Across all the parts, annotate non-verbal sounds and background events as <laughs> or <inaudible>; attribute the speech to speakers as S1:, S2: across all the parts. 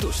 S1: tus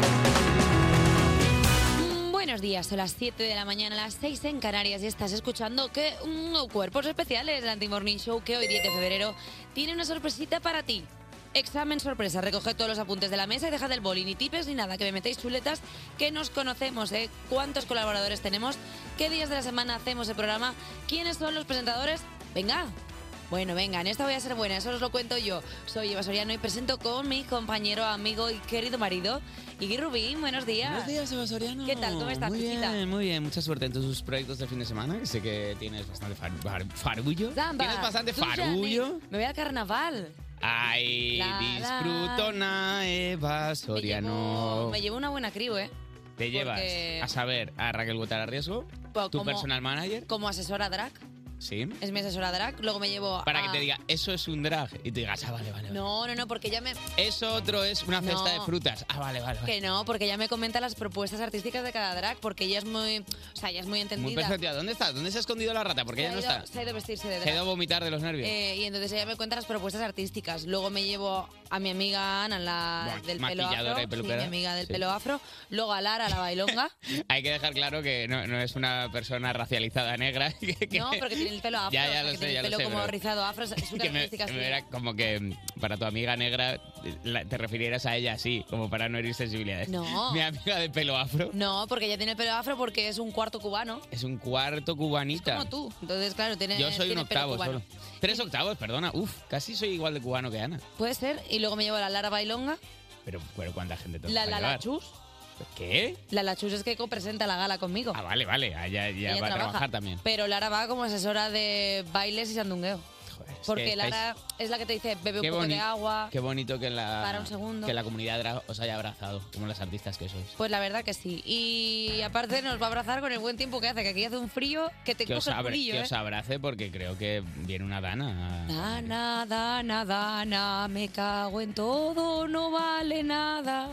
S2: Mm, Buenos días, son las 7 de la mañana, las 6 en Canarias y estás escuchando que mm, Cuerpos Especiales, el Anti-Morning Show, que hoy 10 de febrero tiene una sorpresita para ti. Examen sorpresa, recoge todos los apuntes de la mesa y deja del boli, ni tipes ni nada, que me metéis chuletas, que nos conocemos, ¿eh? ¿Cuántos colaboradores tenemos? ¿Qué días de la semana hacemos el programa? ¿Quiénes son los presentadores? Venga. Bueno, venga, en esta voy a ser buena, eso os lo cuento yo. Soy Eva Soriano y presento con mi compañero, amigo y querido marido, Iggy Rubín. Buenos días.
S3: Buenos días, Eva Soriano.
S2: ¿Qué tal? ¿Cómo estás,
S3: Mm, Muy
S2: chiquita?
S3: bien, muy bien. Mucha suerte en todos sus proyectos del fin de semana, que sé que tienes bastante far- far- farullo.
S2: Zamba,
S3: Tienes bastante
S2: tú ya
S3: farullo.
S2: Me me voy al carnaval.
S3: Ay,
S2: La, la.
S3: disfrutona Eva Soriano.
S2: Me llevo una buena crew, ¿eh?
S3: Te llevas
S2: porque-
S3: a saber a Raquel Guetara Riesgo,
S2: Pues,
S3: tu
S2: como-
S3: personal manager,
S2: Como asesora drag.
S3: sí,
S2: Es mi asesora drag. Luego me llevo
S3: para
S2: a...
S3: que te diga, eso es un drag, y te digas, ah, vale, vale.
S2: No, no, no, porque ya me...
S3: Eso otro es una cesta
S2: No.
S3: de frutas. Ah, vale, vale. vale.
S2: Que no, porque ya me comenta las propuestas artísticas de cada drag, porque ella es muy... O sea, ella es muy entendida.
S3: Muy perfecta. ¿Dónde está? ¿Dónde se ha escondido la rata? Porque
S2: Se
S3: ya
S2: ha
S3: no
S2: ido-
S3: está.
S2: Se ha ido a vestirse
S3: Se
S2: de
S3: ha ido a
S2: drag.
S3: vomitar de los nervios.
S2: Eh, y entonces ella me cuenta las propuestas artísticas. Luego me llevo a mi amiga Ana, la
S3: Bueno,
S2: del pelo
S3: maquilladora
S2: afro.
S3: y
S2: sí, mi
S3: peluquera.
S2: amiga del
S3: Sí.
S2: pelo afro. Luego a Lara, la bailonga.
S3: <laughs> Hay que dejar claro que no, no es una persona racializada negra. <laughs> Que, que-
S2: No, porque tiene el pelo afro.
S3: Ya,
S2: o sea,
S3: ya lo
S2: que
S3: sé,
S2: tiene
S3: ya
S2: el
S3: lo
S2: pelo
S3: sé.
S2: como
S3: pero
S2: rizado afro. Es
S3: <laughs>
S2: una
S3: que me,
S2: característica
S3: me
S2: suya.
S3: era como que mm, para tu amiga negra la- te refirieras a ella así, como para no herir sensibilidades.
S2: No.
S3: Mi amiga de pelo afro
S2: No, porque ella tiene el pelo afro porque es un cuarto cubano.
S3: es un cuarto cubanita.
S2: Como tú. Entonces, claro, tiene,
S3: Yo soy un
S2: tiene pelo
S3: octavo
S2: cubano.
S3: solo. Tres octavos, perdona. Uf, casi soy igual de cubano que Ana.
S2: Puede ser. Y luego me llevo a la Lara Bailonga.
S3: Pero, pero ¿cuánta gente te
S2: La
S3: va a
S2: La
S3: llevar?
S2: Lachus.
S3: ¿Qué?
S2: La Lachus es que copresenta la gala conmigo.
S3: Ah, vale, vale. Ah, ya ya
S2: Ella
S3: va a
S2: trabaja.
S3: trabajar también.
S2: Pero Lara va como asesora de bailes y sandungueo.
S3: Joder, es
S2: Porque
S3: que estáis-
S2: Lara es la que te dice, bebe un
S3: Qué
S2: poco de
S3: boni-
S2: agua.
S3: Qué bonito que la,
S2: Para un segundo.
S3: que la comunidad drag os haya abrazado, como las artistas que sois.
S2: Pues la verdad que sí. Y aparte nos va a abrazar con el buen tiempo que hace, que aquí hace un frío que te
S3: Que os,
S2: coge el
S3: abra-
S2: frío,
S3: que
S2: ¿eh?
S3: os abrace porque creo que viene una dana. a-
S2: Dana, Dana, Dana, me cago en todo, no
S3: <laughs>
S2: vale nada.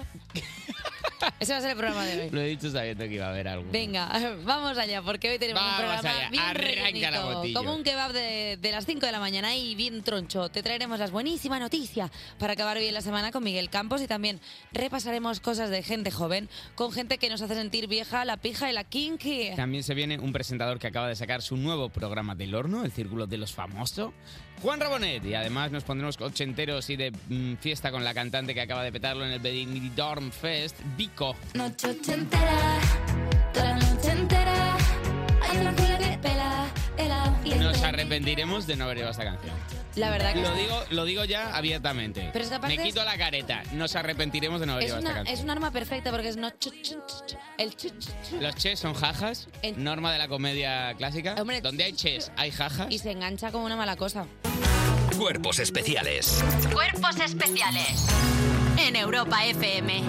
S2: Ese va a ser el programa de hoy.
S3: Lo he dicho sabiendo que iba a haber algo.
S2: Venga, vamos allá, porque hoy tenemos
S3: Vamos
S2: un programa
S3: allá,
S2: bien
S3: arranca la
S2: rellenito,
S3: botillo.
S2: como un kebab de, de las 5 de la mañana y bien troncho. Te traeremos las buenísimas noticias para acabar bien la semana con Miguel Campos y también repasaremos cosas de gente joven, con gente que nos hace sentir vieja, la pija y la kinky.
S3: También se viene un presentador que acaba de sacar su nuevo programa del horno, el Círculo de los Famosos, Juan Rabonet. Y además nos pondremos ochenteros y de mm, fiesta con la cantante que acaba de petarlo en el Benidorm Fest, Vico.
S4: Noche entera, toda la noche entera, hay una cola que pela, pela, y
S3: Nos arrepentiremos de no haber llevado esta canción.
S2: La verdad que
S3: Lo digo, lo digo ya abiertamente.
S2: Pero es que aparte
S3: Me
S2: es-
S3: quito la careta. Nos arrepentiremos de no haber
S2: es
S3: llevado
S2: una,
S3: esta canción.
S2: es un arma perfecta porque es no... chu, chu, chu, chu, el chu, chu, chu.
S3: Los ches son jajas,
S2: En-
S3: norma de la comedia clásica.
S2: Hombre,
S3: Donde hay ches, hay jajas.
S2: Y se engancha como una mala cosa.
S1: Cuerpos especiales.
S5: Cuerpos especiales en Europa FM.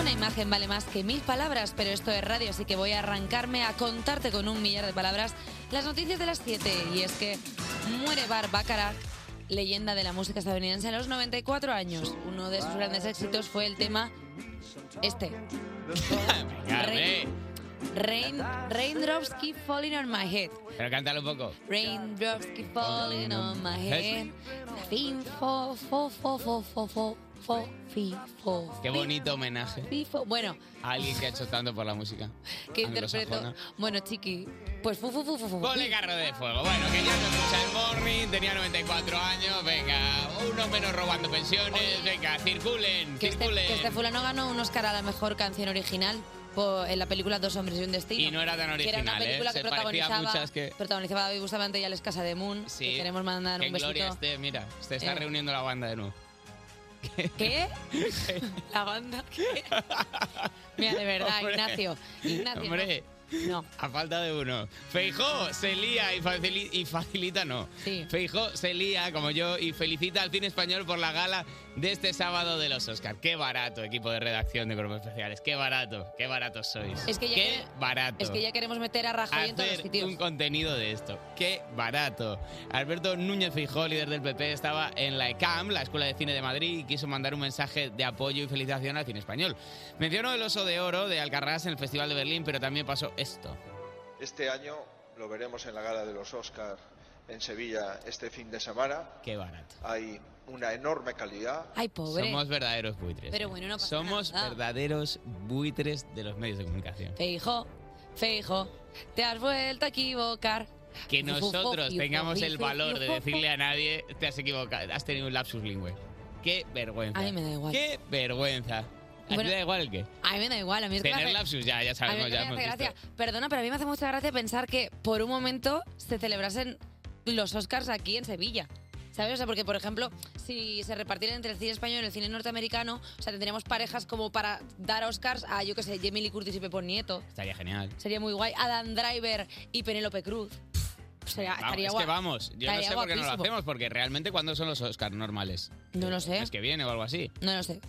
S2: Una imagen vale más que mil palabras, pero esto es radio, así que voy a arrancarme a contarte con un millar de palabras las noticias de las 7. Y es que muere Bar Bacharach, leyenda de la música estadounidense a los 94 años. Uno de sus grandes éxitos fue el tema este,
S3: Ya,
S2: Rey.
S3: ve.
S2: Rain, Raindrops Keep Falling on My Head.
S3: Pero cántalo un poco.
S2: Raindrops keep falling on my head. Fin, fo, fo, fo, fo, fo, fo, fo, fi, fo,
S3: Qué bonito homenaje
S2: fi, fo. Bueno,
S3: a alguien que ha hecho tanto por la música.
S2: que
S3: anglosajona.
S2: interpreto. Bueno, chiqui, pues fu, fu, fu, fu, fu.
S3: Ponle carro de fuego. Bueno, que ya no escucha el morning, tenía 94 años. Venga, unos menos robando pensiones. Venga, circulen,
S2: Que este,
S3: circulen.
S2: que este fulano ganó un Oscar a la mejor canción original por- en la película Dos hombres y un destino.
S3: Y no era tan
S2: Que era una
S3: original, ¿eh?
S2: película que
S3: Se parecía a
S2: protagonizaba,
S3: muchas que.
S2: protagonizaba David Bustamante y Alex Casademun.
S3: Sí.
S2: Que queremos mandar
S3: que
S2: un
S3: en Gloria
S2: besito.
S3: esté, mira, se está
S2: Eh.
S3: reuniendo la banda de nuevo. <laughs>
S2: ¿Qué? ¿La banda qué? Mira, de verdad,
S3: Hombre.
S2: Ignacio. Ignacio. no.
S3: Hombre,
S2: No.
S3: a falta de uno. Feijó se lía y, facili- y facilita, no.
S2: Sí.
S3: Feijó se lía como yo y felicita al cine español por la gala de este sábado de los Oscar. Qué barato, equipo de redacción de cuerpos especiales. Qué barato, qué baratos sois.
S2: Es que ya
S3: qué
S2: que-
S3: barato.
S2: Es que ya queremos meter a Rajoy en todos los
S3: hacer
S2: sitios.
S3: un contenido de esto. ¡Qué barato! Alberto Núñez Fijó, líder del PP, estaba en la E ECAM, la Escuela de Cine de Madrid, y quiso mandar un mensaje de apoyo y felicitación al cine español. Mencionó el Oso de Oro de Alcarrás en el Festival de Berlín, pero también pasó esto.
S6: Este año lo veremos en la gala de los Oscar en Sevilla este fin de semana.
S3: ¡Qué barato!
S6: Hay una enorme calidad.
S2: Ay, pobre.
S3: Somos verdaderos buitres. ¿eh?
S2: Pero bueno, no pasa
S3: Somos
S2: nada.
S3: verdaderos buitres de los medios de comunicación.
S2: Feijo, Feijo, te has vuelto a equivocar.
S3: Que nosotros
S2: Fofo,
S3: tengamos
S2: fofo,
S3: el
S2: fofo,
S3: valor de
S2: fofo.
S3: decirle a nadie, te has equivocado, has tenido un lapsus lingüe. ¡Qué vergüenza!
S2: A mí me da igual.
S3: ¡Qué vergüenza! ¿A ti
S2: Bueno,
S3: te da igual el qué?
S2: A mí me da igual, a mí es que me
S3: Tener
S2: hace-
S3: lapsus, ya, ya
S2: a mí
S3: sabemos,
S2: es que
S3: ya
S2: me
S3: hemos
S2: hace
S3: visto.
S2: gracia. Perdona, pero a mí me hace mucha gracia pensar que por un momento se celebrasen los Oscars aquí en Sevilla. ¿Sabes? O sea, porque, por ejemplo, si se repartieran entre el cine español y el cine norteamericano, o sea, tendríamos parejas como para dar Oscars a, yo qué sé, Jamie Lee Curtis y Pepón Nieto.
S3: Estaría genial.
S2: Sería muy guay. Adam Driver y Penélope Cruz. Sería,
S3: Vamos,
S2: estaría
S3: es
S2: guay.
S3: que vamos, yo no
S2: estaría
S3: sé por qué no lo
S2: guapísimo.
S3: hacemos, porque realmente cuando son los Oscars normales.
S2: No lo sé.
S3: Es que viene o algo así.
S2: No lo sé.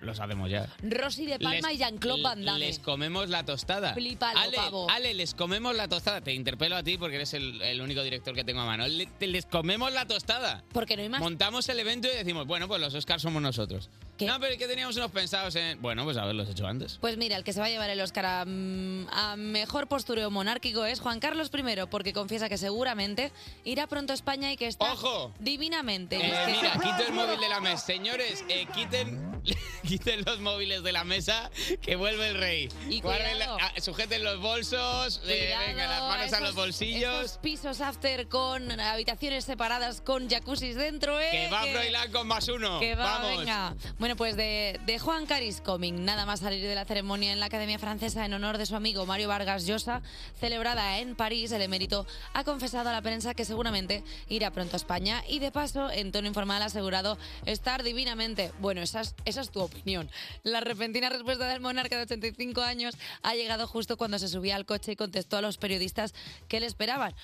S3: Los hacemos ya.
S2: Rosy de Palma
S3: Les-
S2: y Jean-Claude Van Damme.
S3: Les comemos la tostada.
S2: Flipalo,
S3: Ale,
S2: pavo.
S3: Ale, les comemos la tostada. Te interpelo a ti porque eres el, el único director que tengo a mano. Le- te- les comemos la tostada.
S2: Porque no hay más.
S3: Montamos el evento y decimos, bueno, pues los Oscars somos nosotros. No, pero es que teníamos unos pensados en. Bueno, pues haberlos hecho antes.
S2: Pues mira, el que se va a llevar el Oscar a, mm, a mejor postureo monárquico es Juan Carlos I, porque confiesa que seguramente irá pronto a España y que está
S3: ¡Ojo!
S2: divinamente.
S3: Eh,
S2: Es que- <laughs>
S3: mira, quito el móvil de la mesa. Señores, eh, quiten, <laughs> quiten los móviles de la mesa que vuelve el rey.
S2: Y
S3: Guarden
S2: cuidado.
S3: ah, sujeten los bolsos, eh,
S2: Cuidado,
S3: venga, las manos a los
S2: esos-
S3: bolsillos.
S2: esos pisos after con habitaciones separadas con jacuzzis dentro, ¿eh?
S3: Que va Froilán con más uno.
S2: que va,
S3: Vamos.
S2: venga. Bueno, pues de, de Juan Caris Coming, nada más salir de la ceremonia en la Academia Francesa en honor de su amigo Mario Vargas Llosa, celebrada en París, el emérito ha confesado a la prensa que seguramente irá pronto a España y de paso, en tono informal, ha asegurado estar divinamente. Bueno, esa es, esa es tu opinión. La repentina respuesta del monarca de 85 años ha llegado justo cuando se subía al coche y contestó a los periodistas que le esperaban.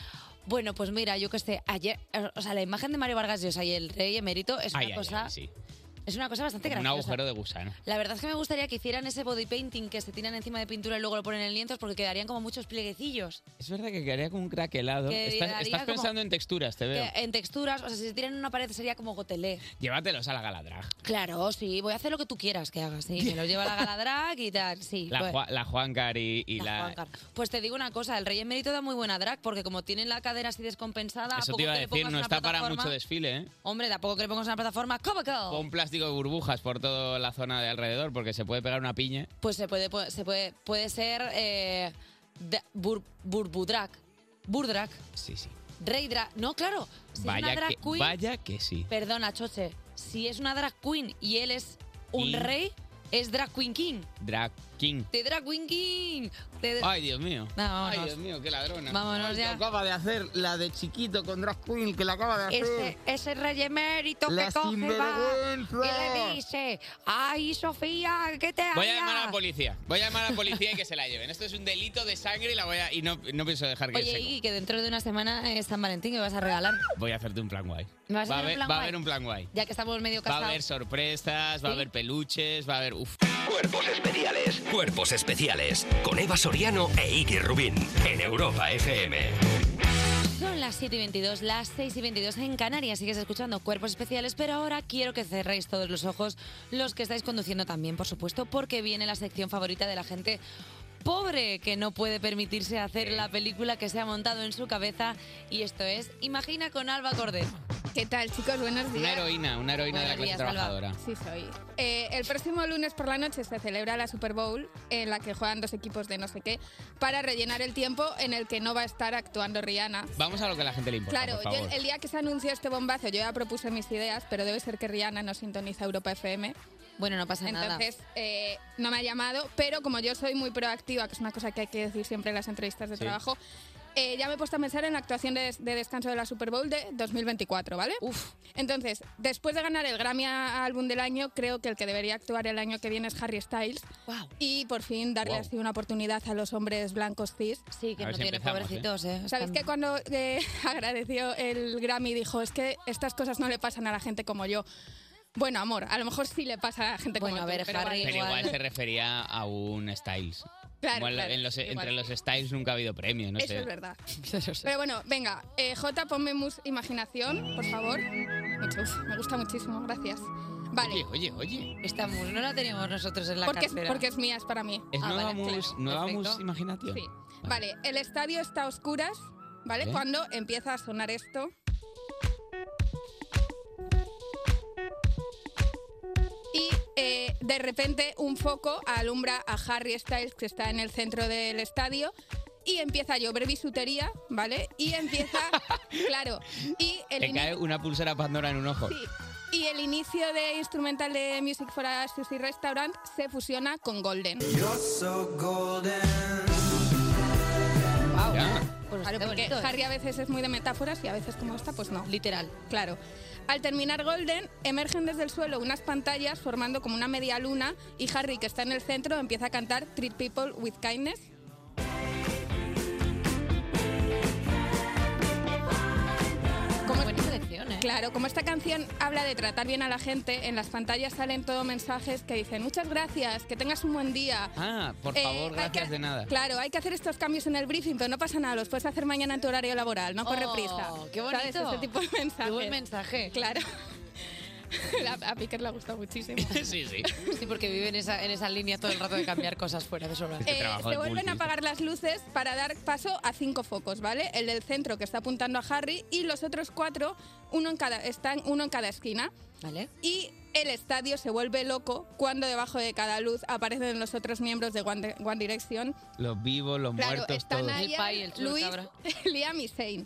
S2: Bueno, pues mira, yo que sé, ayer, o sea, la imagen de Mario Vargas Llosa y el rey emérito es
S3: Ay,
S2: una
S3: ay,
S2: cosa
S3: ay, sí.
S2: es una cosa bastante
S3: Como Un
S2: graciosa.
S3: agujero de gusano.
S2: La verdad es que me gustaría que hicieran ese body painting que se tiran encima de pintura y luego lo ponen en lienzos porque quedarían como muchos plieguecillos.
S3: Es verdad que quedaría como un craquelado.
S2: Que
S3: Estás,
S2: daría
S3: estás
S2: como-
S3: pensando en texturas, te veo.
S2: Que en texturas, o sea, si se tiran en una pared sería como gotelé.
S3: Llévatelos a la galadrag.
S2: Claro, sí, voy a hacer lo que tú quieras que hagas, sí. Me lo lleva
S3: <laughs>
S2: la galadrag y tal, sí.
S3: La,
S2: pues,
S3: Juan- la Juancar y, y
S2: la
S3: la.
S2: Juancar. Pues te digo una cosa, el rey emérito da muy buena drag porque como tienen la cadera así descompensada,
S3: Eso
S2: a poco
S3: te iba a
S2: que le
S3: decir,
S2: pongas
S3: no
S2: una
S3: está para
S2: plataforma-
S3: mucho desfile, ¿eh?
S2: Hombre, tampoco que le pongas una plataforma comical.
S3: Con plástico de burbujas por toda la zona de alrededor, porque se puede pegar una piña.
S2: Pues se puede, pu- se puede, puede ser eh, de- bur, burbudrag, burdrag.
S3: Sí, sí.
S2: Rey drag. No, claro. Si es una
S3: vaya,
S2: drag
S3: que,
S2: queen.
S3: vaya que sí.
S2: Perdona, Choche. Si es una drag queen y él es un
S3: Y-
S2: rey, es drag queen king.
S3: Drag King.
S2: Te drag queen king. Te dra-
S3: Ay, Dios mío.
S2: No, vámonos.
S3: Ay, Dios mío, qué ladrona.
S2: Vámonos
S3: Ay,
S2: ya.
S3: que Acaba de hacer la de chiquito con Drag Queen, que la acaba de
S2: Ese,
S3: hacer.
S2: ese rey emérito que
S3: La
S2: coge va y
S3: sinvergüenza.
S2: le dice, ay Sofía, ¿qué te
S3: Voy a
S2: hallas?".
S3: llamar a la policía. Voy a llamar a la policía y que se la lleven. Esto es un delito de sangre y la voy a. Y no, no pienso dejar que
S2: Oye,
S3: seco.
S2: y que dentro de una semana es San Valentín y me vas a regalar.
S3: Voy a hacerte un plan guay.
S2: ¿Me vas a
S3: va,
S2: hacer un
S3: haber-
S2: plan
S3: va a
S2: guay?
S3: haber un plan guay.
S2: Ya que estamos medio
S3: Va a
S2: casados.
S3: haber sorpresas, va a haber peluches, va a haber. Uf.
S1: Cuerpos especiales. Cuerpos especiales. Con Eva Soriano e Iggy Rubín. En Europa FM.
S2: Son las 7 y 22, las 6 y 22 en Canarias. Sigues escuchando Cuerpos Especiales, pero ahora quiero que cerréis todos los ojos, los que estáis conduciendo también, por supuesto, porque viene la sección favorita de la gente pobre que no puede permitirse hacer la película que se ha montado en su cabeza. Y esto es Imagina con Alba Cordero.
S7: ¿Qué tal, chicos? Buenos días.
S3: Una heroína, una heroína de la clase
S2: Buenos días, Alba.
S3: trabajadora.
S7: Sí, soy. Eh, el próximo lunes por la noche se celebra la Super Bowl, en la que juegan dos equipos de no sé qué, para rellenar el tiempo en el que no va a estar actuando Rihanna.
S3: Vamos a lo que a la gente le importa.
S7: Claro,
S3: por
S7: yo
S3: favor.
S7: el, el día que se anunció este bombazo yo ya propuse mis ideas, pero debe ser que Rihanna no sintoniza Europa FM.
S2: Bueno, no pasa nada.
S7: Entonces, eh, no me ha llamado, pero como yo soy muy proactiva, que es una cosa que hay que decir siempre en las entrevistas de
S3: Sí.
S7: trabajo, eh, ya me he puesto a pensar en la actuación de, des- de descanso de la Super Bowl de 2024, ¿vale?
S2: Uf,
S7: Entonces, después de ganar el Grammy a a Álbum del Año, creo que el que debería actuar el año que viene es Harry Styles
S2: wow.
S7: y por fin darle
S3: Wow.
S7: así una oportunidad a los hombres blancos cis.
S2: Sí, que
S3: A
S2: no
S3: ver si
S2: tiene
S3: empezamos,
S2: pobrecitos, ¿eh?
S7: ¿Sabéis
S2: Están-
S7: que cuando <laughs> eh, agradeció el Grammy dijo, es que estas cosas no le pasan a la gente como yo? Bueno, amor, a lo mejor sí le pasa a gente
S2: Bueno,
S7: como
S2: a
S7: tú,
S2: ver,
S7: pero
S2: Harry,
S7: vale.
S3: Pero igual se refería a un Styles.
S7: <laughs> Claro,
S3: Como en la-
S7: claro,
S3: en los-
S7: igual.
S3: entre los Styles nunca ha habido premio, no
S7: Eso
S3: sé.
S7: es verdad. Pero bueno, venga, eh, J, ponme mus imaginación, por favor. Muchos, me gusta muchísimo, gracias. Vale.
S3: Oye, oye, oye.
S2: Esta mus no la teníamos nosotros en la
S7: porque, es,
S2: cartera.
S7: porque es mía, es para mí.
S3: Es nueva mus, nueva
S2: perfecto.
S3: mus imaginación.
S7: Sí. Vale, el estadio está a oscuras, ¿vale?
S3: Bien.
S7: Cuando empieza a sonar esto. Y eh, de repente un foco alumbra a Harry Styles, que está en el centro del estadio. Y empieza a llover bisutería, ¿vale? Y
S3: <laughs>
S7: empieza, claro, y el,
S3: Te
S7: ini-
S3: cae una pulsera Pandora en un ojo.
S7: y el inicio de instrumental de Music for a Sushi Restaurant se fusiona con Golden.
S3: Ya.
S7: Claro, porque
S2: está bonito, ¿eh?
S7: Harry a veces es muy de metáforas y a veces como esta, pues no.
S2: Literal.
S7: Claro. Al terminar Golden, emergen desde el suelo unas pantallas formando como una media luna y Harry, que está en el centro, empieza a cantar Treat People with Kindness. Como-
S2: Buena selección, ¿eh?
S7: Claro, como esta canción habla de tratar bien a la gente, en las pantallas salen todo mensajes que dicen muchas gracias, que tengas un buen día.
S3: Ah, por
S7: Eh,
S3: favor,
S7: hay
S3: gracias
S7: que-
S3: de nada.
S7: Claro, hay que hacer estos cambios en el briefing, pero no pasa nada, los puedes hacer mañana en tu horario laboral, no corre
S2: Oh,
S7: prisa.
S2: qué
S7: ¿Sabes?
S2: bonito.
S7: Este tipo de mensajes.
S2: Qué buen
S7: <laughs>
S2: mensaje.
S7: Claro. La- a Piquer le ha gustado muchísimo.
S3: sí, sí.
S2: <laughs> Sí, porque vive en esa, en esa línea todo el rato de cambiar cosas fuera de su hogar.
S3: <laughs> Este
S7: Eh,
S3: trabajo
S7: se
S3: de
S7: vuelven
S3: multi.
S7: a apagar las luces para dar paso a cinco focos, ¿vale? El del centro que está apuntando a Harry y los otros cuatro, uno en cada, están uno en cada esquina.
S2: ¿Vale?
S7: Y el estadio se vuelve loco cuando debajo de cada luz aparecen los otros miembros de One, One Direction.
S3: Los vivos, los
S7: Claro,
S3: muertos,
S7: están
S3: todos.
S2: ahí.
S7: Naya,
S2: El pai, el chulo
S7: Luis, <laughs>
S2: cabra.
S7: Liam y Zane.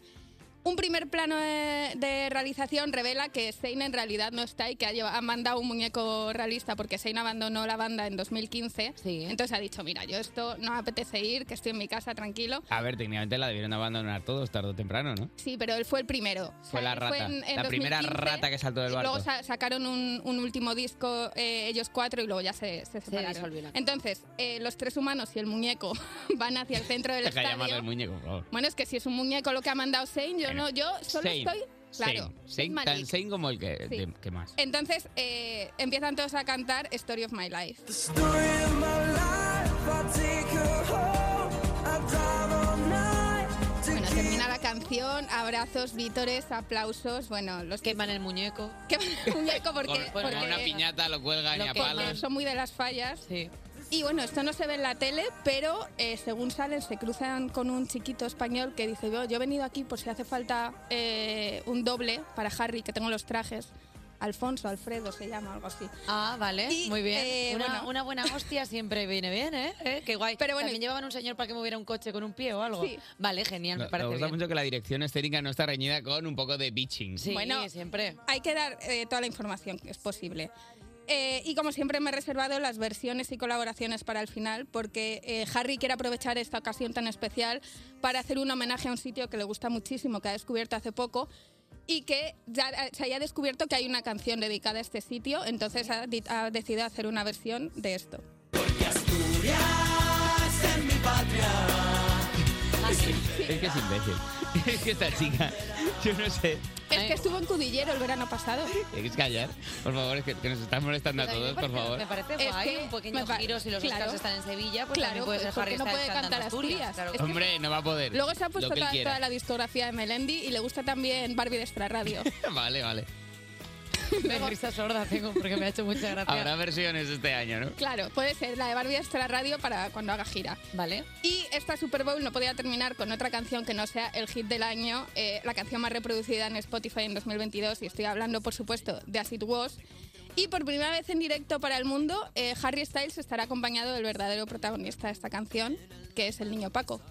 S7: Un primer plano de, de realización revela que Zane en realidad no está y que ha, lleva- ha mandado un muñeco realista porque Zane abandonó la banda en 2015.
S2: Sí.
S7: Entonces ha dicho, mira, yo esto no me apetece ir, que estoy en mi casa tranquilo.
S3: A ver, técnicamente la debieron abandonar todos tarde o temprano, ¿no?
S7: Sí, pero él fue el primero.
S3: Fue
S7: O sea,
S3: la
S7: él
S3: rata,
S7: en- en
S3: la primera
S7: 2015.
S3: rata que saltó del barco.
S7: Luego sa- sacaron un, un último disco eh, ellos cuatro y luego ya se, se separaron.
S2: disolvieron.
S7: Entonces, eh, los tres humanos y el muñeco <laughs> van hacia el centro del
S3: Deja de llamarlo
S7: estadio.
S3: el muñeco, por favor.
S7: Bueno, es que si es un muñeco lo que ha mandado Sein, yo
S3: Bueno,
S7: no, yo solo
S3: Same,
S7: estoy. Claro,
S3: same, same,
S7: es
S3: tan
S7: Malik.
S3: same como el que,
S7: Sí.
S3: de- que más.
S7: Entonces eh, empiezan todos a cantar Story of My Life. Bueno, termina la canción, abrazos, vítores, aplausos. Bueno, los que.
S2: Queman el muñeco.
S7: queman el muñeco porque.
S3: Con- con
S7: porque-
S3: una piñata lo cuelgan
S2: Lo
S3: y
S2: que-
S7: porque
S3: apalan.
S7: son muy de las fallas.
S2: Sí.
S7: Y bueno, esto no se ve en la tele, pero eh, según salen se cruzan con un chiquito español que dice, yo, yo he venido aquí por si hace falta eh, un doble para Harry, que tengo los trajes. Alfonso, Alfredo se llama, algo así.
S2: Ah, vale.
S7: Y,
S2: Muy bien.
S7: eh,
S2: una,
S7: bueno.
S2: una buena hostia siempre viene bien, ¿eh? ¿Eh? Qué guay.
S7: Pero bueno,
S2: También llevaban un señor para que moviera un coche con un pie o algo.
S7: Sí.
S2: Vale, genial,
S3: No,
S2: me
S3: me
S2: parece
S3: gusta
S2: bien.
S3: mucho que la dirección estética no está reñida con un poco de bitching.
S2: Sí,
S7: Bueno.
S2: siempre.
S7: Hay que dar eh, toda la información que es posible. Eh, y como siempre me he reservado las versiones y colaboraciones para el final, porque eh, Harry quiere aprovechar esta ocasión tan especial para hacer un homenaje a un sitio que le gusta muchísimo, que ha descubierto hace poco, y que ya eh, se haya descubierto que hay una canción dedicada a este sitio, entonces ha, di- ha decidido hacer una versión de esto.
S3: <laughs> Es que es imbécil. <laughs> Es que esta chica, <laughs> yo no sé.
S7: Es que estuvo en Cudillero el verano pasado.
S3: Es callar. Por favor, es que, que nos estás molestando a
S2: Pues a mí me
S3: todos, por
S2: parece-
S3: favor.
S2: Me parece
S7: Es
S2: guay
S7: que
S2: un pequeño
S7: me pa-
S2: giro si los
S7: claro.
S2: Oscars están en Sevilla, pues
S7: Claro,
S2: también puede ser
S7: pues,
S2: Harry
S7: porque no
S2: Styles
S7: puede
S2: cantando
S7: cantar Asturias.
S2: Claro.
S7: Es que-
S3: Hombre, no va a poder.
S7: Luego se ha puesto
S3: Lo que él
S7: toda,
S3: quiera.
S7: toda la discografía de Melendi y le gusta también Barbie de Extra
S2: <laughs>
S7: Radio.
S3: <laughs> Vale, vale.
S2: Me
S7: <laughs>
S2: risa sorda tengo porque me ha hecho mucha gracia.
S3: Habrá versiones este año, ¿no?
S7: Claro, puede ser la de Barbie extra radio para cuando haga gira.
S2: Vale.
S7: Y esta Super Bowl no podía terminar con otra canción que no sea el hit del año, eh, la canción más reproducida en Spotify en 2022, y estoy hablando, por supuesto, de As It Was. Y por primera vez en directo para el mundo, eh, Harry Styles estará acompañado del verdadero protagonista de esta canción, que es el niño Paco.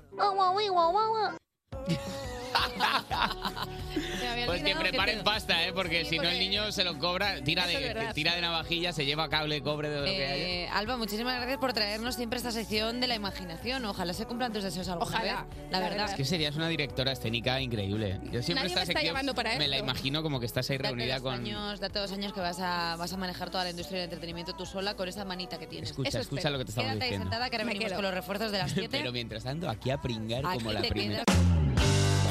S2: Me había
S3: Pues que
S2: olvidado
S3: preparen
S2: te-
S3: pasta, ¿eh? Porque
S7: Sí,
S3: si no el
S7: porque-
S3: niño se lo cobra, tira
S7: Eso es
S3: de,
S7: verdad.
S3: tira de navajilla, se lleva cable de cobre de lo que haya.
S2: Eh, Alba, muchísimas gracias por traernos siempre esta sección de la imaginación. Ojalá se cumplan tus deseos alguna
S7: Ojalá,
S2: vez.
S7: la
S2: La verdad.
S7: verdad.
S3: Es que serías una directora escénica increíble. Yo siempre
S7: Nadie me
S3: esta
S7: está
S3: sección
S7: llamando para
S3: Me la
S7: esto.
S3: imagino como que estás ahí
S2: Date
S3: reunida
S2: dos,
S3: con.
S2: años, date dos años que vas a, vas a manejar toda la industria del entretenimiento tú sola con esa manita que tienes.
S3: Escucha,
S7: Eso
S3: escucha
S7: espero.
S3: lo que te estamos
S2: Quédate ahí
S3: diciendo.
S2: sentada que ahora
S7: Me
S3: <laughs>
S2: venimos
S7: quedo.
S2: con los refuerzos de las 7.
S3: Pero mientras tanto, aquí a pringar
S2: Aquí
S3: como la
S2: te
S3: primera.
S2: quedas.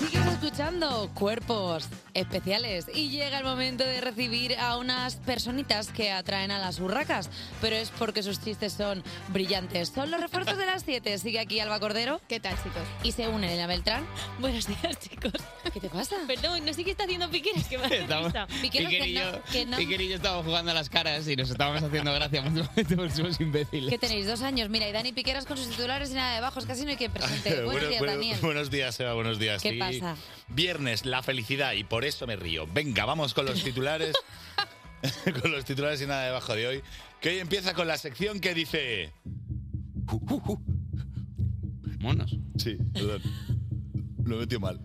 S2: Sigues escuchando Cuerpos Especiales y llega el momento de recibir a unas personitas que atraen a las urracas, pero es porque sus chistes son brillantes. Son los refuerzos de las 7. Sigue aquí Alba Cordero.
S7: ¿Qué tal, chicos?
S2: Y se une Elena Beltrán.
S8: Buenos días, chicos.
S2: ¿Qué te pasa?
S8: Perdón, no sé qué está haciendo Piqueras, que me hace
S3: <laughs> Estamos-
S8: risa.
S2: Piqueras que
S3: Iker y
S2: no-
S3: yo-
S2: que no.
S3: Iker y yo estábamos jugando a las caras y nos estábamos haciendo gracia mutuamente porque somos imbéciles.
S2: Que tenéis dos años. Mira, y Dani Piqueras con sus titulares y nada de bajos. Casi no hay quien
S9: <laughs>
S2: presente. Buenos
S9: Bueno,
S2: días,
S9: bueno,
S2: Daniel.
S9: buenos días, Eva, buenos días.
S2: ¿Qué
S9: Sí.
S2: pasa?
S9: Viernes, la felicidad, y por eso me río. Venga, vamos con
S2: <laughs>
S9: los titulares. <laughs> con los titulares y nada debajo de hoy. Que hoy empieza con la sección que dice.
S3: ¿Monos?
S9: Sí, perdón. Lo he metido mal.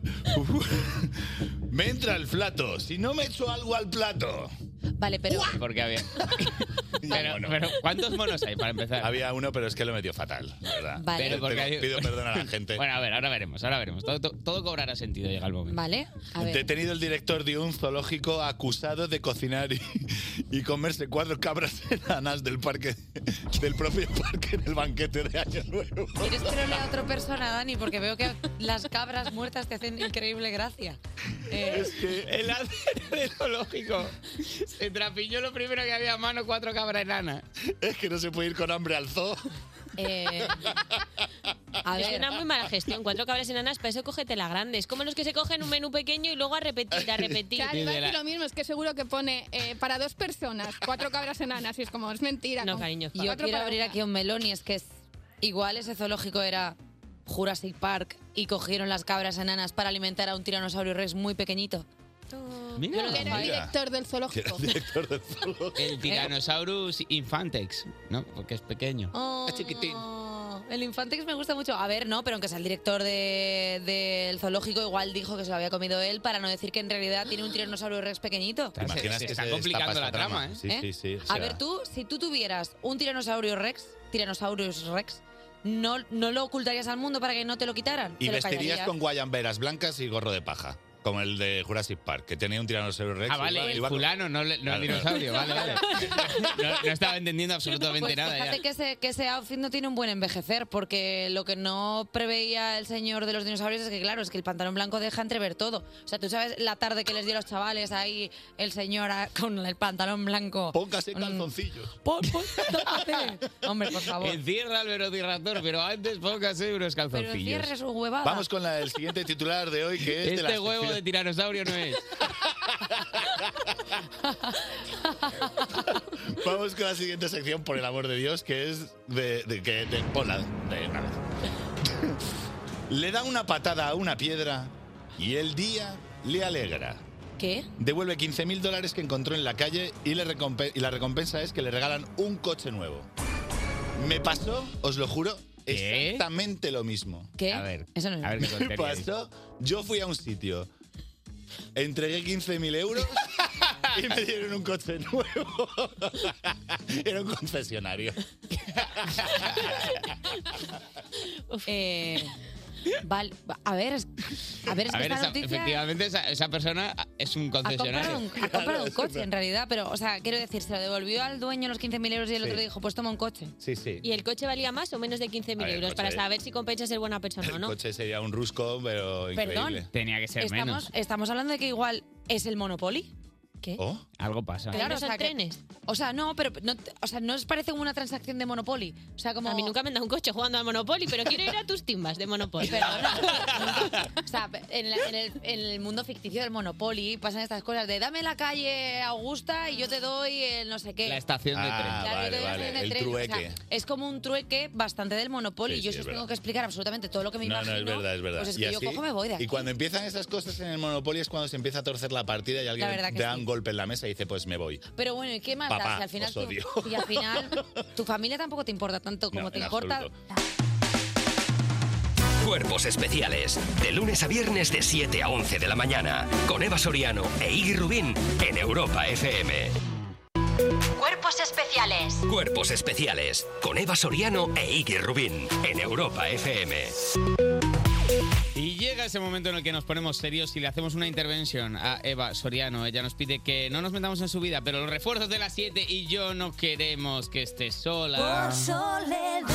S9: <laughs> me entra el plato. Si no me echo algo al plato.
S2: Vale, pero.
S9: <laughs>
S3: Porque había. pero, pero, ¿cuántos monos hay para empezar?
S9: Había uno, pero es que lo metió fatal, la verdad.
S2: Vale.
S9: Pero
S3: Pero porque hay-
S9: pido perdón a la gente.
S3: Bueno, a ver, ahora veremos, ahora veremos. Todo, todo- todo cobrará sentido, llega el momento.
S2: Vale, a ver.
S9: Detenido el director de un zoológico acusado de cocinar y, y comerse cuatro cabras <laughs> enanas del parque del propio parque en el banquete de Año Nuevo.
S2: ¿Quieres que lo lea a otra persona, Dani? Porque veo que las cabras muertas te hacen increíble gracia. Eh,
S3: El árbol del zoológico se trapiñó lo primero que había a mano, cuatro cabras enanas.
S9: Es que no se puede ir con hambre al zoo.
S2: eh, a
S8: Es
S2: ver,
S8: una muy mala gestión. Cuatro cabras enanas, para eso cógete la grande. Es como los que se cogen un menú pequeño y luego a repetir, a repetir.
S7: Claro, iba a
S3: de la-
S7: decir lo mismo, es que seguro que pone eh, para dos personas, cuatro cabras enanas, y es como, es mentira.
S8: No,
S7: como-
S8: cariño, es
S2: yo
S7: cuatro
S2: quiero
S7: para
S2: abrir
S7: una.
S2: aquí un melón y es que es- igual ese zoológico era Jurassic Park y cogieron las cabras enanas para alimentar a un tiranosaurio rex muy pequeñito.
S3: Mira,
S7: Que era el
S9: Mira.
S7: director del
S9: Que era
S7: zoológico. Eh.
S9: el director del zoológico.
S3: el Tyrannosaurus infantex, ¿no? Porque es pequeño.
S2: Oh,
S9: Es chiquitín.
S2: El Infantex me gusta mucho. A ver, no, pero aunque sea el director de- del zoológico, igual dijo que se lo había comido él para no decir que en realidad tiene un tiranosaurio rex pequeñito.
S9: ¿Te imaginas
S3: se
S9: que
S3: está
S9: se
S3: complicando
S9: destapa
S3: la
S9: esta
S3: trama, ¿eh?
S9: Sí,
S2: ¿Eh?
S9: sí, sí. o
S2: A
S9: sea,
S2: ver, tú, si tú tuvieras un tiranosaurio rex, tiranosaurus rex, ¿no, no lo ocultarías al mundo para que no te lo quitaran?
S9: Y
S2: Te lo
S9: vestirías
S2: callarías.
S9: con <laughs> guayamberas blancas y gorro de paja. Como el de Jurassic Park, que tenía un tiranosaurio rex.
S3: Ah,
S9: y iba-
S3: vale, el
S9: iba con-
S3: fulano, no, le- no
S9: Claro.
S3: el dinosaurio, vale,
S9: <laughs>
S3: vale.
S2: <laughs>
S3: No, no estaba entendiendo absolutamente
S2: Pues
S3: nada. ya.
S2: fíjate
S9: ¿eh?
S2: que ese, que ese outfit no tiene un buen envejecer, porque lo que no preveía el señor de los dinosaurios es que, claro, es que el pantalón blanco deja entrever todo. O sea, tú sabes la tarde que les dio a los chavales ahí el señor a- con el pantalón blanco.
S9: Póngase
S2: Mm.
S9: calzoncillos.
S2: Pon- pon-
S9: <laughs>
S2: tómate. Hombre, por favor.
S3: Encierra al velociraptor, pero antes póngase unos
S2: Pero
S3: calzoncillos.
S2: cierre su huevada.
S9: Vamos con la- el siguiente titular de hoy, que es de la
S3: Este huevo
S9: <laughs> sección-
S3: de tiranosaurio no es.
S9: <laughs> Vamos con la siguiente sección, por el amor de Dios, que es de. de, que- de- hola, de una vez. <laughs> Le da una patada a una piedra y el día le alegra.
S2: <laughs> ¿Qué?
S9: Devuelve 15.000 dólares que encontró en la calle y, le recompe- y la recompensa es que le regalan un coche nuevo. Me pasó, os lo juro,
S3: ¿Qué?
S9: exactamente lo mismo.
S2: ¿Qué?
S3: A ver,
S2: Eso no es.
S3: a
S9: <laughs>
S3: ver qué
S9: ¿Qué
S3: tontería dice.
S9: pasó? Yo fui a un sitio, entregué 15.000 euros y me dieron un coche nuevo. <laughs> Era un concesionario.
S8: <laughs>
S2: Eh, vale, a ver, es- a ver, es
S3: A
S2: que
S3: ver,
S2: esta
S3: esa-
S2: noticia
S3: efectivamente esa, esa persona es un
S2: ha comprado,
S3: concesionario.
S2: un, <laughs> ha comprado un coche en realidad, pero, o sea, quiero decir, se lo devolvió al dueño los 15.000 euros y el
S9: Sí.
S2: otro dijo, pues toma un coche.
S9: Sí, sí.
S8: ¿Y el coche valía más o menos de 15.000
S9: A ver, el
S8: euros?
S9: coche-
S8: Para saber si compensas ser buena persona o
S9: El
S8: no.
S9: coche sería un rusco, pero increíble.
S3: Tenía que ser
S2: Estamos,
S3: menos.
S2: estamos hablando de que igual es el Monopoly.
S8: ¿Qué?
S9: Oh,
S3: Algo pasa.
S8: Claro, no
S2: Claro, o
S8: son
S2: sea que-
S8: trenes.
S2: O sea, no, pero no, te- o sea, no os parece una transacción de Monopoly. O sea, como
S8: A mí nunca me han dado un coche jugando a Monopoly, pero quiero ir a tus timbas de Monopoly.
S2: O sea, en, la- en el, en el mundo ficticio del Monopoly pasan estas cosas de dame la calle Augusta y yo te doy el no sé qué.
S3: La estación de tren.
S9: Ah,
S2: Claro, yo
S9: vale,
S2: te doy la
S9: vale,
S2: estación de
S9: el
S2: tren. O sea,
S9: trueque.
S2: es como un trueque bastante del Monopoly.
S9: Sí,
S2: yo
S9: sí, es
S2: sí os tengo
S9: verdad.
S2: que explicar absolutamente todo lo que me
S9: no, no,
S2: imagino.
S9: es verdad, es verdad.
S2: Pues es
S9: Y
S2: que
S9: así-
S2: yo cojo me voy de aquí.
S9: Y cuando empiezan esas cosas en el Monopoly es cuando se empieza a torcer la partida y alguien
S2: verdad que
S9: te da
S2: sí.
S9: un golpe en la mesa y dice, pues me voy.
S2: Pero bueno, ¿y qué más
S9: Papá,
S2: da? Si al final
S9: os
S2: tu-
S9: odio.
S2: y al final
S9: <laughs>
S2: tu familia tampoco te importa tanto como
S9: No,
S2: te
S9: en
S2: importa.
S9: absoluto.
S1: Cuerpos especiales. De lunes a viernes de 7 a 11 de la mañana. Con Eva Soriano e Iggy Rubín en Europa FM.
S5: Cuerpos especiales.
S1: Cuerpos especiales. Con Eva Soriano e Iggy Rubín en Europa FM.
S3: Y llega ese momento en el que nos ponemos serios y le hacemos una intervención a Eva Soriano. Ella nos pide que no nos metamos en su vida, pero los refuerzos de las 7 y yo no queremos que esté sola.
S4: Por soledad.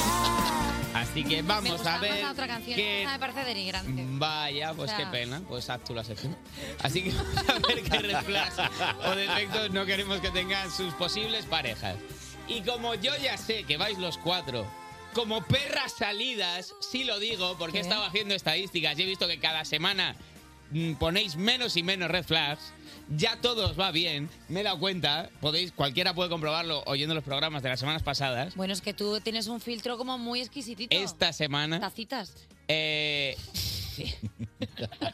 S3: Así que
S2: Me
S3: vamos
S2: gusta
S3: a
S2: más
S3: ver.
S2: la otra canción.
S3: qué-
S2: Esta me parece denigrante.
S3: Vaya, pues
S2: O sea-
S3: qué pena. Pues haz tú la sección. Así que <laughs> vamos a ver qué reflex o defectos no queremos que tengan sus posibles parejas. Y como yo ya sé que vais los cuatro, como perras salidas, sí lo digo, porque he estado haciendo estadísticas y he visto que cada semana mm, ponéis menos y menos red flags. Ya todo os va bien, me he dado cuenta, podéis, cualquiera puede comprobarlo oyendo los programas de las semanas pasadas.
S2: Bueno, es que tú tienes un filtro como muy exquisitito.
S3: Esta semana
S2: Tacitas.
S3: eh, <laughs>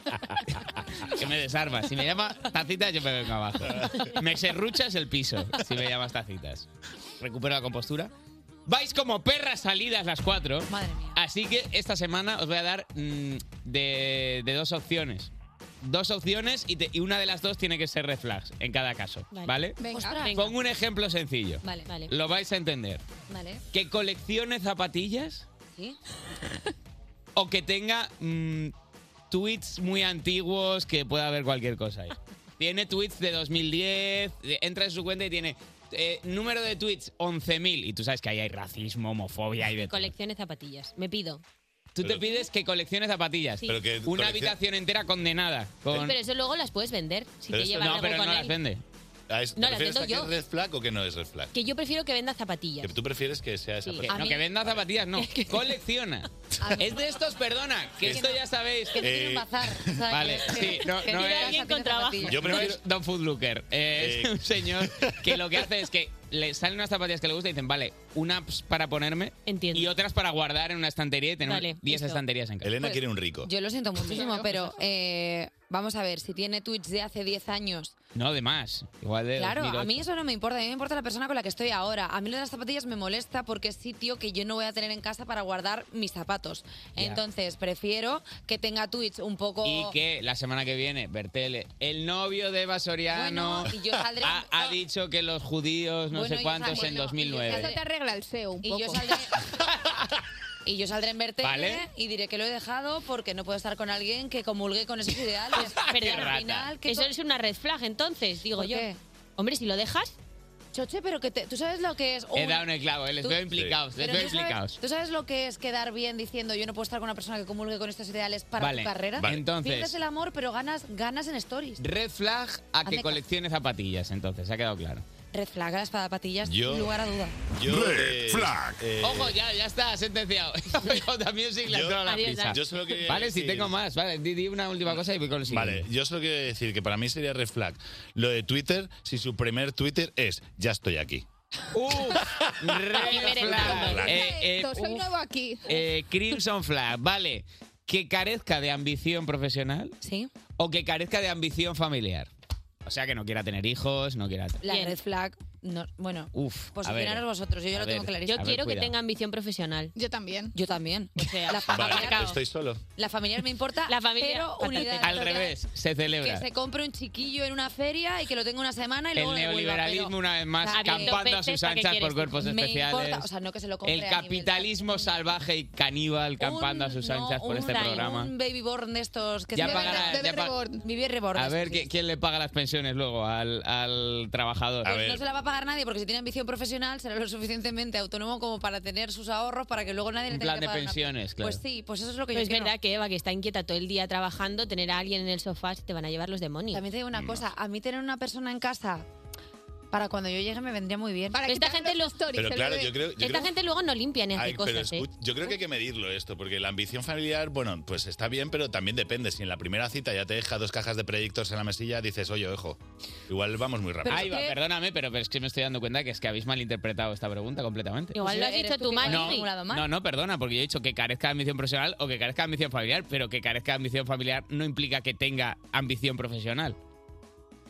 S3: que me desarmas. Si me llama tacitas, yo me vengo abajo. Me serruchas el piso si me llamas tacitas. Recupero la compostura. Vais como perras salidas las cuatro.
S2: Madre mía.
S3: Así que esta semana os voy a dar mm, de, de dos opciones. Dos opciones y, te- y una de las dos tiene que ser red flags en cada caso.
S2: Vale.
S3: ¿Vale?
S2: Venga. Ostras. Venga.
S3: Pongo un ejemplo sencillo.
S2: Vale. Vale.
S3: Lo vais a entender.
S2: Vale.
S3: Que coleccione zapatillas
S2: ¿Sí?
S3: o que tenga mm, tweets muy antiguos que pueda haber
S8: <laughs>
S3: cualquier cosa ahí. Tiene tweets de 2010, de- entra en su cuenta y tiene eh, número de tweets 11.000 y tú sabes que ahí hay racismo, homofobia y de todo.
S8: Colecciones zapatillas. Me pido.
S3: Tú te pides que colecciones zapatillas.
S8: Sí. Pero que
S3: Una
S8: coleccion-
S3: habitación entera condenada. Con...
S8: Pero eso luego las puedes vender. Si te llevan
S9: no,
S8: algo
S9: pero
S8: con
S9: no
S8: él. Ah,
S9: las vende.
S8: No,
S9: no,
S8: las vendo
S9: que
S8: yo.
S9: es red flag o que no es red flag?
S8: Que yo prefiero que venda zapatillas.
S9: Que tú prefieres que sea esa
S8: Sí.
S9: persona.
S8: A No, mí- que
S3: venda zapatillas,
S2: <laughs>
S3: no. Colecciona. <laughs> Es de estos, perdona, que
S9: Sí.
S3: esto ya sabéis.
S9: Que no tiene un Eh,
S2: bazar.
S3: Vale, sí, no, no es- Yo prefiero Don Food Looker. Eh, es un señor que lo que hace es que le salen unas zapatillas que le gustan y dicen, vale, unas para ponerme y otras para guardar en una estantería y tener
S2: Vale,
S3: 10
S2: listo. Pues,
S3: estanterías en casa.
S9: Elena quiere un rico.
S2: Yo lo siento muchísimo, pero eh, vamos a ver, si tiene tweets de hace 10 años.
S3: No, de más. Igual de
S2: Claro, a
S3: 2008.
S2: mí eso no me importa, a mí me importa la persona con la que estoy ahora. A mí lo de las zapatillas me molesta porque es sitio que yo no voy a tener en casa para guardar mis zapatos.
S3: Ya.
S2: Entonces, prefiero que tenga tweets un poco...
S3: Y que la semana que viene, Bertele, el novio de Eva Soriano
S2: Bueno, y yo saldré-
S3: ha, ha dicho que los judíos no
S2: Bueno,
S3: sé
S2: yo
S3: cuántos
S2: saldré-
S3: en
S7: Eso
S2: bueno,
S3: 2009.
S7: te arregla el SEO un
S2: Y
S7: poco.
S2: yo saldré. <laughs> Y yo saldré en Bertele
S3: Vale.
S2: y diré que lo he dejado porque no puedo estar con alguien que comulgue con esos
S3: <laughs>
S2: ideales.
S8: Perdón,
S2: al final, que
S8: eso
S2: co-
S8: es una red flag, entonces, digo
S2: ¿Por
S8: yo.
S2: qué?
S8: Hombre, si lo dejas,
S2: Choche, pero que te- tú sabes lo que es.
S3: He
S2: un-
S3: dado en el clavo, eh, les
S2: Tú-
S3: veo implicados, les
S2: Pero
S3: veo
S2: tú sabes-
S3: implicados.
S2: ¿Tú sabes lo que es quedar bien diciendo yo no puedo estar con una persona que comulgue con estos ideales para
S3: Vale,
S2: tu carrera?
S3: vale. Entonces-
S2: Pierdes el amor, pero ganas, ganas en stories.
S3: Red flag a
S2: Hazme
S3: que
S2: caso.
S3: coleccione zapatillas, entonces, ha quedado claro.
S2: Red flag a las zapatillas,
S3: Yo-
S2: sin lugar a duda.
S9: Red flag.
S3: Ojo, ya, ya está, sentenciado. <laughs> también sí, la
S9: eh, Yo-
S3: entró a la
S9: Adiós,
S3: prisa.
S9: Dani. Yo solo quería
S3: Vale, si
S9: decir-
S3: tengo más, vale, di, di una última cosa y voy con el siguiente.
S9: Vale, yo solo quiero decir que para mí sería red flag. Lo de Twitter, si su primer Twitter es ya estoy aquí.
S3: <laughs> Red flag. Eh, eh,
S7: Esto, soy
S3: uf,
S7: nuevo aquí.
S3: eh, Crimson flag, vale. Que carezca de ambición profesional.
S2: Sí.
S3: O que carezca de ambición familiar. O sea, que no quiera tener hijos, no quiera...
S2: La red flag, no- bueno,
S3: Uf, a ver.
S2: posicionaros vosotros, yo ya
S3: A
S2: lo tengo
S3: ver,
S2: clarísimo.
S3: a ver, cuidado.
S2: ambición profesional.
S7: Yo también.
S2: Yo también. O sea, <laughs> la
S9: Vale,
S2: familiar,
S9: estoy solo.
S2: <laughs> la familiar me importa,
S8: La familia,
S2: pero unidad.
S3: Al revés, se celebra.
S2: Que se compre un chiquillo en una feria y que lo tenga una semana y
S3: El
S2: luego lo devuelva,
S3: neoliberalismo,
S2: pero-
S3: una vez más,
S2: O sea,
S3: campando a sus anchas por cuerpos
S2: Me
S3: especiales.
S2: importa, o sea, no que se lo compre
S3: El
S2: a nivel-
S3: capitalismo salvaje y caníbal campando a sus anchas por este
S2: un-
S3: programa.
S2: Un baby born de estos que
S3: Ya
S2: se
S3: pagará- Bebé ya pa-
S2: reborn. Baby reborn.
S3: A
S2: eso
S3: ver
S2: sí.
S3: ¿qué- quién le paga las pensiones luego al, al trabajador.
S2: Pues no se la va a pagar nadie porque si tiene ambición profesional será lo suficientemente autónomo como para tener sus ahorros para que luego nadie le
S3: Un
S2: tenga
S3: plan
S2: que
S3: de
S2: pagar una-
S3: pensiones, claro.
S2: Pues sí, pues eso es lo que
S8: Pero
S2: yo
S8: es
S2: quiero.
S8: verdad que Eva, que está inquieta todo el día trabajando, tener a alguien en el sofá, se te van a llevar los demonios.
S2: También te
S9: Mm.
S2: digo una cosa, a mí tener una persona en casa para cuando yo llegue me vendría muy bien.
S8: Pero esta gente lo stories,
S9: Pero el claro, bebé. yo creo-
S8: esta
S9: yo creo-
S8: gente luego no limpia ni
S2: este
S8: hace
S9: Ay, pero
S8: cosas, ¿eh?
S9: escu- Yo creo que hay que medirlo esto, porque la ambición familiar, bueno, pues está bien, pero también depende. Si en la primera cita ya te deja dos cajas de predictors en la mesilla, dices, oye, ojo, igual vamos muy rápido.
S3: Ahí va, perdóname, pero, pero es que me estoy dando cuenta que es que habéis malinterpretado esta pregunta completamente.
S8: Igual lo has
S2: Pues Eres
S8: dicho
S2: tú
S8: tú
S2: que
S8: mal,
S2: lo has
S8: Ingrid.
S2: formulado mal.
S3: No, no, perdona, porque yo he dicho que carezca de ambición profesional o que carezca de ambición familiar, pero que carezca de ambición familiar no implica que tenga ambición profesional.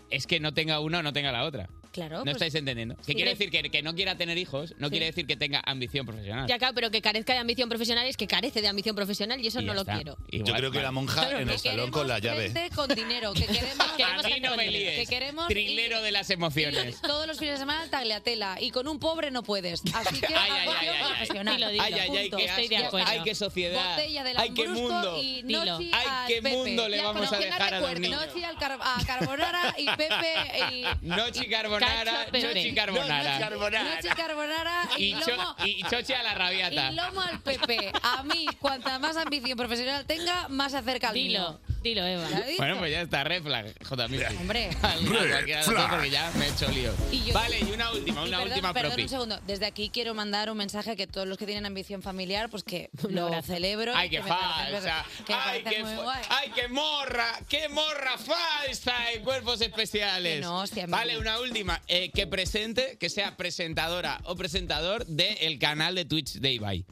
S3: Es que no tenga una o no tenga la otra.
S8: Claro.
S3: No
S8: pues-
S3: estáis entendiendo. Que
S8: sí.
S3: quiere decir que, que no quiera tener hijos, no
S8: Sí.
S3: quiere decir que tenga ambición profesional.
S8: Ya, claro, pero que carezca de ambición profesional es que carece de ambición profesional y eso
S3: Y
S8: no
S3: ya
S8: lo
S3: está.
S8: quiero.
S3: Igual,
S9: yo creo que
S3: vale.
S9: la monja
S3: Claro,
S9: en
S3: que
S9: el salón con la llave.
S2: Gente con dinero,
S3: <laughs>
S2: que queremos, queremos
S3: A mí
S2: gente
S3: no
S2: con
S3: me
S2: dinero,
S3: líes.
S2: que queremos
S3: Trilero de las
S2: <laughs>
S3: emociones.
S2: todos los fines de semana tagliatela y con un pobre no puedes. Así que
S3: Ay, ay,
S2: ambición
S3: ay, ay, ay.
S2: profesional.
S3: Dilo, dilo. Ay, ay, ay,
S2: Punto.
S3: qué asco. Ay, qué sociedad.
S2: Botella de
S3: Ay, qué
S2: Lambrusco
S3: mundo.
S2: Y
S3: Dilo.
S2: noche
S3: Ay,
S2: al
S3: ¿Qué
S2: Pepe.
S3: mundo le
S2: Ya
S3: vamos
S2: con-
S3: a
S2: que no
S3: dejar a los
S2: recuerdo.
S3: niños?
S2: Nochi al car- a Carbonara y Pepe y...
S3: Nochi carbonara,
S2: Cacho Pepe.
S3: nochi carbonara.
S2: Nochi carbonara. Nochi carbonara y
S3: Y, cho-
S2: lomo-
S3: y chochi a la rabiata.
S2: Y lomo al Pepe. A mí, cuanta más ambición profesional tenga, más se acerca al
S8: Dilo, dilo, Eva.
S3: Bueno, pues ya está, red flag, J.
S2: Hombre.
S3: porque ya me he hecho lío.
S2: Y yo-
S3: vale, y una última,
S2: Y
S3: una
S2: perdón,
S3: última
S2: perdón
S3: propi.
S2: un segundo. Desde aquí quiero mandar un mensaje a que todos los que tienen ambición familiar,
S8: <laughs>
S2: pues que
S3: No.
S2: lo celebro.
S3: Ay,
S2: que
S3: qué
S2: me parece-
S3: falsa.
S2: que me
S3: Ay,
S2: parece
S3: qué
S2: muy
S3: fa-
S2: guay.
S3: ay, qué morra. Qué morra falsa en cuerpos especiales.
S2: Que no, hostia, mira.
S3: vale, una última. Eh, que presente, que sea presentadora o presentador del canal de Twitch de Ibai.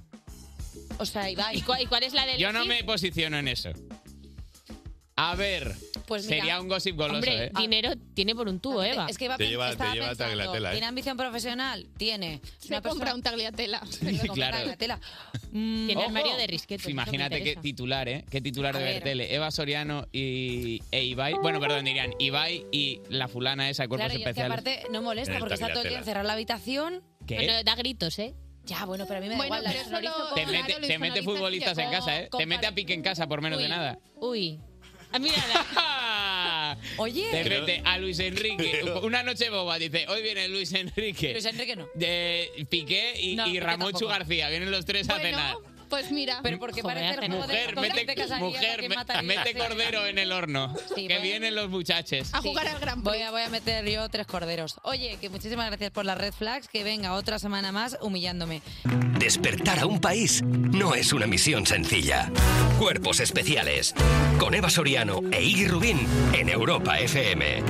S2: O sea, Ibai.
S8: ¿Y cuál, y cuál es la del
S3: Yo no me posiciono en eso. A ver,
S2: Pues mira,
S3: sería un gossip goloso,
S8: Hombre,
S3: ¿eh?
S8: dinero tiene por un tubo, Eva.
S2: Es que iba a
S3: Te
S2: pen-
S3: lleva- te
S2: estaba
S3: lleva
S2: pensando,
S3: tagliatela, ¿eh?
S2: ¿Tiene ambición profesional? Tiene. una compra un
S7: tagliatela.
S3: claro.
S8: <laughs> Tiene
S3: Ojo. pues
S8: armario de risquetes.
S3: Imagínate qué
S8: que
S3: titular, ¿eh? Qué titular
S8: A
S3: de
S8: ver.
S3: Bertele. Eva Soriano y, e Ibai. Bueno, perdón, dirían Ibai y la fulana esa de cuerpos
S2: Claro, y es que
S3: especiales.
S2: aparte no molesta porque está todo el día encerrada en la habitación.
S3: ¿Qué? Bueno,
S8: da gritos, ¿eh?
S2: Ya, bueno, pero a mí me da
S8: Bueno,
S2: igual. la
S8: pero eso
S2: sonorizo
S8: lo-
S2: con-
S3: Te mete,
S2: Claro,
S3: te
S2: lo
S3: mete
S2: insonoriza
S3: futbolistas
S2: así,
S3: en
S2: como-
S3: casa, ¿eh? Te
S2: como-
S3: mete a pique en casa por menos de nada.
S8: Uy. Ah,
S3: <laughs>
S8: mírala.
S2: Ah. Oye.
S3: Te mete a Luis Enrique. Una noche boba, dice, hoy viene Luis Enrique.
S2: Luis Enrique no.
S3: De Piqué y,
S2: No,
S3: y
S2: Piqué
S3: Ramón
S2: tampoco.
S3: Chugarcía. Vienen los tres a cenar.
S7: Pues mira.
S2: Pero porque
S3: Joder,
S2: parece el juego de-
S3: mujer,
S2: con
S3: mete,
S2: gente que salía,
S3: mujer,
S2: ¿quién
S3: me-
S2: mataría?
S3: mete
S2: Sí.
S3: cordero en el horno.
S2: Sí,
S3: que
S2: bueno.
S3: vienen los muchaches.
S2: Sí. Voy a, voy a meter yo tres corderos. Oye, que muchísimas gracias por las red flags. Que venga otra semana más humillándome.
S1: Despertar a un país no es una misión sencilla. Cuerpos especiales. Con Eva Soriano e Iggy Rubín en Europa FM.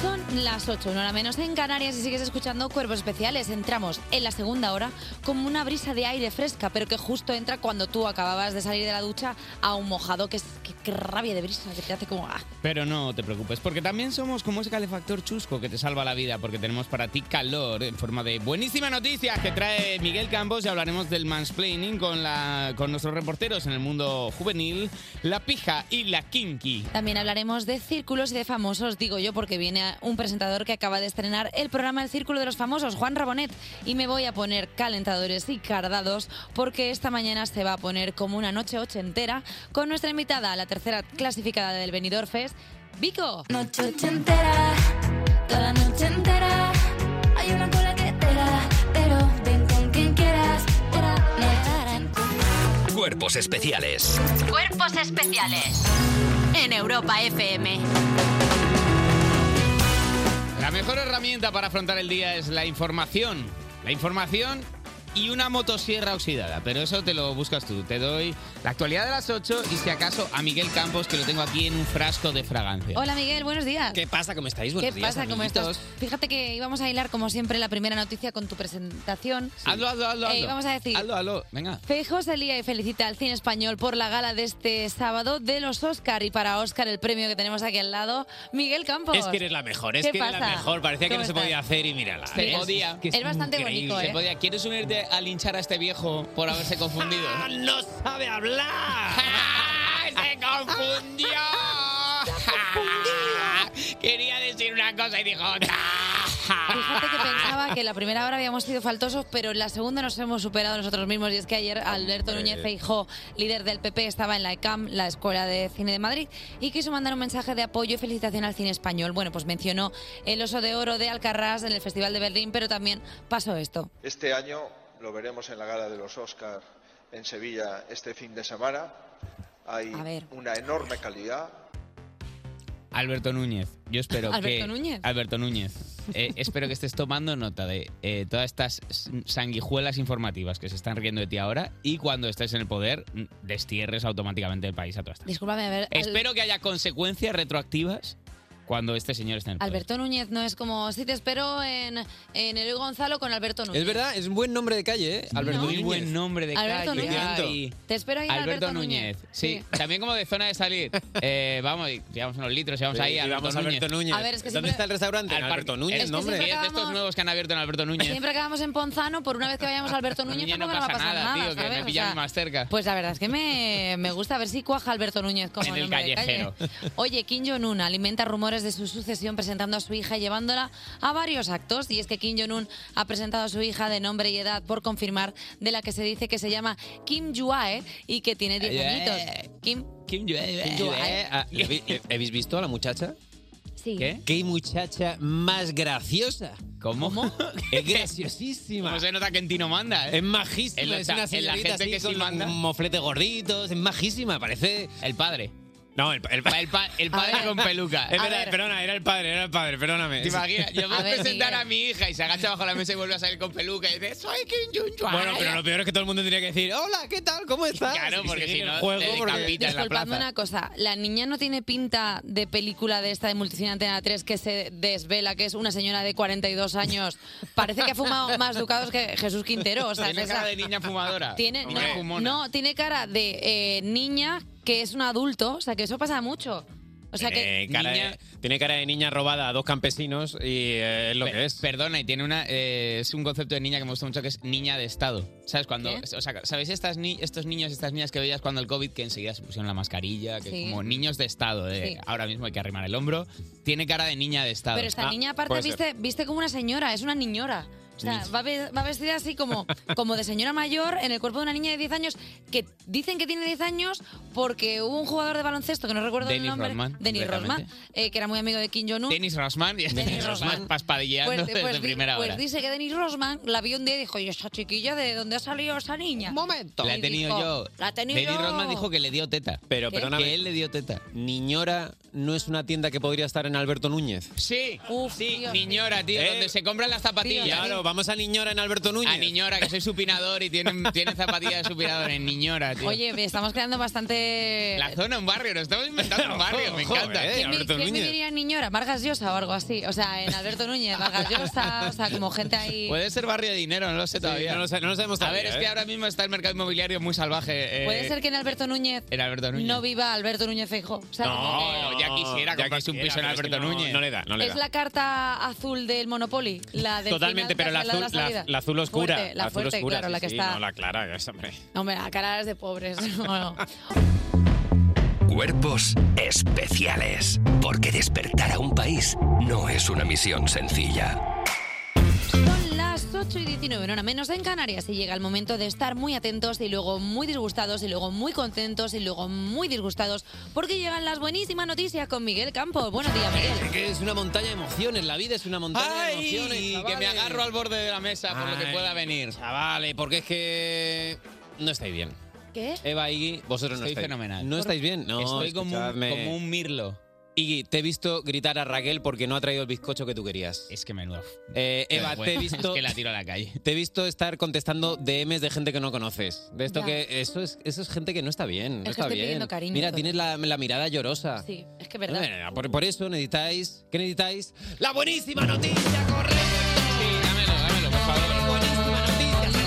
S2: Son las 8, una hora menos en Canarias y sigues escuchando Cuerpos Especiales. Entramos en la segunda hora como una brisa de aire fresca, pero que justo entra cuando tú acababas de salir de la ducha a un mojado. Que, es, que, que rabia de brisa que te hace como... ah.
S3: Pero no te preocupes, porque también somos como ese calefactor chusco que te salva la vida, porque tenemos para ti calor en forma de buenísima noticia que trae Miguel Campos y hablaremos del mansplaining con, la, con nuestros reporteros en el mundo juvenil, la pija y la kinky.
S2: También hablaremos de círculos y de famosos, digo yo, porque viene un presentador que acaba de estrenar el programa El Círculo de los Famosos, Juan Rabonet. Y me voy a poner calentadores y cardados porque esta mañana se va a poner como una noche ochentera con nuestra invitada, la tercera clasificada del Benidorm Fest, Vico.
S4: Noche entera, toda la noche entera. Hay una cola que te da, pero ven con quien quieras. Era, era, era.
S1: Cuerpos especiales.
S5: Cuerpos especiales. En Europa FM.
S3: La mejor herramienta para afrontar el día es la información. La información y una motosierra oxidada, pero eso te lo buscas tú. Te doy la actualidad de las 8 y si acaso a Miguel Campos, que lo tengo aquí en un frasco de fragancia.
S2: Hola Miguel, buenos días.
S10: ¿Qué pasa? ¿Cómo estáis?
S2: ¿Qué
S10: Buenos días,
S2: pasa? ¿Cómo
S10: amiguitos.
S2: estás? Fíjate que íbamos a hilar, como siempre, la primera noticia con tu presentación.
S3: Hazlo, hazlo, hazlo.
S2: Eh,
S3: hazlo.
S2: vamos a decir,
S3: Hazlo, hazlo. Venga.
S2: Feijóo se lía y felicita al cine español por la gala de este sábado de los Oscar y para Oscar el premio que tenemos aquí al lado, Miguel Campos.
S10: Es que eres la mejor, es
S2: Pues, ¿Qué
S10: que eres la
S2: pasa?
S10: mejor. Parecía que
S2: ¿Cómo
S10: no se
S2: estás?
S10: podía hacer y mírala.
S3: Se
S10: ¿eh?
S3: podía.
S10: que
S2: Es bastante
S10: increíble.
S2: bonito, ¿eh?
S3: Se podía. ¿Quieres unirte a linchar a este viejo por
S2: <laughs>
S3: haberse confundido?
S2: Ah,
S10: ¡No sabe hablar!
S3: <laughs>
S10: ¡Se
S2: <laughs>
S10: confundió!
S3: Quería decir una cosa y dijo...
S2: Fíjate que pensaba que en la primera hora habíamos sido faltosos, pero en la segunda nos hemos superado nosotros mismos. Y es que ayer Alberto
S3: Hombre.
S2: Núñez Feijóo, líder del PP, estaba en la E ECAM, la Escuela de Cine de Madrid, y quiso mandar un mensaje de apoyo y felicitación al cine español. Bueno, pues mencionó el oso de oro de Alcarrás en el Festival de Berlín, pero también pasó esto.
S6: Este año lo veremos en la gala de los Oscar en Sevilla este fin de semana. Hay una enorme calidad.
S3: <laughs> Alberto Núñez, yo espero que...
S6: ¿Alberto Núñez?
S3: Alberto Núñez. eh, espero que estés tomando nota de eh, todas estas s- sanguijuelas informativas que se están riendo de ti ahora y cuando estés en el poder mm, destierres automáticamente del país a todas estas.
S2: Discúlpame, a ver. al-
S3: Espero que haya consecuencias retroactivas cuando este señor esté en el poder.
S2: Alberto Núñez no es como si te espero en, en el Gonzalo con Alberto Núñez.
S10: Es verdad, es un buen nombre de calle, ¿eh? Alberto
S3: Muy
S10: Núñez.
S3: buen nombre de
S2: Alberto
S3: calle.
S2: Núñez.
S3: Ay.
S2: Te espero ahí en
S3: Alberto Núñez, sí. También como de zona de
S2: <laughs>
S3: salir. Eh, vamos, y llevamos unos litros, llevamos
S10: Sí,
S3: ahí a
S10: y
S3: Alberto,
S10: vamos a Alberto Núñez. A ver, es que ¿Dónde siempre- está el restaurante?
S3: Al
S10: Alberto
S3: parque.
S10: Núñez,
S3: Es que
S10: nombre.
S3: siempre
S2: siempre
S3: de estos
S2: acabamos-
S3: nuevos que han abierto en Alberto Núñez.
S2: Siempre quedamos en Ponzano, por una vez que vayamos a Alberto Núñez,
S3: Núñez no
S2: tampoco
S3: pasa
S2: nos va a pasar
S3: nada,
S2: nada,
S3: tío, que
S2: ¿sabes?
S3: me
S2: O
S3: pillan
S2: sea,
S3: más cerca.
S2: Pues la verdad es que me, me gusta a ver si cuaja Alberto Núñez como
S3: en el
S2: nombre de calle.
S3: callejero.
S2: Oye, Kim Jong-un alimenta rumores rumores de su sucesión presentando a su hija y llevándola a varios actos. Y es que Kim Jong-un ha presentado a su hija de nombre y edad por confirmar, de la que se dice que se llama Kim Juae y que tiene 10 añitos. Kim
S10: Kim Jong-un.
S2: Kim Jong-un. ¿eh?
S10: Ah, ¿le habéis- le- ¿Habéis visto a la muchacha?
S2: Sí.
S10: ¿Qué? ¡Qué muchacha más graciosa!
S3: ¿Cómo?
S10: Es graciosísima.
S3: Como se nota que en ti no manda. ¿eh?
S10: Ah. <laughs> Es majísima.
S3: En, los
S10: es
S3: cha-
S10: una
S3: en la
S10: señorita
S3: gente
S10: así
S3: que sí
S10: con
S3: manda.
S10: Un moflete gorditos. Es majísima. Parece.
S3: El padre.
S10: No, el, el,
S3: el, padre con peluca.
S10: Es
S3: A
S10: verdad,
S3: ver.
S10: perdona, era el padre, era el padre, perdóname.
S3: ¿Te imaginas? Yo voy
S10: A
S3: a
S10: ver,
S3: presentar a mi hija y se agacha bajo la mesa y vuelve a salir con peluca y dice, soy Kim Jong-un.
S10: Bueno, pero lo peor es que todo el mundo tendría que decir, hola, ¿qué tal? ¿Cómo estás?
S3: Claro, porque si no,
S10: juego
S3: te
S10: porque...
S3: decapitan.
S10: la
S2: Disculpadme
S10: plaza.
S2: una cosa, la niña no tiene pinta de película de esta de Multicine Antena 3 que se desvela que es una señora de 42 años. Parece que
S3: <laughs>
S2: ha fumado más ducados que Jesús Quintero. O sea,
S3: Tiene
S2: es esa-
S3: cara de niña fumadora.
S2: Tiene,
S3: Hombre,
S2: no,
S3: fumona.
S2: no, tiene cara de eh, niña que es un adulto. O sea, que eso pasa mucho. O sea, que...
S3: Eh,
S10: Tiene cara, de, tiene cara de niña robada a dos campesinos y eh, es lo que es.
S3: Perdona, y tiene una. eh, es un concepto de niña que me gusta mucho que es niña de estado. ¿Sabes? Cuando.
S10: ¿Qué?
S3: O sea, ¿sabéis estas ni- estos niños y estas niñas que veías cuando el COVID que enseguida se pusieron la mascarilla? Que
S2: Sí.
S3: como niños de estado, de
S2: Sí.
S3: ahora mismo hay que arrimar el hombro. Tiene cara de niña de estado.
S2: Pero
S10: Ah,
S2: esta niña aparte viste, viste como una señora, es una niñora. O sea, va, ve- va vestida así como, como de señora mayor en el cuerpo de una niña de 10 años que dicen que tiene 10 años porque hubo un jugador de baloncesto que no recuerdo
S3: Dennis
S2: el nombre,
S3: Rodman,
S2: Dennis Rodman, eh, que era muy amigo de Kim Jong-un.
S3: Denis Rosman y Denis Rosman
S2: Pues,
S3: paspadillando
S2: pues
S3: desde
S2: di-
S3: primera
S2: pues
S3: hora.
S2: dice que Dennis Rosman la vio un día y dijo, ¿y esa chiquilla de dónde ha salido esa niña? Un momento.
S3: La he tenido yo.
S2: La he tenido
S3: Dennis
S2: yo.
S3: Rodman dijo que le dio teta.
S10: Pero,
S2: ¿Qué?
S10: perdóname.
S2: Que
S10: él le dio teta. Niñora no es una tienda que podría estar en Alberto Núñez.
S3: Sí, sí, Niñora, tío,
S10: Eh,
S3: donde se compran las zapatillas.
S2: ¿eh?
S10: Claro, vamos a Niñora en Alberto Núñez.
S3: A Niñora, que soy supinador
S10: <laughs>
S3: y tienen, tienen zapatillas de supinador en Niñora, tío.
S2: Oye, ve, estamos creando bastante...
S3: La zona, un barrio, nos estamos
S10: <laughs>
S3: inventando un barrio, me encanta.
S10: eh,
S2: ¿Quién, vi- quién viviría en Niñora? ¿Vargas Llosa o algo así? O sea, en Alberto
S3: <laughs>
S2: Núñez, Vargas Llosa, o sea, como gente ahí...
S3: Puede ser barrio de dinero, no lo sé todavía.
S10: no lo sé- no lo sabemos
S3: A ver,
S10: todavía,
S3: es que
S10: ¿eh?
S3: ahora mismo está el mercado inmobiliario muy salvaje. eh,
S2: Puede ser que en Alberto Núñez
S3: En Alberto Núñez.
S2: no viva Alberto Núñez Feijóo. O sea, como que-
S3: No, ya quisiera comprarse un piso en Alberto Núñez.
S10: No le da, no le
S2: Es
S10: da.
S2: la carta azul del Monopoly, la del
S10: Totalmente, pero
S2: final,
S10: la
S2: que
S10: azul,
S2: hace la de
S10: la,
S2: salida.
S10: la azul oscura.
S2: Fuerte, la
S10: azul
S2: fuerte,
S10: oscura,
S2: claro,
S10: sí,
S2: la que
S10: sí,
S2: está...
S10: No, la clara, esa, hombre.
S2: Hombre, la cara es de
S3: <laughs>
S2: pobres. Bueno.
S1: Cuerpos especiales. Porque despertar a un país no es una misión sencilla.
S2: Son las 8 y 19, no menos en Canarias, y llega el momento de estar muy atentos y luego muy disgustados y luego muy contentos y luego muy disgustados porque llegan las buenísimas noticias con Miguel Campos. Buenos días, Miguel.
S10: Que es una montaña de emociones, la vida es una montaña de
S3: ¡Ay!
S10: emociones.
S3: Que me
S10: chavales.
S3: agarro al borde de la mesa por lo que
S10: Ay,
S3: pueda venir.
S10: Chavales, porque es que no estáis bien.
S2: ¿Qué?
S10: Eva, Iggy, vosotros no
S3: Estoy
S10: estáis.
S3: fenomenal.
S10: No estáis bien, no.
S3: Estoy como un-
S10: escuchadme.
S3: como un mirlo.
S10: Iggy, te he visto gritar a Raquel porque no ha traído el bizcocho que tú querías.
S3: Es que menudo.
S10: Eh,
S3: Qué
S10: Eva, te he
S3: vergüenza.
S10: visto.
S3: Es que la tiro a la calle.
S10: Te he visto estar contestando DMs de gente que no conoces. De esto
S2: Ya.
S10: que. Eso es, eso es gente que no está bien. No
S2: que
S10: está
S2: estoy
S10: bien.
S2: pidiendo cariño
S10: Mira,
S2: todo.
S10: tienes la, la mirada llorosa.
S2: Sí, es que es verdad.
S10: Eh, por, por eso necesitáis. ¿Qué necesitáis? ¡La buenísima noticia!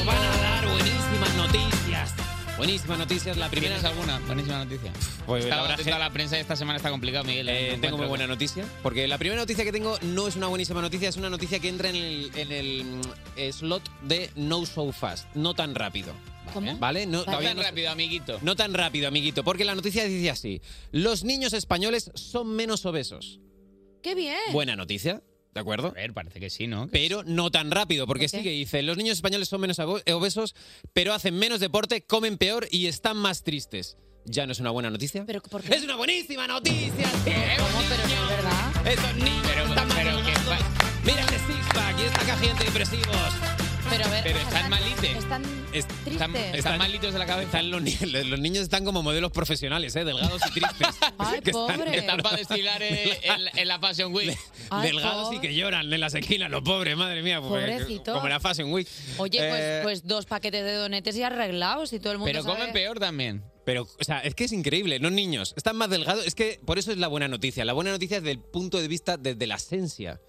S10: Buenísimas noticias. Buenísimas noticias. La primera
S3: ¿Tienes alguna? Buenísima noticia.
S10: Pues la
S3: Estaba
S10: verdad
S3: atento
S10: que-
S3: a la prensa y esta semana está complicado, Miguel.
S10: Eh,
S3: No
S10: tengo
S3: encuentro-
S10: muy buena noticia, porque la primera noticia que tengo no es una buenísima noticia, es una noticia que entra en el, en el, mm, slot de no so fast, no tan rápido.
S2: ¿Cómo?
S10: ¿Vale? No,
S3: No
S10: todavía
S3: tan
S10: no-
S3: rápido, amiguito.
S10: no tan rápido, amiguito, porque la noticia dice así, los niños españoles son menos obesos.
S2: ¡Qué bien!
S10: Buena noticia, ¿de acuerdo? A
S3: ver, parece que sí, ¿no?
S10: Pero no tan rápido, porque sí que dice, los niños españoles son menos abo- obesos, pero hacen menos deporte, comen peor y están más tristes. ¿Ya no es una buena noticia?
S2: Pero ¿por
S10: Es una buenísima
S2: <laughs>
S10: noticia.
S2: ¿Cómo? Pero no es verdad.
S10: Esos niños están más delgados. Mira este six pack y esta caja de depresivos.
S2: Pero a ver,
S10: Pero
S2: o sea,
S10: están malites.
S2: Están tristes.
S10: malitos de la cabeza. los, ni- los- los niños están como modelos profesionales, ¿eh? delgados y tristes.
S2: Ay,
S10: <laughs> Que están-
S2: pobre.
S10: están
S3: Para
S10: <laughs>
S3: destilar eh, en, en la Fashion Week.
S2: Ay,
S10: delgados y que lloran en las esquinas, los pobres, madre mía. porque-
S2: Pobrecitos.
S10: Como en la Fashion Week.
S2: Oye,
S10: Eh,
S2: pues, pues dos paquetes de donetes y arreglados y todo el mundo sabe-
S10: peor también. Pero, o sea, es que es increíble. Los niños están más delgados. Es que por eso es la buena noticia. La buena noticia es del punto de vista desde la ciencia,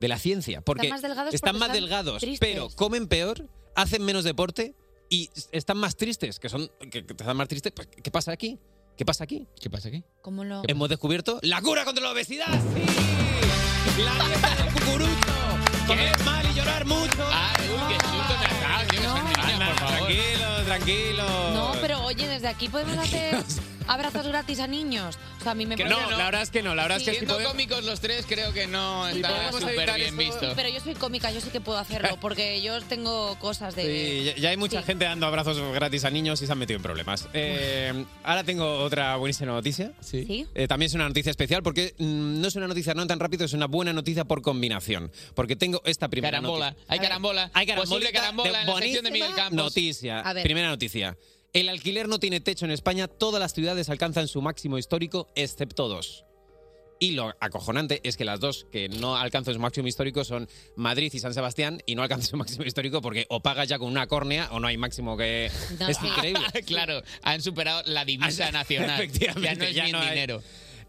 S10: de la ciencia. Porque
S11: más delgados
S10: están
S11: porque
S10: más
S11: están
S10: delgados,
S11: tristes.
S10: pero comen peor, hacen menos deporte y s- están más tristes. Que son que, que están más tristes. Pues, ¿Qué pasa aquí? ¿Qué pasa aquí? ¿Qué pasa aquí?
S2: ¿Cómo lo...?
S10: Hemos descubierto la cura contra la obesidad. ¡Sí! La dieta del cucurucho. Comer mal y llorar mucho. ¡Ay, uy, qué susto me has dado!
S3: Anda,
S10: Tranquilo, tranquilo. <laughs>
S2: No, pero oye, desde aquí podemos hacer... abrazos gratis a niños. O sea, a mí me
S3: Creo
S2: parece-
S3: que
S10: la verdad es que no, la verdad es que sí
S3: Siendo
S10: podemos-
S3: cómicos los tres, creo que no
S10: Sí,
S3: está
S10: podemos
S3: súper
S10: evitar
S3: bien
S10: eso.
S3: visto.
S2: Pero yo soy cómica, yo sí que
S10: <laughs>
S2: puedo hacerlo, porque yo tengo cosas de...
S10: Sí, ya, ya hay mucha
S2: Sí.
S10: gente dando abrazos gratis a niños y se han metido en problemas. Eh, ahora tengo otra buenísima noticia.
S2: Sí.
S10: Eh, también es una noticia especial porque mm, no es una noticia no tan rápido, es una buena noticia por combinación. Porque tengo esta primera
S3: Carambola.
S10: noticia.
S3: Hay carambola.
S10: Hay carambolita
S3: Posible carambola
S10: de
S3: en la sección
S10: buenísima
S3: de Miguel Campos.
S10: Noticia.
S3: A ver.
S10: Primera noticia. El alquiler no tiene techo en España. Todas las ciudades alcanzan su máximo histórico, excepto dos. Y lo acojonante es que las dos que no alcanzan su máximo histórico son Madrid y San Sebastián y no alcanzan su máximo histórico porque o pagas ya con una córnea o no hay máximo que...
S3: <laughs> No,
S10: es
S3: sí.
S10: increíble.
S3: <laughs>
S10: Ah,
S3: claro, han superado la divisa nacional.
S10: Efectivamente,
S3: Ya no es bien
S10: hay-
S3: dinero.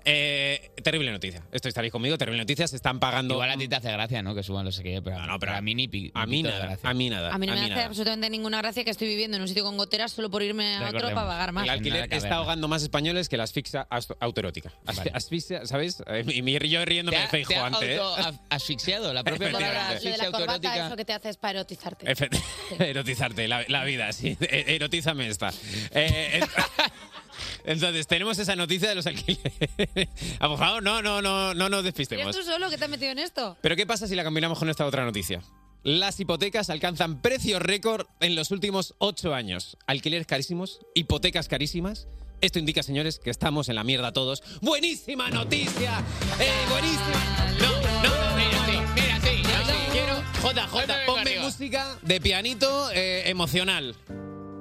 S10: Eh, terrible noticia. Esto estaréis conmigo. Terrible noticia. Se están pagando.
S3: Igual a ti te hace gracia, ¿no? Que suban los seguidores, pero, no, pero a mí ni pi-
S10: A mí
S3: pito de
S10: nada,
S3: gracia.
S10: a mí nada.
S2: A mí no me hace
S10: nada.
S2: absolutamente ninguna gracia que estoy viviendo en un sitio con goteras solo por irme a otro para pagar más.
S10: El alquiler está ahogando más españoles que la asfixia aust- autoerótica. As- Asfixia, ¿sabéis? Eh, Y mi- yo riéndome
S3: Te
S10: de
S3: ha-
S10: Feijo
S3: te ha
S10: antes. ¿eh?
S3: auto- af- asfixiado, la propia palabra
S11: Lo de
S3: asfixia
S11: la corbata,
S3: autoerótica.
S11: eso que te haces para erotizarte.
S10: Efe- <laughs> Erotizarte, la, la vida, sí. <laughs> E- Erotízame esta. Eh, en- <laughs> entonces, tenemos esa noticia de los alquileres. <laughs> Ah, Por favor, no, no, no, no nos
S2: ¿Eres
S10: despistemos.
S2: tú solo que te has metido en esto?
S10: Pero ¿qué pasa si la combinamos con esta otra noticia? Las hipotecas alcanzan precios récord en los últimos ocho años. Alquileres carísimos, hipotecas carísimas. Esto indica, señores, que estamos en la mierda todos. Buenísima noticia. Eh, buenísima. No, no, no, mira, sí, mira, sí. no, sí. Quiero
S3: Hoy me
S10: JJ,
S3: vengo
S10: ponme
S3: arriba.
S10: música de pianito eh, emocional.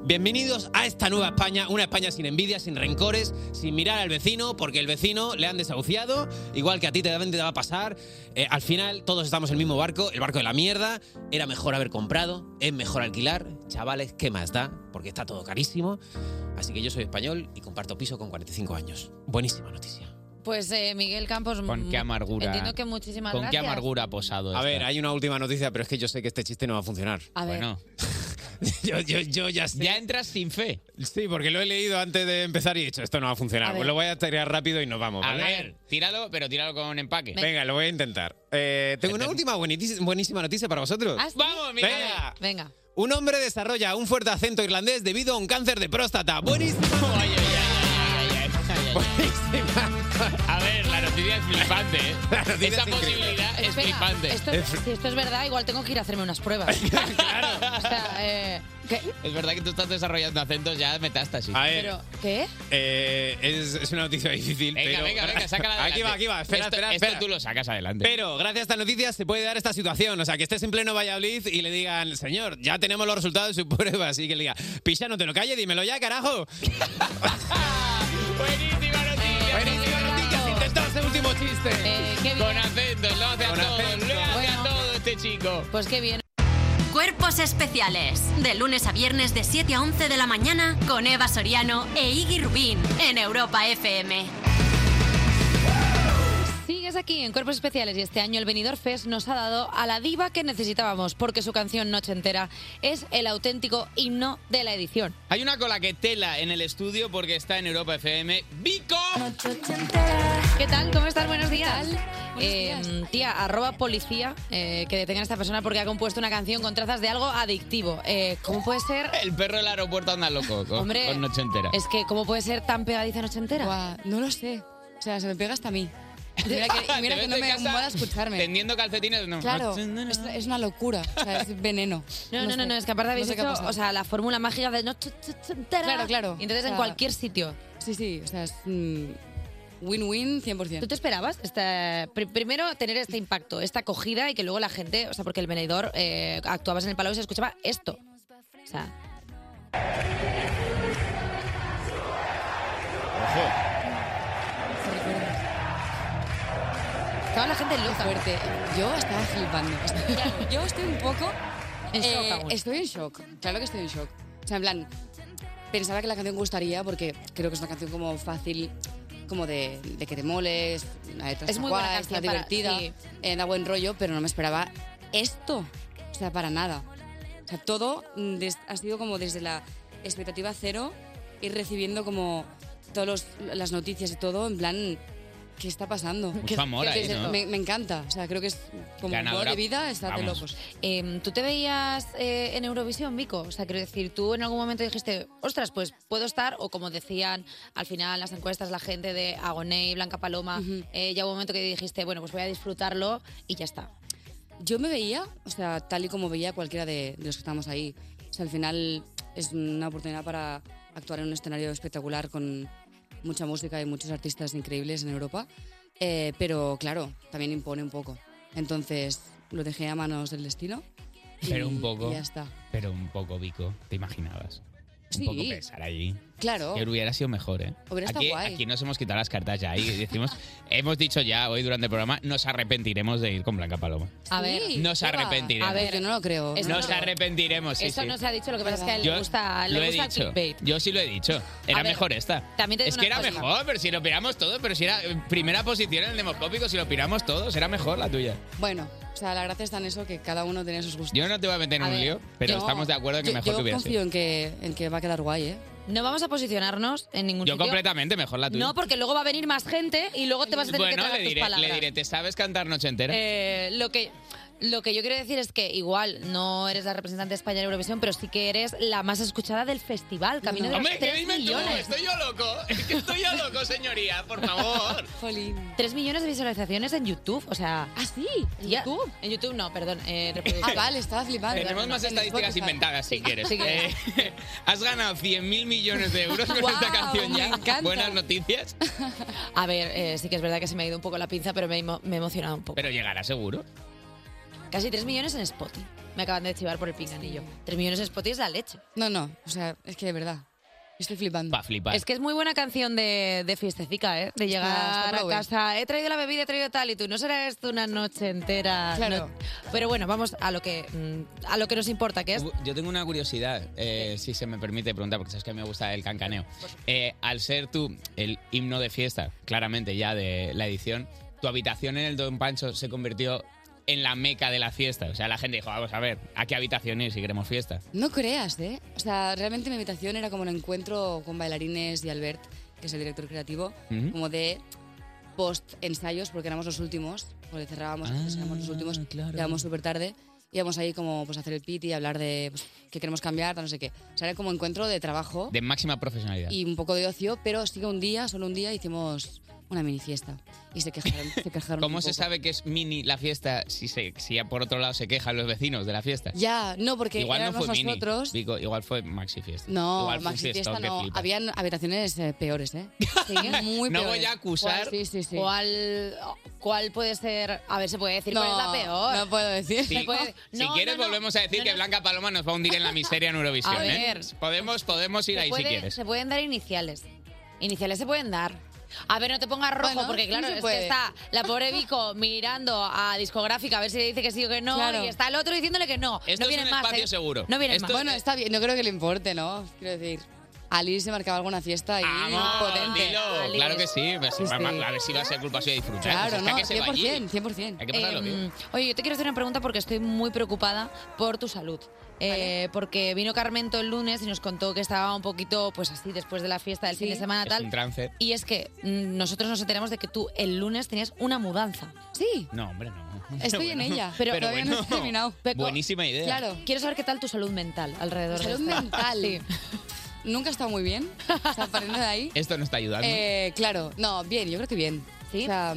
S10: Bienvenidos a esta nueva España, una España sin envidia, sin rencores, sin mirar al vecino, porque el vecino le han desahuciado, igual que a ti te te va a pasar. Eh, al final todos estamos en el mismo barco, el barco de la mierda. Era mejor haber comprado, es mejor alquilar. Chavales, ¿qué más da? Porque está todo carísimo. Así que yo soy español y comparto piso con 45 años. Buenísima noticia.
S2: Pues eh, Miguel Campos...
S10: Con qué amargura.
S2: Entiendo que muchísimas gracias.
S10: ha posado. A ver, hay una última noticia, pero es que yo sé que este chiste no va a funcionar.
S2: A ver.
S10: Bueno. yo, yo- yo ya sé. Ya entras sin fe. Sí, porque lo he leído antes de empezar y he dicho, esto no va a funcionar.
S3: A
S10: Pues
S3: ver.
S10: lo voy a tirar rápido y nos vamos.
S3: A
S10: ¿vale?
S3: ver, tíralo, pero tíralo con empaque.
S10: Venga, lo voy a intentar. Eh, tengo una última buenitis- buenísima noticia para vosotros.
S3: ¿Ah, sí? Vamos, Miguel.
S10: Venga.
S2: Venga.
S10: Un hombre desarrolla un fuerte acento irlandés debido a un cáncer de próstata. Buenísimo. <laughs>
S3: A ver, la noticia es flipante, ¿eh? Esa posibilidad es
S2: Espera,
S3: flipante.
S2: esto- si esto es verdad, igual tengo que ir a hacerme unas
S3: <laughs>
S2: pruebas. O sea, eh, ¿qué?
S3: Es verdad que tú estás desarrollando acentos ya metástasis.
S10: A ver.
S2: Pero, ¿qué?
S10: Eh, es, es una noticia difícil.
S3: Venga,
S10: pero-
S3: venga, venga, sácala adelante.
S10: Aquí va, aquí va. Espera,
S3: Esto-
S10: espera,
S3: esto
S10: espera.
S3: tú lo <laughs> sacas adelante.
S10: Pero gracias a esta noticia se puede dar esta situación. O sea, que estés en pleno Valladolid y le digan, señor, ya tenemos los resultados de su <laughs> prueba. Así que le diga, picha, no te lo calles, dímelo ya,
S3: <laughs>
S10: carajo.
S3: Buenísima noticia. Buenísima noticia. Si ese último chiste.
S2: Eh,
S3: Con acentos, lo hace a
S10: Con
S3: todos.
S10: acentos.
S3: Lo hace
S10: Bueno.
S3: a todo este chico.
S2: Pues qué bien.
S5: Cuerpos especiales. De lunes a viernes de 7 a 11 de la mañana con Eva Soriano e Iggy Rubín en Europa FM.
S2: Sigues aquí en Cuerpos Especiales y este año el Benidorm Fest nos ha dado a la diva que necesitábamos porque su canción Noche Entera es el auténtico himno de la edición.
S3: Hay una cola que tela en el estudio porque está en Europa FM. ¡Vico!
S2: ¿Qué tal? ¿Cómo estás? Buenos días. Eh, tía, arroba policía eh, que detengan a esta persona porque ha compuesto una canción con trazas de algo adictivo. Eh, ¿Cómo puede ser?
S3: El perro del aeropuerto anda loco. Con,
S2: Hombre,
S3: con noche entera.
S2: Es que, ¿cómo puede ser tan pegadiza Noche Entera?
S11: no lo sé. O sea, se me pega hasta
S2: <laughs>
S11: a mí. Y Mira
S3: Te <laughs>
S11: que, y mira
S3: ves
S11: que no
S3: de
S11: me
S3: casa
S11: mola escucharme.
S3: Tendiendo calcetines, no.
S11: Claro,
S3: Noche-
S11: es, es una locura. O sea, es veneno.
S2: No, no, no, no, es que aparte habéis
S11: no sé qué ha
S2: hecho,
S11: pasado.
S2: o sea, la fórmula mágica de Noche Entera.
S11: Claro, claro.
S2: Y entonces
S11: O
S2: en
S11: sea,
S2: cualquier sitio.
S11: Sí, sí, o sea, es mm, win-win
S2: ¿Tú
S11: 100%.
S2: te esperabas esta- pri- primero tener este impacto, esta acogida y que luego la gente, o sea, porque el venidor eh, actuabas en el palau y se escuchaba esto? O sea, estaba la gente loca.
S11: Fuerte. Yo estaba flipando. Claro, yo estoy un poco... eh,
S2: En shock aún.
S11: Estoy en shock. Claro que estoy en shock. O sea, en plan, pensaba que la canción gustaría porque creo que es una canción como fácil, como de, de que te moles, la letra
S2: Es
S11: está
S2: muy buena
S11: guay,
S2: canción
S11: está
S2: para-
S11: divertida,
S2: sí.
S11: eh, da buen rollo, pero no me esperaba esto. O sea, para nada. O sea, todo mm, des- ha sido como desde la expectativa cero ir recibiendo como todas las noticias y todo en plan ¿Qué está pasando?
S3: Mucho
S11: ¿Qué-
S3: amor
S11: qué-
S3: ahí,
S11: qué-
S3: ¿no?
S11: me, me encanta. O sea, creo que es como un modo
S3: Ganadora,
S11: de vida está de
S3: vamos.
S11: locos.
S2: Eh, ¿Tú te veías eh, en Eurovisión, Vico? O sea, quiero decir, tú en algún momento dijiste, ostras, pues puedo estar, o como decían al final las encuestas, la gente de Agoné, Blanca Paloma, eh, ya hubo un momento que dijiste, bueno, pues voy a disfrutarlo y ya está.
S11: Yo me veía, o sea, tal y como veía cualquiera de, de los que estábamos ahí. O sea, al final es una oportunidad para actuar en un escenario espectacular con mucha música y muchos artistas increíbles en Europa. Eh, pero claro, también impone un poco. Entonces lo dejé a manos del destino. y-
S3: Pero un poco.
S11: Y ya está.
S3: Pero un poco, Vico, ¿te imaginabas? Un
S11: Sí.
S3: poco pesar allí.
S11: Claro.
S3: Que hubiera sido mejor, ¿eh?
S11: Hubiera estado
S3: aquí,
S11: guay.
S3: aquí nos hemos quitado las cartas ya y decimos, <laughs> hemos dicho ya hoy durante el programa, nos arrepentiremos de ir con Blanca Paloma.
S2: A ver,
S3: Nos arrepentiremos.
S11: A ver, yo no lo creo.
S2: Eso
S3: nos
S2: no-
S3: arrepentiremos, sí,
S2: Eso
S3: sí.
S2: no se ha dicho, lo que pasa es que a él le gusta,
S3: lo
S2: le
S3: he
S2: gusta el
S3: dicho.
S2: clickbait.
S3: Yo sí lo he dicho. Era
S2: A ver,
S3: mejor esta.
S2: también te digo
S3: es que
S2: una
S3: era
S2: cosa.
S3: mejor, pero si lo piramos todo, pero si era eh, primera posición en el demoscópico, si lo piramos todos, era mejor la tuya.
S11: Bueno, o sea, la gracia está en eso, que cada uno tiene sus gustos.
S3: Yo no te voy a meter en
S11: A
S3: un
S11: ver,
S3: lío, pero
S11: yo-
S3: estamos de acuerdo en que
S11: yo-
S3: mejor
S11: yo
S3: que hubiera
S11: confío
S3: sido.
S11: en que, en que va a quedar guay, ¿eh?
S2: No vamos a posicionarnos en ningún
S3: Yo
S2: sitio.
S3: completamente mejor la tuya.
S2: No, porque luego va a venir más gente y luego te vas a tener que
S3: bueno,
S2: tragar
S3: le
S2: tus
S3: diré,
S2: palabras.
S3: le diré, ¿te sabes cantar noche entera?
S2: Eh, lo que lo que yo quiero decir es que igual no eres la representante de España en Eurovisión, pero sí que eres la más escuchada del festival, camino de
S3: Hombre,
S2: los
S3: ¿qué
S2: 3
S3: dime tú?
S2: millones.
S3: Estoy yo loco. <laughs> Es que estoy yo loco, señoría, por
S2: <laughs>
S3: favor.
S2: 3 millones de visualizaciones en YouTube, o sea... ¿Ah, sí? ¿En YouTube? En YouTube no, perdón. eh, reproducciones.
S11: Ah, vale, estaba flipando.
S3: Tenemos más estadísticas inventadas si quieres.
S2: Sí, claro.
S3: Eh, <laughs> has ganado 100 mil millones de euros con
S2: Guau,
S3: esta canción
S2: me
S3: ya.
S2: encanta.
S3: Buenas noticias.
S2: A ver, eh, sí que es verdad que se me ha ido un poco la pinza, pero me, he emo- me he emocionado un poco.
S3: Pero llegará seguro.
S2: Casi 3 millones en Spotify. Me acaban de chivar por el pinganillo. 3 millones en Spotify es la leche.
S11: No, no, o sea, es que de verdad. Estoy flipando.
S3: Va a flipar.
S2: Es que es muy buena canción de, de fiestecica, ¿eh? De llegar
S11: está
S2: a
S11: bravo, ¿eh?
S2: casa, he traído la bebida, he traído tal y tú, no será esto una noche entera.
S11: Claro.
S2: no- Pero bueno, vamos a lo que mm, a lo que nos importa, que es
S3: Yo tengo una curiosidad, eh, si se me permite preguntar, porque sabes que a mí me gusta el cancaneo. Eh, al ser tú el himno de fiesta, claramente ya de la edición, tu habitación en el Don Pancho se convirtió en la meca de la fiesta. O sea, la gente dijo, vamos a ver, ¿a qué habitación ir si queremos fiesta?
S11: No creas, ¿eh? O sea, realmente mi habitación era como un encuentro con bailarines y Albert, que es el director creativo,
S3: Ujú.
S11: como de post-ensayos, porque éramos los últimos, porque
S3: Ah,
S11: cerrábamos, entonces éramos los últimos, llegamos súper tarde, íbamos ahí como pues, a hacer el piti, a hablar de pues, qué queremos cambiar, tal, no sé qué. O sea, era como encuentro de trabajo
S3: De máxima profesionalidad.
S11: y un poco de ocio, pero sí que un día, solo un día, hicimos una mini fiesta. Y se quejaron, se quejaron
S3: ¿Cómo
S11: un
S3: se
S11: poco.
S3: sabe que es mini la fiesta si, se, si ya por otro lado se quejan los vecinos de la fiesta?
S11: Ya, no, porque
S3: igual no
S11: éramos
S3: fue mini,
S11: nosotros...
S3: Vico, igual fue maxi fiesta.
S11: No,
S3: igual fue un
S11: Maxi Fiesta
S3: fiestón que
S11: no.
S3: flipa.
S11: Habían habitaciones eh,
S3: <laughs>
S11: peores, ¿eh? <laughs> muy
S3: No
S11: peores.
S3: voy a acusar.
S11: Sí, sí, sí.
S2: cuál cuál puede ser, a ver, se puede decir
S11: No,
S2: cuál es la
S11: <laughs>
S2: peor.
S11: no puedo decir.
S2: Se
S3: Sí.
S2: puede-
S3: si
S2: No,
S3: quieres
S2: no, no.
S3: volvemos a decir que Blanca Paloma nos va a hundir en la miseria en Eurovisión.
S2: A
S3: ¿eh?
S2: ver.
S3: Podemos, podemos ir
S2: Se
S3: ahí
S2: puede-
S3: si quieres.
S2: Se pueden dar iniciales. Iniciales se pueden dar. A ver, no te pongas rojo,
S11: Bueno,
S2: porque
S11: sí
S2: claro,
S11: se
S2: es
S11: puede.
S2: que está la pobre Vico <laughs> mirando a discográfica a ver si le dice que sí o que no,
S11: Claro.
S2: y está el otro diciéndole que no.
S11: Esto
S2: no
S11: es
S2: vienen
S11: un
S2: más,
S11: espacio
S2: ¿eh?
S3: seguro.
S2: No vienen más.
S11: Bueno, está bien. No creo que le importe, ¿no? Quiero decir, Ali se marcaba alguna fiesta y potente.
S3: Dilo, claro que sí. pues,
S11: Sí, sí.
S3: mamá, A ver si va a ser culpa suya de disfrutar.
S11: Claro,
S3: pues está
S11: no,
S3: que se va allí.
S11: 100%, 100%.
S3: Hay que pasarlo
S2: Eh,
S3: bien.
S2: Oye, yo te quiero hacer una pregunta porque estoy muy preocupada por tu salud. Eh, porque vino Carmento el lunes y nos contó que estaba un poquito, pues así, después de la fiesta del fin de semana,
S3: Es
S2: tal.
S3: un trance.
S2: Y es que mm, nosotros nos enteramos de que tú el lunes tenías una mudanza.
S11: Sí.
S3: No, hombre, no. <laughs>
S2: Estoy en ella, pero todavía no he terminado. Peco,
S3: Buenísima idea.
S2: Quiero saber qué tal tu salud mental alrededor
S11: Salud
S2: de esto.
S11: mental.
S2: Sí.
S11: Nunca he estado muy bien. O sea, partiendo de ahí.
S3: Esto no está ayudando.
S11: Eh, claro, no, bien, yo creo que bien.
S2: ¿Sí?
S11: O sea,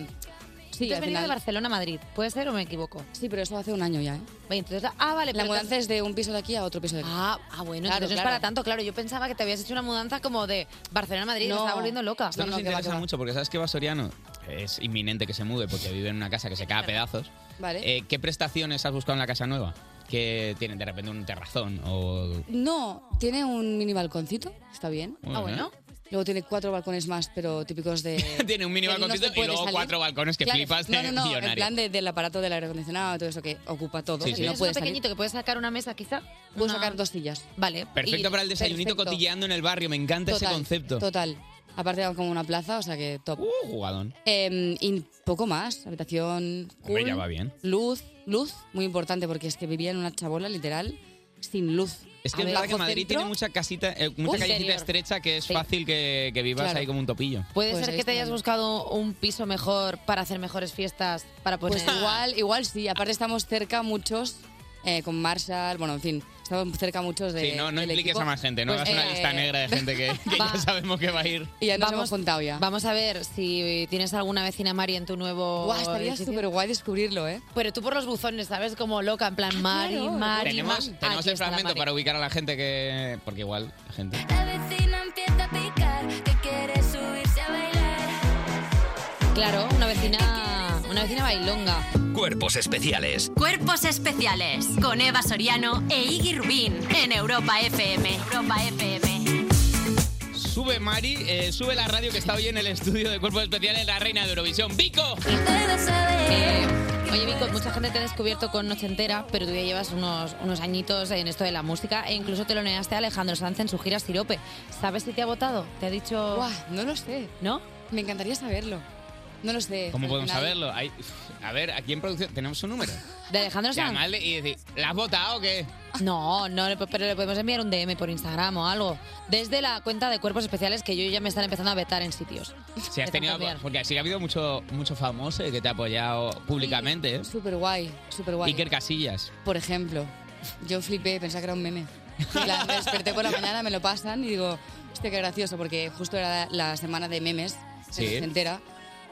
S11: sí,
S2: Tú has
S11: al
S2: venido de
S11: final-
S2: Barcelona a Madrid, ¿puede ser o me equivoco?
S11: Sí, pero eso hace un año ya, ¿eh?
S2: Oye, entonces, ah, vale.
S11: La
S2: pero
S11: mudanza es de un piso de aquí a otro piso de aquí.
S2: Ah, ah bueno,
S11: Claro,
S2: entonces no es
S11: claro.
S2: para tanto, claro. Yo pensaba que te habías hecho una mudanza como de Barcelona a Madrid,
S11: Ah, pues No.
S2: me estaba volviendo loca.
S3: Esto nos interesa mucho porque sabes que Basoriano es inminente que se mude porque vive en una casa que se cae a pedazos.
S11: Vale.
S3: Eh, ¿Qué prestaciones has buscado en la casa nueva? Que tienen de repente un terrazón o...
S11: No, tiene un mini balconcito, está bien.
S3: Muy Ah, bien. bueno.
S11: Luego tiene cuatro balcones más, pero típicos de...
S3: <laughs> Tiene un mini
S11: Eh, que no
S3: balconcito
S11: se
S3: y
S11: puede
S3: luego
S11: salir.
S3: cuatro balcones que
S11: Claro,
S3: flipas de
S11: no, no, no, en
S3: millonario.
S11: plan de- del aparato del aire acondicionado, todo eso que ocupa todo.
S3: Sí,
S11: y
S3: sí.
S11: No
S2: Es
S11: puede
S2: uno
S11: salir.
S2: pequeñito que puedes sacar una mesa, quizá.
S11: Puedo sacar dos sillas.
S2: Vale.
S3: Perfecto
S11: Y-
S3: para el desayunito
S11: perfecto.
S3: cotilleando en el barrio, me encanta ese
S11: Total,
S3: concepto.
S11: Total. Aparte como una plaza, o sea que top.
S3: Uh, jugadón.
S11: Eh, y poco más, habitación,
S3: Hombre,
S11: cool,
S3: ya va bien.
S11: luz, luz, muy importante porque es que vivía en una chabola literal sin luz.
S3: Es que
S11: A
S3: es
S11: ver,
S3: verdad que
S11: bajo
S3: Madrid
S11: centro,
S3: tiene mucha casita, eh, mucha
S11: Uf.
S3: callecita
S11: Interior.
S3: estrecha que es
S11: Sí.
S3: fácil que, que vivas
S11: Claro.
S3: ahí como un topillo.
S2: Puede
S11: Pues
S2: ser
S11: ahí
S2: que te hayas buscado un piso mejor para hacer mejores fiestas para poner.
S11: Pues <laughs> igual, igual sí. Aparte estamos cerca muchos eh, con Marshall, bueno, en fin, estamos cerca muchos de.
S3: Sí, no, no
S11: del
S3: impliques
S11: equipo.
S3: a más gente, no
S11: Pues,
S3: hagas una
S11: eh,
S3: lista negra de gente que, que ya sabemos que va a ir.
S11: Y ya nos
S2: Vamos-
S11: hemos contado ya.
S2: Vamos a ver si tienes alguna vecina Mari en tu nuevo.
S11: Guau, estaría
S2: edificio.
S11: súper guay descubrirlo, ¿eh?
S2: Pero tú por los buzones, ¿sabes? Como loca, en plan Mari, Mari.
S3: tenemos
S2: Mari.
S3: tenemos
S2: Aquí
S3: el
S2: está la
S3: fragmento
S2: Mari.
S3: para ubicar a la gente que. Porque igual, la gente.
S4: La vecina empieza a picar, que quiere subirse a bailar.
S2: Claro, una vecina. Una vecina bailonga.
S1: Cuerpos especiales
S5: Cuerpos especiales con Eva Soriano e Iggy Rubín en Europa FM. Europa FM.
S3: Sube Mari, eh, sube la radio que está hoy en el estudio de Cuerpos Especiales, la reina de Eurovisión, Vico.
S2: Eh, oye, Vico, mucha gente te ha descubierto con Noche Entera, pero tú ya llevas unos, unos añitos en esto de la música e incluso te lo negaste a Alejandro Sanz en su gira Sirope. ¿Sabes si te ha votado? ¿Te ha dicho...?
S11: Guau, no lo sé.
S2: ¿No?
S11: Me encantaría saberlo. No lo sé.
S3: ¿Cómo
S11: Al
S3: podemos
S11: final-
S3: saberlo? Hay- a ver, aquí en producción tenemos su número.
S2: ¿De Alejandro Sanz?
S3: Llamarle y decir, ¿la has votado o qué?
S2: No, no, le- pero le podemos enviar un DM por Instagram o algo. Desde la cuenta de cuerpos especiales que yo ya me están empezando a vetar en sitios.
S3: Si has tenido,
S2: cambiar.
S3: porque sí que ha habido mucho, mucho famoso que te ha apoyado públicamente. ¿eh?
S11: Súper guay, súper guay.
S3: Iker Casillas.
S11: Por ejemplo, yo flipé, pensaba que era un meme. En plan, me desperté por la mañana, me lo pasan y digo, hostia, qué gracioso, porque justo era la semana de memes,
S3: Sí.
S11: se entera,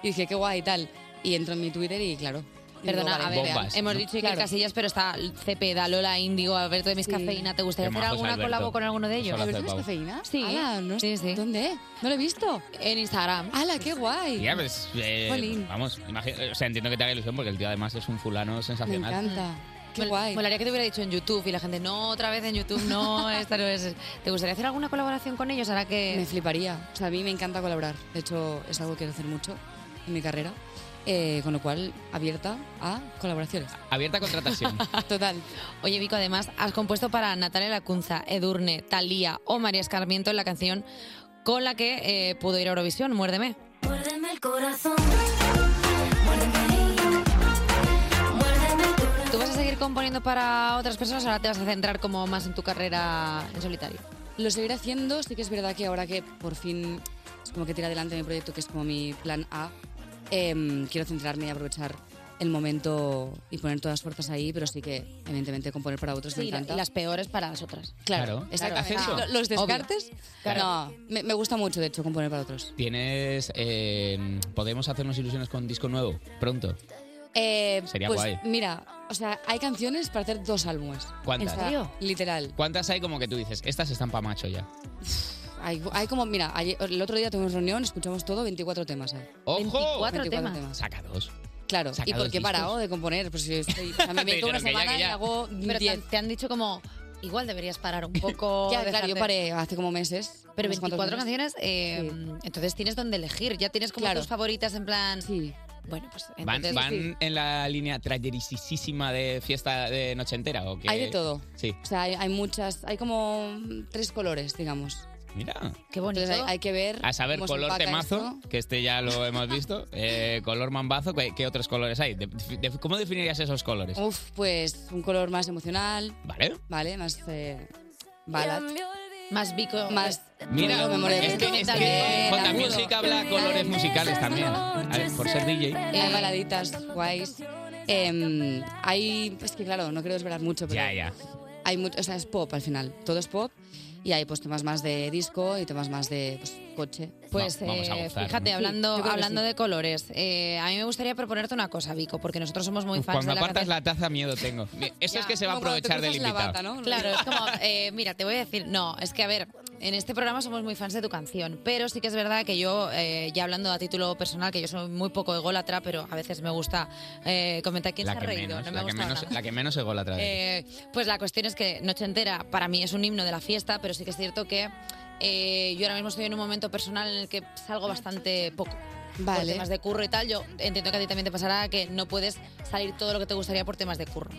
S11: y dije, qué guay y tal. Y entro en mi Twitter y claro. digo,
S2: Perdona,
S11: vale,
S2: a ver,
S11: real.
S2: hemos dicho Iker
S11: Claro.
S2: Casillas, pero está Cepeda, Lola Índigo, Alberto de mis
S11: Sí.
S2: Cafeína. ¿Te gustaría
S11: Qué
S2: hacer
S11: majos,
S2: alguna
S11: Alberto.
S2: colabo con alguno de
S11: Eso
S2: ellos?
S11: lo hace ¿Alberto de Pau. Cafeína?
S2: Sí.
S11: Ala, no
S2: sí, sí.
S11: ¿Dónde? ¿No lo he visto?
S2: En Instagram.
S11: ¡Hala, qué guay!
S3: Ya, pues, eh,
S11: Jolín.
S3: vamos, imagi- o sea, entiendo que te haga ilusión porque el tío además es un fulano
S11: me
S3: sensacional.
S11: encanta. Qué
S2: Mol-
S11: guay.
S2: Molaría que te hubiera dicho en YouTube y la gente, no, otra vez en YouTube,
S11: <laughs>
S2: no, esta no es. ¿Te gustaría hacer alguna colaboración con ellos ahora que...?
S11: Me fliparía. O sea, a mí me encanta colaborar. De hecho, es algo que quiero hacer mucho en mi carrera. Eh, con lo cual, abierta a colaboraciones.
S3: Abierta a contratación.
S11: <laughs> Total.
S2: Oye, Vico, además has compuesto para Natalia Lacunza, Edurne, Talía o María Escarmiento la canción con la que eh, pudo ir a Eurovisión, Muérdeme.
S4: Muérdeme el corazón.
S2: ¿Tú vas a seguir componiendo para otras personas o ahora te vas a centrar como más en tu carrera en solitario?
S11: Lo seguiré haciendo. Sí que es verdad que ahora que por fin es como que tira adelante mi proyecto, que es como mi plan A, em, quiero centrarme y aprovechar el momento y poner todas las fuerzas ahí, pero sí que, evidentemente, componer para otros me
S2: Sí,
S11: encanta.
S2: y las peores para las otras.
S11: Claro, exactamente.
S2: Claro.
S11: Los <laughs>
S2: Obvio.
S11: descartes, no, me, me gusta mucho, de hecho, componer para otros.
S3: Tienes. eh, ¿Podemos hacernos ilusiones con disco nuevo? Pronto.
S11: Eh,
S3: Sería
S11: pues,
S3: guay.
S11: Mira, o sea, hay canciones para hacer dos álbumes.
S3: ¿Cuántas?
S11: O sea,
S3: ¿En serio?
S11: Literal.
S3: ¿Cuántas hay como que tú dices? Estas están para macho ya.
S11: Hay, hay como, mira, ayer- el otro día tuvimos reunión, escuchamos todo, 24 temas. hay.
S3: ¡Ojo!
S11: 24 temas.
S3: Saca dos.
S11: Claro,
S3: Saca
S11: ¿y por
S3: dos
S11: qué he parado
S3: discos.
S11: de componer? Pues yo estoy, o sea,
S3: <laughs>
S11: me
S3: Te
S11: meto
S3: dijeron que ya,
S11: una semana
S3: que ya.
S11: y hago
S2: Pero te,
S11: 10.
S2: han- te han dicho como, igual deberías parar un poco.
S11: <laughs> Ya,
S2: dejar
S11: claro, yo
S2: de-
S11: paré hace como meses.
S2: Pero
S11: unos cuantos
S2: 24
S11: meses.
S2: canciones, eh, entonces tienes donde elegir, ya tienes como
S11: Claro.
S2: tus favoritas en plan...
S11: Sí.
S2: Bueno, pues...
S3: ¿Van,
S2: entonces-
S3: van en la línea trayerisísima de fiesta de noche entera o qué?
S11: Hay de todo.
S3: Sí.
S11: O sea, hay, hay muchas, hay como tres colores, digamos.
S3: Mira.
S2: Qué bonito.
S11: Entonces hay, hay que ver.
S3: A saber,
S11: cómo se
S3: color
S11: empaca
S3: temazo,
S11: esto.
S3: que este ya lo hemos visto. eh, color mambazo, ¿qué, qué otros colores hay? De- de- ¿Cómo definirías esos colores?
S11: Uf, pues un color más emocional.
S3: Vale.
S11: Vale, más eh, ballad.
S2: Más bico.
S11: Más.
S3: Mira,
S11: Bueno, memoria
S3: es
S11: de
S3: que,
S11: Beethoven
S3: es que
S11: también,
S3: J
S11: agudo.
S3: Music habla colores musicales también. A ver, por ser DJ.
S11: Hay baladitas guays. Em, hay. Es que claro, no quiero desvelar mucho, pero.
S3: Ya, ya.
S11: Hay mucho, o sea, es pop al final. Todo es pop. Y hay pues temas más de disco y temas más de pues, coche.
S2: Pues eh, fíjate, hablando, hablando de colores, eh, a mí me gustaría proponerte una cosa, Vico, porque nosotros somos muy fans
S3: Cuando
S2: de la
S3: apartas
S2: canción.
S3: la taza, miedo tengo. Mi- Eso es que se va a
S11: Como cuando te
S3: aprovechar del
S11: cruzas la
S3: invitado.
S11: bata, ¿no?
S2: Claro, es
S11: <laughs>
S2: como, eh, mira, te voy a decir, no, es que a ver, en este programa somos muy fans de tu canción, pero sí que es verdad que yo, eh, ya hablando a título personal, que yo soy muy poco ególatra, pero a veces me gusta eh, comentar quién
S3: La
S2: se ha
S3: que,
S2: reído,
S3: menos,
S2: no me
S3: la,
S2: ha
S3: que
S2: gustado
S3: menos,
S2: nada.
S3: la que menos se gola
S2: Eh, pues la cuestión es que Noche Entera para mí es un himno de la fiesta, pero sí que es cierto que eh, yo ahora mismo estoy en un momento personal en el que salgo bastante poco. Por
S11: Vale.
S2: temas de curro y tal, yo entiendo que a ti también te pasará que no puedes salir todo lo que te gustaría por temas de curro.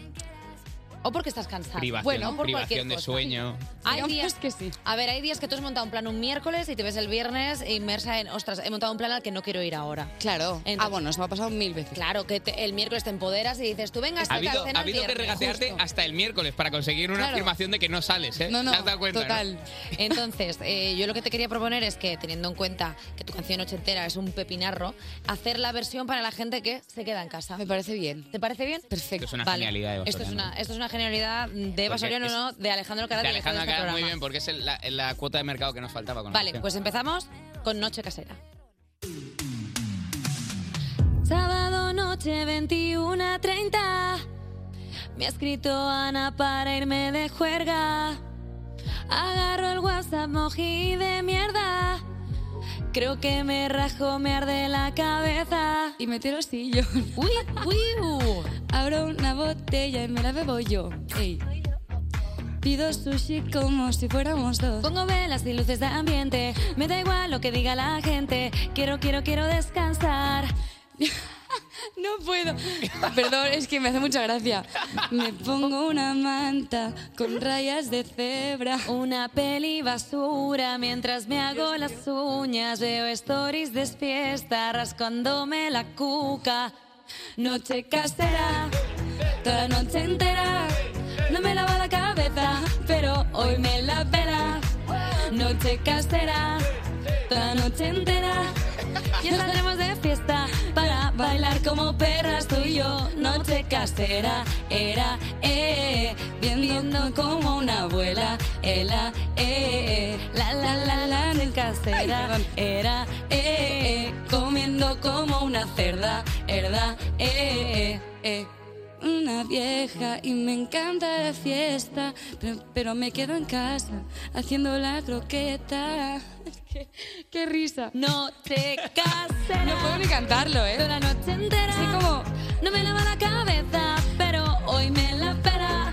S2: O porque estás cansado.
S3: Privación,
S2: bueno, por cualquier
S3: privación de
S2: cosa.
S3: sueño.
S2: Hay días que sí. A ver, hay días que tú has montado un plan un miércoles y te ves el viernes inmersa en, ostras, he montado un plan al que no quiero ir ahora.
S11: Claro. ah, bueno, eso me ha pasado mil veces.
S2: Claro, que te- el miércoles te empoderas y dices, tú vengas
S3: Ha
S2: a
S3: habido, ha habido que regatearte hasta el miércoles para conseguir una
S2: Claro.
S3: afirmación de que no sales, ¿eh? ¿Te has dado cuenta? no?
S2: Entonces, eh, yo lo que te quería proponer es que, teniendo en cuenta que tu canción ochentera es un pepinarro, hacer la versión para la gente que se queda en casa. Me
S11: parece bien.
S2: ¿Te parece bien?
S11: Perfecto.
S3: Es una genialidad de Eva
S2: esto es
S3: Soriano.
S2: una, esto es una genialidad de Eva
S3: Porque
S2: Soriano,
S3: es-
S2: no, de Alejandro Carat.
S3: De
S2: director
S3: Alejandro
S2: este
S3: Alcaraz, muy
S2: programa.
S3: bien, porque es el- la, la cuota de mercado que nos faltaba con la
S2: Vale,
S3: canción.
S2: pues empezamos con Noche Casera. Sábado noche 21.30
S12: Me ha escrito Ana para irme de juerga. Agarro el WhatsApp mojí de mierda. Creo que me rajo, me arde la cabeza.
S11: Y me tiro al sillón.
S12: <laughs>
S2: ¡Uy, uy!
S11: Abro una botella y me la bebo yo. Ey. Pido sushi como si fuéramos dos.
S12: Pongo velas y luces de ambiente. Me da igual lo que diga la gente. Quiero, quiero, quiero descansar.
S11: No puedo. Perdón, es que me hace mucha gracia. Me pongo una manta con rayas de cebra.
S12: Una peli basura mientras me hago las uñas. Veo stories de fiesta rascándome la cuca. Noche casera, toda la noche entera. No me lava la cabeza, pero hoy me la pela. Noche casera, toda la noche entera. Y estaremos de fiesta para bailar como perras tú y yo. Noche casera, era, eh, eh, viendo como una abuela, ela, eh, eh, la, la, la, la, noche casera, era, eh, eh, comiendo como una cerda, herda, eh, eh, eh.
S11: Una vieja y me encanta la fiesta, pero, pero me quedo en casa haciendo la croqueta. <laughs> Qué, qué risa.
S12: No te cases.
S11: No puedo ni cantarlo, ¿eh?
S12: Toda la noche entera. como no me lava la cabeza, pero hoy me la pera.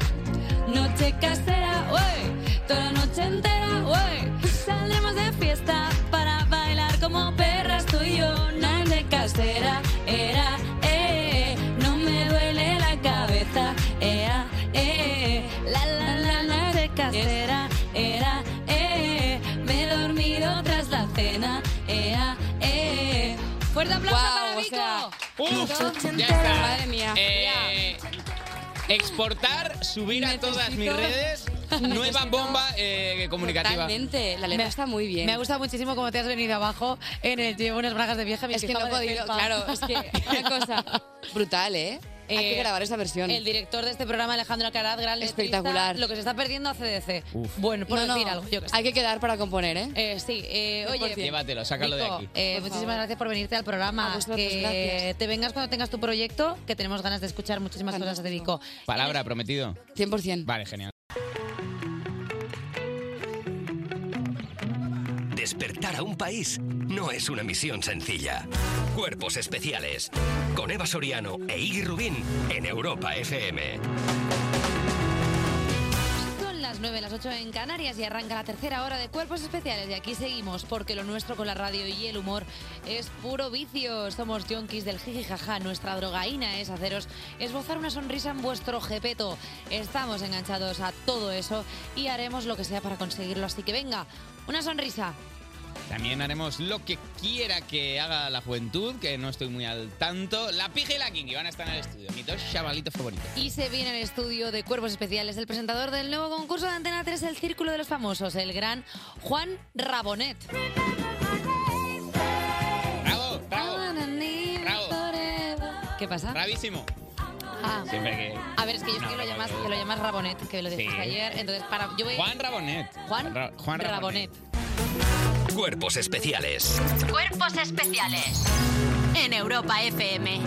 S12: Noche casera, uy, toda la noche entera, uy. Saldremos de fiesta para bailar como perras tú y yo. Noche casera, era, eh, eh, no me duele la cabeza, ea, eh, eh, la la la la de casera, era, eh, eh, me he dormido tras la cena, ea, eh. Fuerte aplauso para Vico.
S3: ¡Uf! Ya está. Eh, Exportar, subir a todas mis redes. Nueva bomba eh, comunicativa.
S11: la letra está muy bien.
S2: Me ha gustado muchísimo cómo te has venido abajo en el llevo unas bragas de vieja. mi
S11: Es que no
S2: pijama
S11: he
S2: de
S11: podido,
S2: felpa.
S11: claro, es que <laughs> una cosa brutal,
S2: <laughs>
S11: ¿eh? Hay
S2: Eh,
S11: que grabar esa versión.
S2: El director de este programa, Alejandro Alcaraz, gran letrista,
S11: Espectacular.
S2: lo que se está perdiendo a CDC.
S3: Uf.
S2: Bueno, por
S11: No, no,
S2: decir algo, yo que sé.
S11: Hay que quedar para componer, ¿eh?
S2: Eh, sí, eh, oye.
S3: Llévatelo, sácalo de
S2: Vico,
S3: aquí.
S2: eh,
S11: Por
S2: muchísimas
S11: favor.
S2: gracias por venirte al programa.
S11: A vosotros,
S2: que
S11: gracias.
S2: te vengas cuando tengas tu proyecto, que tenemos ganas de escuchar muchísimas cosas de Vico.
S3: Palabra, prometido.
S11: 100%.
S3: Vale, genial.
S1: Despertar a un país no es una misión sencilla. Cuerpos especiales. Con Eva Soriano e Iggy Rubín en Europa FM.
S2: Son las 9, las 8 en Canarias y arranca la tercera hora de Cuerpos Especiales. Y aquí seguimos, porque lo nuestro con la radio y el humor es puro vicio. Somos yonkis del jijijaja. Nuestra drogaína es haceros esbozar una sonrisa en vuestro jepeto. Estamos enganchados a todo eso y haremos lo que sea para conseguirlo. Así que venga, una sonrisa.
S3: También haremos lo que quiera que haga la juventud, que no estoy muy al tanto. La pija y la kinky van a estar en el estudio. Mis dos chavalitos favoritos.
S2: Y se viene el estudio de Cuerpos Especiales, el presentador del nuevo concurso de Antena 3, El Círculo de los Famosos, el gran Juan Rabonet.
S3: ¡Bravo! ¡Bravo!
S2: ¿Qué pasa?
S3: ¡Bravísimo!
S2: Ah.
S3: Siempre que...
S2: A ver, es que yo sé
S3: No,
S2: que lo
S3: no,
S2: llamas,
S3: no.
S2: que lo llamas Rabonet, que lo dijiste
S3: Sí.
S2: ayer. Entonces, para. Yo voy
S3: Juan Rabonet.
S2: Juan,
S3: Ra- Juan
S2: Rabonet.
S1: Cuerpos especiales.
S5: Cuerpos especiales en Europa
S2: <laughs>
S5: FM.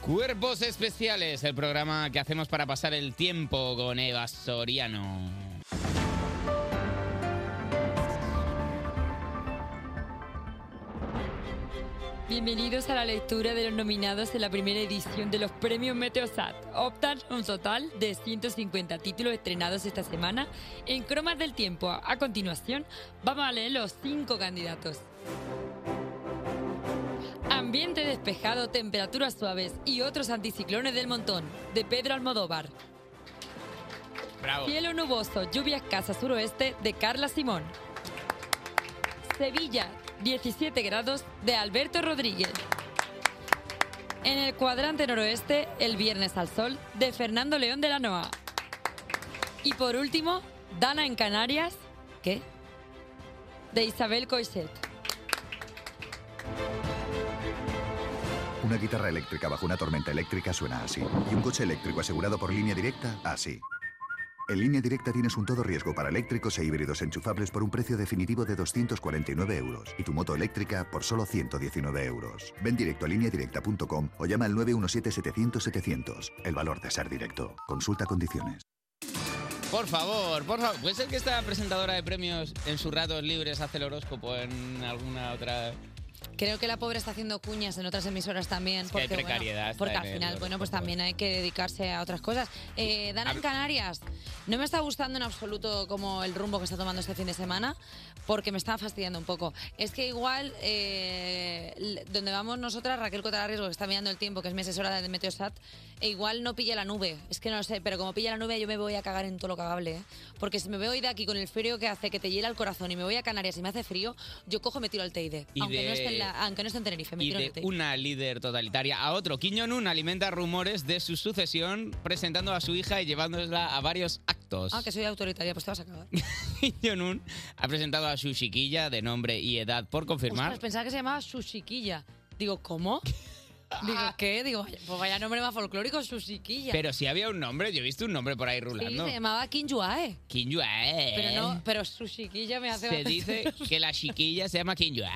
S3: Cuerpos especiales, el programa que hacemos para pasar el tiempo con Eva Soriano.
S12: Bienvenidos a la lectura de los nominados en la primera edición de los premios Meteosat. Optan un total de 150 títulos estrenados esta semana en Cromas del Tiempo. A continuación, vamos a leer los cinco candidatos. Han Ambiente despejado, temperaturas suaves y otros anticiclones del montón, de Pedro Almodóvar.
S3: Bravo.
S12: Cielo nuboso, lluvias casa suroeste, de Carla Simón. Sevilla, 17 grados, de Alberto Rodríguez. En el cuadrante noroeste, el viernes al sol, de Fernando León de la Noa. Y por último, Dana en Canarias, ¿qué? De Isabel Coixet.
S13: Una guitarra eléctrica bajo una tormenta eléctrica suena así. Y un coche eléctrico asegurado por línea directa, así. En línea directa tienes un todo riesgo para eléctricos e híbridos enchufables por un precio definitivo de 249 euros y tu moto eléctrica por solo 119 euros. Ven directo a lineadirecta.com o llama al 917-700-700. El valor de ser directo. Consulta condiciones.
S3: Por favor, por favor. ¿Puede ser que esta presentadora de premios en sus ratos libres hace el horóscopo en alguna otra...
S2: Creo que la pobre está haciendo cuñas en otras emisoras también.
S3: que hay
S2: porque, bueno,
S3: precariedad, está
S2: porque
S3: en
S2: al
S3: el
S2: final, bueno, pues también hay que dedicarse a otras cosas. Eh, Dana en
S3: Hab-
S2: Canarias, no me está gustando en absoluto como el rumbo que está tomando este fin de semana, porque me está fastidiando un poco. Es que igual, eh, l- donde vamos nosotras, Raquel Cotara Riesgo, que está mirando el tiempo, que es mi asesora de Meteosat, e igual no pilla la nube. Es que no lo sé, pero como pilla la nube, yo me voy a cagar en todo lo cagable. ¿eh? Porque si me voy de aquí con el frío que hace, que te hiela el corazón, y me voy a Canarias y me hace frío, yo cojo y me tiro al Teide.
S3: Y
S2: Aunque,
S3: de-
S2: no esté en la- aunque no esté en Tenerife, me
S3: Y
S2: tiro al
S3: de
S2: Teide.
S3: una líder totalitaria a otro. Kim Jong-un alimenta rumores de su sucesión, presentando a su hija y llevándola a varios actos. <laughs>
S2: Ah, que soy autoritaria, pues te vas a acabar.
S3: Kim Jong-un ha presentado a su chiquilla de nombre y edad por confirmar.
S2: Ostras, pensaba que se llamaba Sushiquilla. Digo, ¿cómo? Digo, ¿qué? Digo, vaya- pues vaya nombre más folclórico, Sushiquilla.
S3: Ah. Pero si había un nombre, yo he visto un nombre por ahí
S2: Sí,
S3: rulando.
S2: se llamaba Kim Yuae.
S3: Kim Yue.
S2: Pero no, pero Sushiquilla me hace...
S3: Eh. Se
S2: bastante- <laughs>
S3: dice que la chiquilla se llama Kim Yue.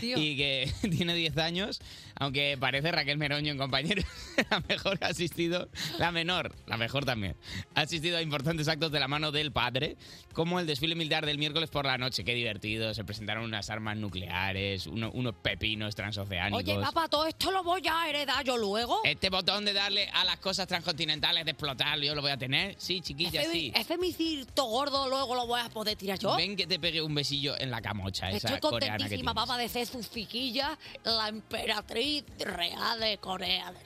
S2: Tío.
S3: Y que <laughs> tiene 10 años, aunque parece Raquel Meroño en compañeros. <laughs> La mejor ha asistido, la menor, la mejor también, ha asistido a importantes actos de la mano del padre, como el desfile militar del miércoles por la noche. Qué divertido, se presentaron unas armas nucleares, uno- unos pepinos transoceánicos.
S2: Oye, papá, todo esto lo voy a heredar yo luego.
S3: Este botón de darle a las cosas transcontinentales de explotarlo, yo lo voy a tener. Sí, chiquilla,
S2: Ese mi-
S3: sí.
S2: Ese misilto gordo luego lo voy a poder tirar yo.
S3: Ven que te pegue un besillo en la camocha esa
S2: Estoy
S3: coreana que
S2: contentísima,
S3: tienes.
S2: papá, de ser Sushiquilla, la emperatriz real de Corea del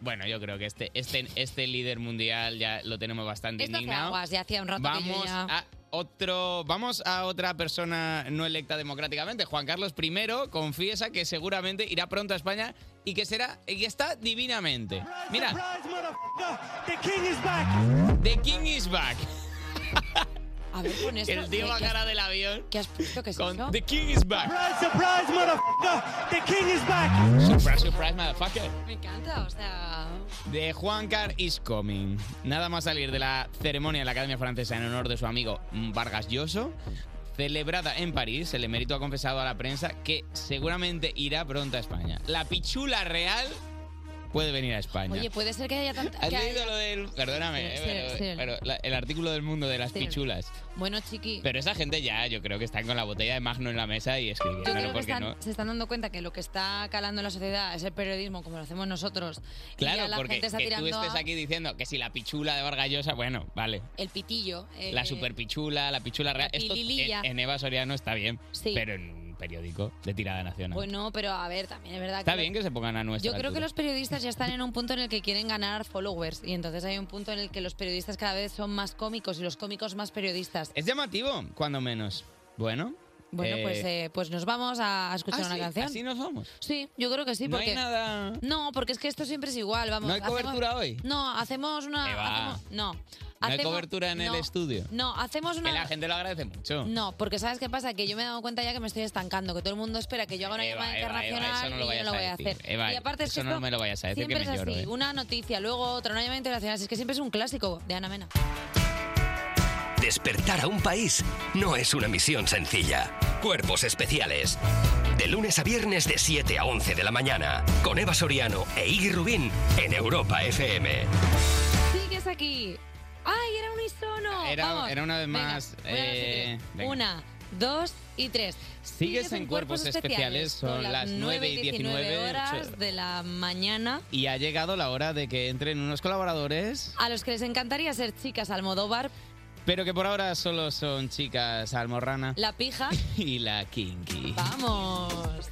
S3: Bueno, yo creo que este, este, este líder mundial ya lo tenemos bastante
S2: Esto hace
S3: indignado.
S2: aguas, ya hacía un rato que yo
S3: Vamos
S2: ya...
S3: a otro, vamos a otra persona no electa democráticamente. Juan Carlos I confiesa que seguramente irá pronto a España y que será y que está divinamente. Mira,
S14: The king is back.
S3: The King is back.
S2: A ver, <laughs>
S3: <laughs>
S2: con esto...
S3: El tío
S2: ¿qué-
S3: va a
S2: qué has-
S3: cara del avión.
S2: ¿Qué has puesto? ¿Qué es eso?
S3: The King is back.
S14: Surprise, motherfucker. The king is back.
S3: Surprise, surprise, motherfucker.
S2: Me encanta, o sea...
S3: De Juan Car is coming. Nada más salir de la ceremonia de la Academia Francesa en honor de su amigo Vargas Lloso, celebrada en París, el emérito ha confesado a la prensa que seguramente irá pronto a España. La pichula real puede venir a España.
S2: Oye, puede ser que haya tanta...
S3: ¿Has
S2: que haya-
S3: leído lo del...? Perdóname,
S2: Sí,
S3: eh,
S2: sí,
S3: pero-
S2: sí.
S3: pero la- el artículo del mundo de las
S2: Sí.
S3: pichulas.
S2: Bueno, chiqui...
S3: Pero esa gente ya, yo creo que están con la botella de Magno en la mesa y escribiendo,
S2: Yo creo que
S3: ¿por qué
S2: están-
S3: no?
S2: se están dando cuenta que lo que está calando en la sociedad es el periodismo, como lo hacemos nosotros. y ya
S3: Claro,
S2: la
S3: porque
S2: gente está
S3: que tú
S2: tirando
S3: estés
S2: a
S3: aquí diciendo que si la pichula de Vargas Llosa, bueno, vale,
S2: el pitillo. eh,
S3: La superpichula, la pichula real. Esto
S2: pililla.
S3: en, en Eva Soriano está bien,
S2: Sí.
S3: pero en un periódico de tirada nacional.
S2: Bueno, pero a ver, también es verdad
S3: está
S2: que...
S3: bien que se pongan a nuestra
S2: Yo creo que
S3: altura.
S2: los periodistas ya están en un punto en el que quieren ganar followers y entonces hay un punto en el que los periodistas cada vez son más cómicos y los cómicos más periodistas.
S3: Es llamativo, cuando menos. Bueno.
S2: Bueno,
S3: eh,
S2: pues, eh, pues nos vamos a escuchar
S3: ah,
S2: una
S3: sí,
S2: canción.
S3: así nos vamos.
S2: Sí, yo creo que sí,
S3: No hay
S2: porque...
S3: nada-
S2: No, porque es que esto siempre es igual, vamos.
S3: ¿No hay
S2: hacemos-
S3: cobertura hoy?
S2: No, hacemos una...
S3: Eva.
S2: hacemos- No.
S3: No hay
S2: Hacemos-
S3: cobertura en
S2: no,
S3: el estudio.
S2: No, hacemos una...
S3: Que la gente lo agradece mucho.
S2: No, porque ¿sabes qué pasa? Que yo me he dado cuenta ya que me estoy estancando, que todo el mundo espera que yo haga una
S3: Eva,
S2: llamada
S3: Eva, Eva,
S2: internacional
S3: eso no lo
S2: y yo
S3: vayas
S2: no lo
S3: a
S2: voy a
S3: decir.
S2: hacer.
S3: Eva,
S2: y aparte es que
S3: eso no
S2: esto
S3: me lo vayas a decir, que
S2: siempre
S3: me
S2: es
S3: lloro,
S2: así,
S3: eh.
S2: una noticia, luego otra, una llamada internacional, es que siempre es un clásico de Ana Mena.
S1: Despertar a un país no es una misión sencilla. Cuerpos especiales. De lunes a viernes de 7 a 11 de la mañana. Con Eva Soriano e Iggy Rubín en Europa FM.
S2: Sigues aquí. ¡Ay, era un isono!
S3: Era-
S2: Vamos.
S3: era una vez
S2: Venga,
S3: más,
S2: voy a las
S3: eh,
S2: de tres.
S3: venga.
S2: una, dos y tres.
S3: Sigues en Cuerpos Especiales, son las
S2: nueve
S3: 9 y 19
S2: horas de la mañana.
S3: Y ha llegado la hora de que entren unos colaboradores,
S2: A los que les encantaría ser chicas Almodóvar,
S3: pero que por ahora solo son chicas almorrana
S2: la pija.
S3: y la kinky.
S2: ¡Vamos!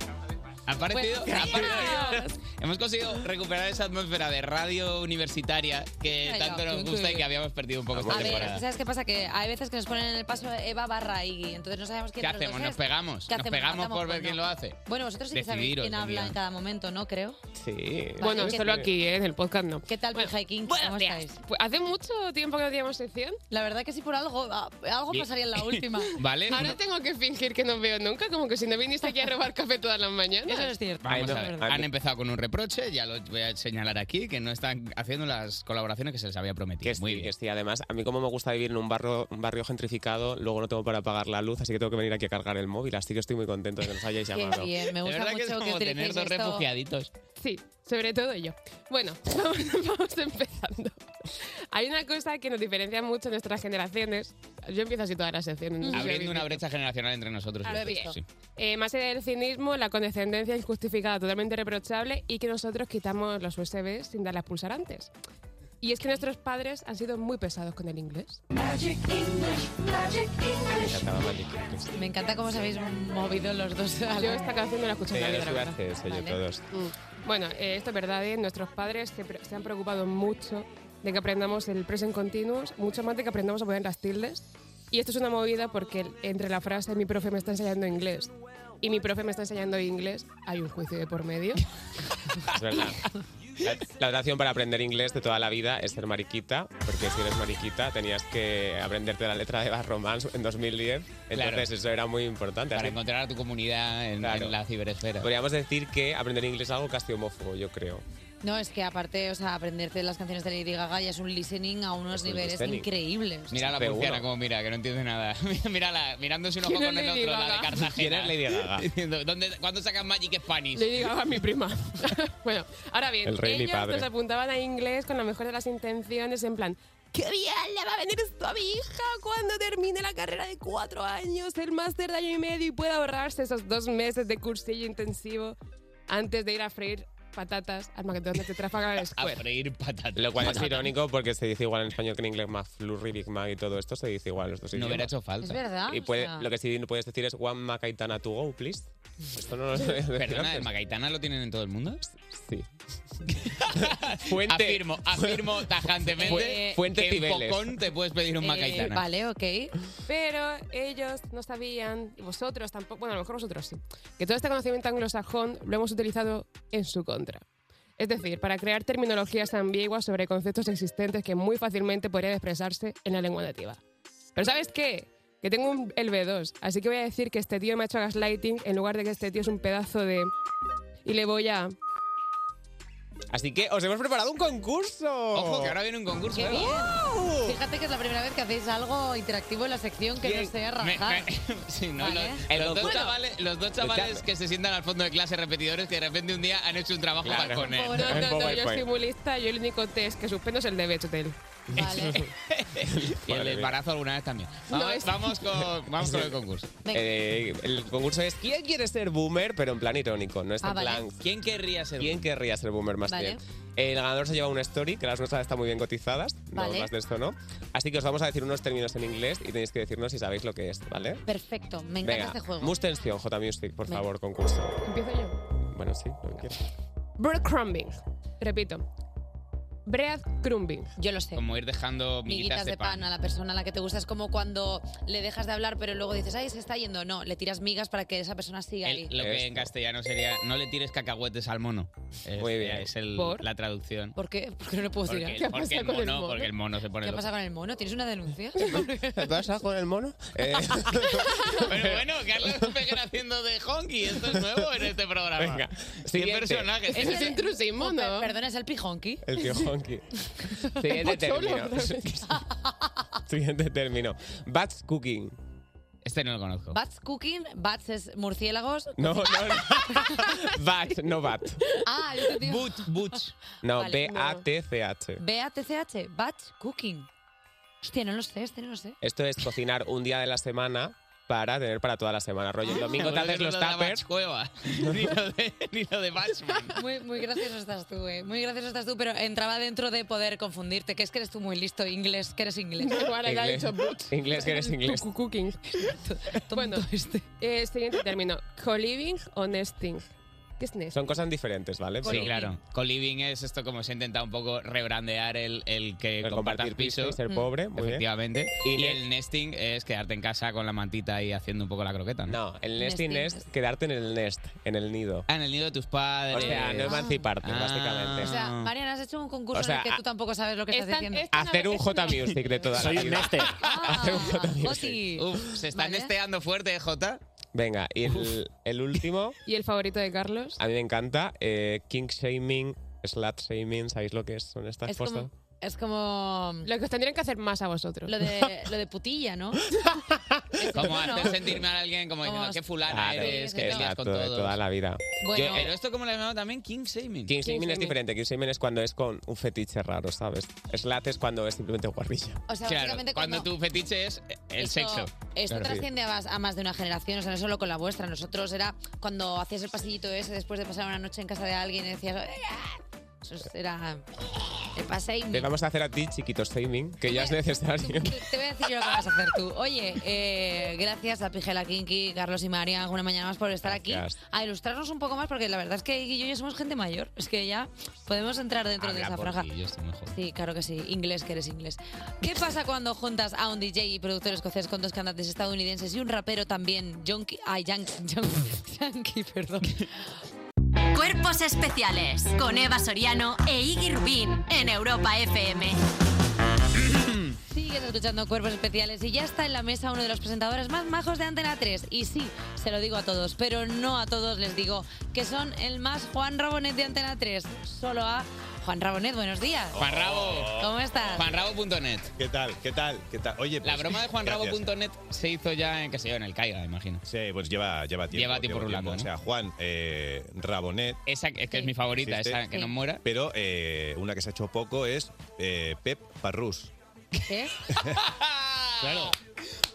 S3: Ha aparecido.
S2: Pues,
S3: ha aparecido. Hemos conseguido recuperar esa atmósfera de radio universitaria que
S2: Ay,
S3: tanto
S2: no,
S3: nos gusta y
S2: qué increíble.
S3: que habíamos perdido un poco esta
S2: A ver, es
S3: temporada.
S2: que ¿sabes qué pasa? Que hay veces que nos ponen en el paso Eva barra Iggy, entonces no sabemos quién
S3: ¿Qué
S2: de los dos
S3: hacemos?
S2: es.
S3: ¿Nos pegamos?
S2: ¿Qué
S3: ¿Nos
S2: hacemos?
S3: pegamos
S2: ¿Matamos?
S3: por ver
S2: Pues
S3: quién
S2: no.
S3: lo hace?
S2: Bueno, vosotros sí que sabéis
S3: Decidiros,
S2: quién
S3: Dios
S2: habla
S3: mío.
S2: en cada momento, ¿no? Creo.
S3: Sí.
S15: Bueno,
S2: ¿qué
S15: solo
S2: tal?
S15: aquí, ¿eh? en el podcast no.
S2: ¿Qué tal, Pija y King? ¿Cómo estáis?
S15: Pues hace mucho tiempo que no teníamos sección.
S2: La verdad que sí, por algo, a- algo
S3: Bien.
S2: pasaría
S15: <laughs>
S2: en la última.
S3: Vale,
S15: Ahora
S3: no-
S15: tengo que fingir que no veo nunca, como que si no viniste aquí a robar café todas las mañanas.
S2: Eso es cierto.
S3: Vamos
S15: Ay, no,
S3: a ver.
S15: ay,
S3: Han
S15: no.
S3: empezado con un reproche, ya lo voy a señalar aquí, que no están haciendo las colaboraciones que se les había prometido.
S16: Que sí, que sí. Además, a mí como me gusta vivir en un barrio, un barrio gentrificado, luego no tengo para pagar la luz, así que tengo que venir aquí a cargar el móvil. Así que estoy muy contento de
S15: <laughs>
S16: que nos hayáis
S15: Qué
S16: llamado.
S15: bien, me
S16: De
S15: gusta
S16: verdad
S15: mucho que utilicéis esto. Sí, sobre todo yo. Bueno, <laughs> vamos, vamos empezando. Hay una cosa que nos diferencia mucho en nuestras generaciones. Yo empiezo así todas las secciones. no sé si lo
S3: Abriendo
S15: habéis
S3: una
S15: visto.
S3: brecha generacional entre nosotros. y
S15: Lo he
S3: vosotros,
S15: visto.
S3: sí.
S15: Eh, más allá del cinismo, la condescendencia injustificada, totalmente reprochable y que nosotros quitamos los USBs sin darlas pulsar antes. Y es que nuestros padres han sido muy pesados con el inglés.
S2: Me encanta cómo os habéis movido los dos.
S15: Yo esta canción no la escucho
S16: Sí,
S15: en la
S16: yo los
S15: vida, la
S16: iba a
S15: verdad.
S16: hacer, soy yo
S15: Vale.
S16: todos.
S15: Mm. Bueno, eh, esto es verdad, ¿eh? nuestros padres se, pre- se han preocupado mucho de que aprendamos el present continuous, mucho más de que aprendamos a poner las tildes. Y esto es una movida porque el- entre la frase mi profe me está enseñando inglés y mi profe me está enseñando inglés hay un juicio de por medio.
S16: Es verdad. La, la oración para aprender inglés de toda la vida es ser mariquita, porque si eres mariquita tenías que aprenderte la letra de Bad Romance en 2010. Entonces
S3: Claro.
S16: eso era muy importante.
S3: Para
S16: Así-
S3: encontrar a tu comunidad en,
S16: Claro.
S3: en la ciberesfera.
S16: Podríamos decir que aprender inglés es algo casi homófobo, yo creo.
S2: No, es que aparte, o sea, aprenderte las canciones de Lady Gaga ya es un listening a unos
S16: Es un
S2: niveles
S16: listening.
S2: increíbles.
S3: Mira la
S16: P1.
S3: purciana como mira, que no entiende nada. <laughs> Mírala, mirándose un ojo
S2: ¿Quién es
S3: con el
S2: Lady
S3: otro, la de
S2: Gaga?
S3: Cartagena.
S16: ¿Quién es Lady Gaga?
S3: <laughs> Diciendo, ¿Dónde, ¿Cuándo sacan Magic Spanish?
S15: Le diga a
S3: <laughs>
S15: mi prima. <laughs> bueno, ahora bien,
S3: El rey, mi
S15: ellos
S3: padre.
S15: nos apuntaban a inglés con la mejor de las intenciones, en plan, ¡qué bien le va a venir esto a mi hija cuando termine la carrera de cuatro años, el máster de año y medio y pueda ahorrarse esos dos meses de cursillo intensivo antes de ir a freír patatas al McDonald's de Trafalgar
S3: A
S15: Square.
S3: freír patatas.
S16: Lo cual es
S3: Patata.
S16: irónico porque se dice igual en español que en inglés McFlurry, Big Mac y todo esto se dice igual en los dos
S3: No
S16: idiomas.
S3: hubiera hecho falta. Es verdad,
S16: Y
S3: o
S16: puede-
S3: sea.
S16: lo que sí puedes decir es One Macaitana to go, please. Esto
S3: <laughs>
S16: no lo sé.
S3: Perdona, ¿el Magaitana lo tienen en todo el mundo?
S16: Sí.
S3: Fuente. Afirmo, afirmo
S16: Fue-
S3: tajantemente
S16: fuente
S3: que en
S16: Cibeles.
S3: Pocón te puedes pedir un
S15: Eh,
S3: Magaitana.
S2: Vale, ok.
S15: Pero ellos no sabían, y vosotros tampoco, bueno, a lo mejor vosotros sí, que todo este conocimiento anglosajón lo hemos utilizado en su contra. Es decir, para crear terminologías ambiguas sobre conceptos existentes que muy fácilmente podrían expresarse en la lengua nativa. Pero ¿sabes qué? Que tengo un, el B2, así que voy a decir que este tío me ha hecho gaslighting en lugar de que este tío es un pedazo de... Y le voy a...
S16: Así que os hemos preparado un concurso.
S3: Ojo, que ahora viene un concurso. ¿eh?
S2: ¡Qué
S3: Eva.
S2: bien! Fíjate que es la primera vez que hacéis algo interactivo en la sección que no sea
S3: Me-
S2: rajar.
S3: me- <laughs> sí, no,
S2: Vale.
S3: los-
S16: El
S3: los, dos
S16: concurso.
S3: chavales, los dos chavales que se sientan al fondo de clase repetidores que de repente un día han hecho un trabajo
S16: Claro.
S3: para con él.
S15: No,
S16: <laughs>
S15: no, no, yo soy muy lista, yo el único test que suspendo es el de Bechtel.
S3: Y el embarazo alguna vez también. Vamos, vamos con, vamos con el concurso.
S16: Eh, el concurso es ¿Quién quiere ser boomer? Pero en plan irónico, no es
S3: Ah,
S16: en
S3: vale.
S16: plan...
S3: ¿Quién querría ser
S16: ¿Quién querría ser boomer más
S3: Vale.
S16: bien? El ganador se lleva una story, que las nuestras están muy bien cotizadas,
S2: Vale.
S16: no más de esto no. Así que os vamos a decir unos términos en inglés y tenéis que decirnos si sabéis lo que es, ¿vale?
S2: Perfecto, <laughs> me encanta este juego.
S16: Mus tensión, J Music, por favor, concurso.
S15: Empiezo yo.
S16: Bueno, sí, lo
S2: <laughs>
S16: que quieras.
S15: Breadcrumbing. Repito. Breadcrumbing.
S2: Yo lo sé.
S3: Como ir dejando
S2: Miguitas de pan a la persona a la que te gusta es como cuando le dejas de hablar pero luego dices, ay, se está yendo. No, le tiras migas para que esa persona siga ahí.
S3: Lo que en castellano sería no le tires cacahuetes al mono. Es, Muy bien. Es el-
S2: ¿Por?
S3: la traducción.
S2: ¿Por qué? ¿Por qué no le puedo
S3: Porque,
S2: tirar?
S3: porque el mono, porque el mono se pone
S2: ¿Qué
S3: loco.
S2: pasa con el mono? ¿Tienes
S3: <laughs>
S2: una denuncia?
S16: ¿Te vas a con el mono? Eh,
S3: Pero bueno, Carlos <laughs> Peguer haciendo de honky, esto es nuevo en este programa.
S16: Venga,
S3: ¿Qué
S16: siguiente.
S3: personaje?
S2: Ese es
S15: intrusismo,
S2: ¿no? Perdona, es el pijonqui.
S16: El
S2: <laughs>
S16: tío
S15: <laughs>
S16: honky. Siguiente término. Siguiente término. Bats cooking.
S3: Este no lo conozco.
S2: Bats cooking, bats
S3: <laughs>
S2: es murciélagos.
S16: <laughs>
S2: <laughs>
S16: No, no, no. Bat, no bat.
S2: Ah, yo te digo.
S3: Butch, butch.
S16: No,
S2: Vale.
S16: B-A-T-C-H.
S2: B-A-T-C-H, batch cooking. Hostia, no lo sé, este no lo sé.
S16: Esto es cocinar un día de la semana para tener para toda la semana. Rollo, el domingo te
S3: Seguro
S16: haces
S3: que no
S16: los
S3: Ah, lo de la
S16: tuppers.
S3: Batchcueva, <laughs> ni lo de, ni lo de Batchman.
S2: Muy, muy gracioso estás tú, eh. Muy gracioso estás tú, pero entraba dentro de poder confundirte, que es que eres tú muy listo, inglés, que eres inglés.
S16: Inglés- Inglés,
S15: <laughs>
S16: que eres inglés.
S15: Cooking. bueno,
S2: este.
S15: eh, siguiente término. Co-living o nesting. ¿Qué es NES?
S16: Son cosas diferentes, ¿vale?
S3: Sí, claro. Coliving es esto como se ha intentado un poco rebrandear el, el que compartas
S16: compartir
S3: piso.
S16: piso y ser Mm. pobre, muy bien.
S3: efectivamente.
S16: Y
S3: Y
S16: ne-
S3: el nesting es quedarte en casa con la mantita y haciendo un poco la croqueta. No,
S16: El nesting es quedarte en el nest, en el nido.
S3: Ah, en el nido de tus padres.
S16: O sea, no
S3: Ah.
S16: emanciparte,
S3: Ah.
S16: básicamente.
S2: O sea, Mariana, has hecho un concurso
S16: O sea,
S2: en el que tú
S16: a-
S2: tampoco sabes lo que estás diciendo.
S16: Hacer un J Music de toda
S2: Soy
S16: la
S2: un
S16: vida.
S2: nester.
S16: <laughs> Hacer un J Music.
S2: Oti.
S3: Uf, se están nesteando fuerte, ¿eh, Jota.
S16: Venga, y el, el último,
S15: ¿Y el favorito de Carlos?
S16: a mí me encanta, eh, King Shaming, Slut Shaming, ¿sabéis lo que es? son estas
S2: Es
S16: cosas?
S2: como, es como...
S15: Lo que os tendrían que hacer más a vosotros.
S2: Lo
S15: <laughs>
S2: de, lo de putilla, ¿no?
S3: Como
S2: No, no.
S3: hacer sentir mal a alguien como diciendo,
S2: Como-
S3: qué fulana
S16: Claro,
S3: eres, que te lías
S16: exacto,
S3: con
S16: de
S3: todos.
S16: toda la vida.
S3: Bueno,
S16: Yo- eh,
S3: pero esto como lo llamado también King Shaming.
S16: King Shaming es diferente, King Shaming es cuando es con un fetiche raro, ¿sabes? Slut es cuando es simplemente guarrilla.
S2: O sea,
S3: claro,
S2: básicamente
S3: cuando
S2: cuando-
S3: tu fetiche es el
S2: Esto-
S3: sexo.
S2: Esto
S3: Claro.
S2: trasciende a más, a más de una generación, o sea, no solo con la vuestra. Nosotros era cuando hacías el pasillito ese después de pasar una noche en casa de alguien y decías... "Ay, ah", Eso era... El paseín.
S16: Te vamos a hacer a ti, chiquito shaming, que ya es necesario.
S2: Te voy a decir yo lo que vas a hacer tú. Oye, eh, gracias a Pigela Kinky, Carlos y María, alguna mañana más por estar
S16: Gracias.
S2: aquí a ilustrarnos un poco más, porque la verdad es que Iggy y yo ya somos gente mayor. Es que ya podemos entrar dentro de
S3: Habla
S2: esa
S3: por
S2: franja.
S3: ti, yo estoy
S2: <clears throat>
S3: mejor.
S2: Sí, claro que sí. Inglés, que eres inglés. ¿Qué pasa cuando juntas a un DJ y productor escocés con dos cantantes estadounidenses y un rapero también, Jonky, ay, Yankee, perdón.
S5: Cuerpos especiales con Eva Soriano e Iggy Rubín en Europa FM.
S2: Sigues escuchando Cuerpos Especiales y ya está en la mesa uno de los presentadores más majos de Antena 3. Y sí, se lo digo a todos, pero no a todos les digo que son el más Juan Rabonet de Antena 3. Solo a Juan Rabonet, buenos días.
S3: Juan Rabo.
S2: ¿Cómo estás?
S3: Juanrabo.net.
S17: ¿Qué tal? ¿Qué tal? ¿Qué tal? Oye,
S3: La
S17: pues-
S3: broma de
S17: Gracias.
S3: juanrabo.net se hizo ya en, qué sé yo, en el Caiga, imagino.
S17: Sí, pues lleva, lleva tiempo.
S3: Lleva tiempo rulando,
S17: O sea, Juan eh, Rabonet.
S3: Esa es que es mi favorita, esa que no muera.
S17: Pero eh, una que se ha hecho poco es eh, Pep Parrus.
S2: ¿Qué?
S8: ¿eh?
S3: <laughs>
S9: <laughs>
S17: Claro.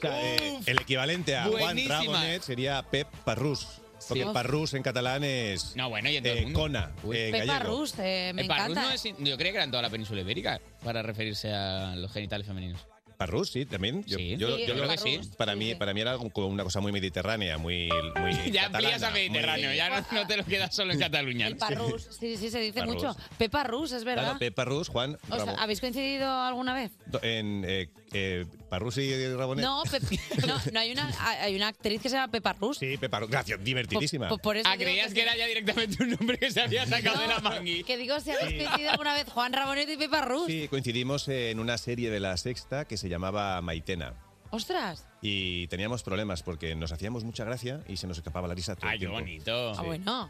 S3: eh,
S17: el equivalente a
S3: Buenísima.
S17: Juan Rabonet sería Pep Parrus. Porque
S3: Sí.
S17: Parrus en catalán es.
S3: No, bueno, y en todo el
S17: eh,
S3: mundo.
S17: Cona, eh, en
S2: Pepa
S17: gallego.
S2: Rus, eh, me
S3: Eh, Parrus
S2: encanta.
S3: no es- yo creía que era en toda la península ibérica para referirse a los genitales femeninos.
S17: Parrus, sí, también. Yo, yo-
S3: Sí,
S17: yo
S3: creo
S17: lo-
S3: que sí.
S17: Para mí, para mí era algo como una cosa muy mediterránea, muy. muy
S3: <laughs> Ya
S17: catalana,
S3: pillas a
S17: muy-
S3: Mediterráneo, ya no, no te lo quedas solo en Cataluña.
S2: Pepa Rus, sí, sí, se dice
S17: Pepa
S2: mucho.
S17: Rus.
S2: Pepa Rus, es verdad.
S17: Claro, Pep Parrus, Juan
S2: O sea,
S17: Rabo-
S2: ¿habéis coincidido alguna vez?
S17: En eh, eh, Parrus y Rabonet.
S2: No,
S17: <laughs>
S2: Pep- no, no, hay una hay una actriz que se llama Pepa Rus.
S17: Sí, Pepa Rus. Gracias, divertidísima.
S2: Po- po- por eso
S3: ah,
S2: digo
S3: creías que era ya directamente un nombre que se había sacado de la mangui.
S2: Que digo, si habéis
S17: Sí.
S2: coincidido alguna vez Juan Rabonet y Pepa Rus.
S17: Sí, coincidimos en una serie de la sexta que se llamaba Maitena.
S2: ¡Ostras!
S17: Y teníamos problemas porque nos hacíamos mucha gracia y se nos escapaba la risa todo
S3: Ah,
S17: el
S3: qué
S17: tiempo.
S3: bonito.
S17: Sí.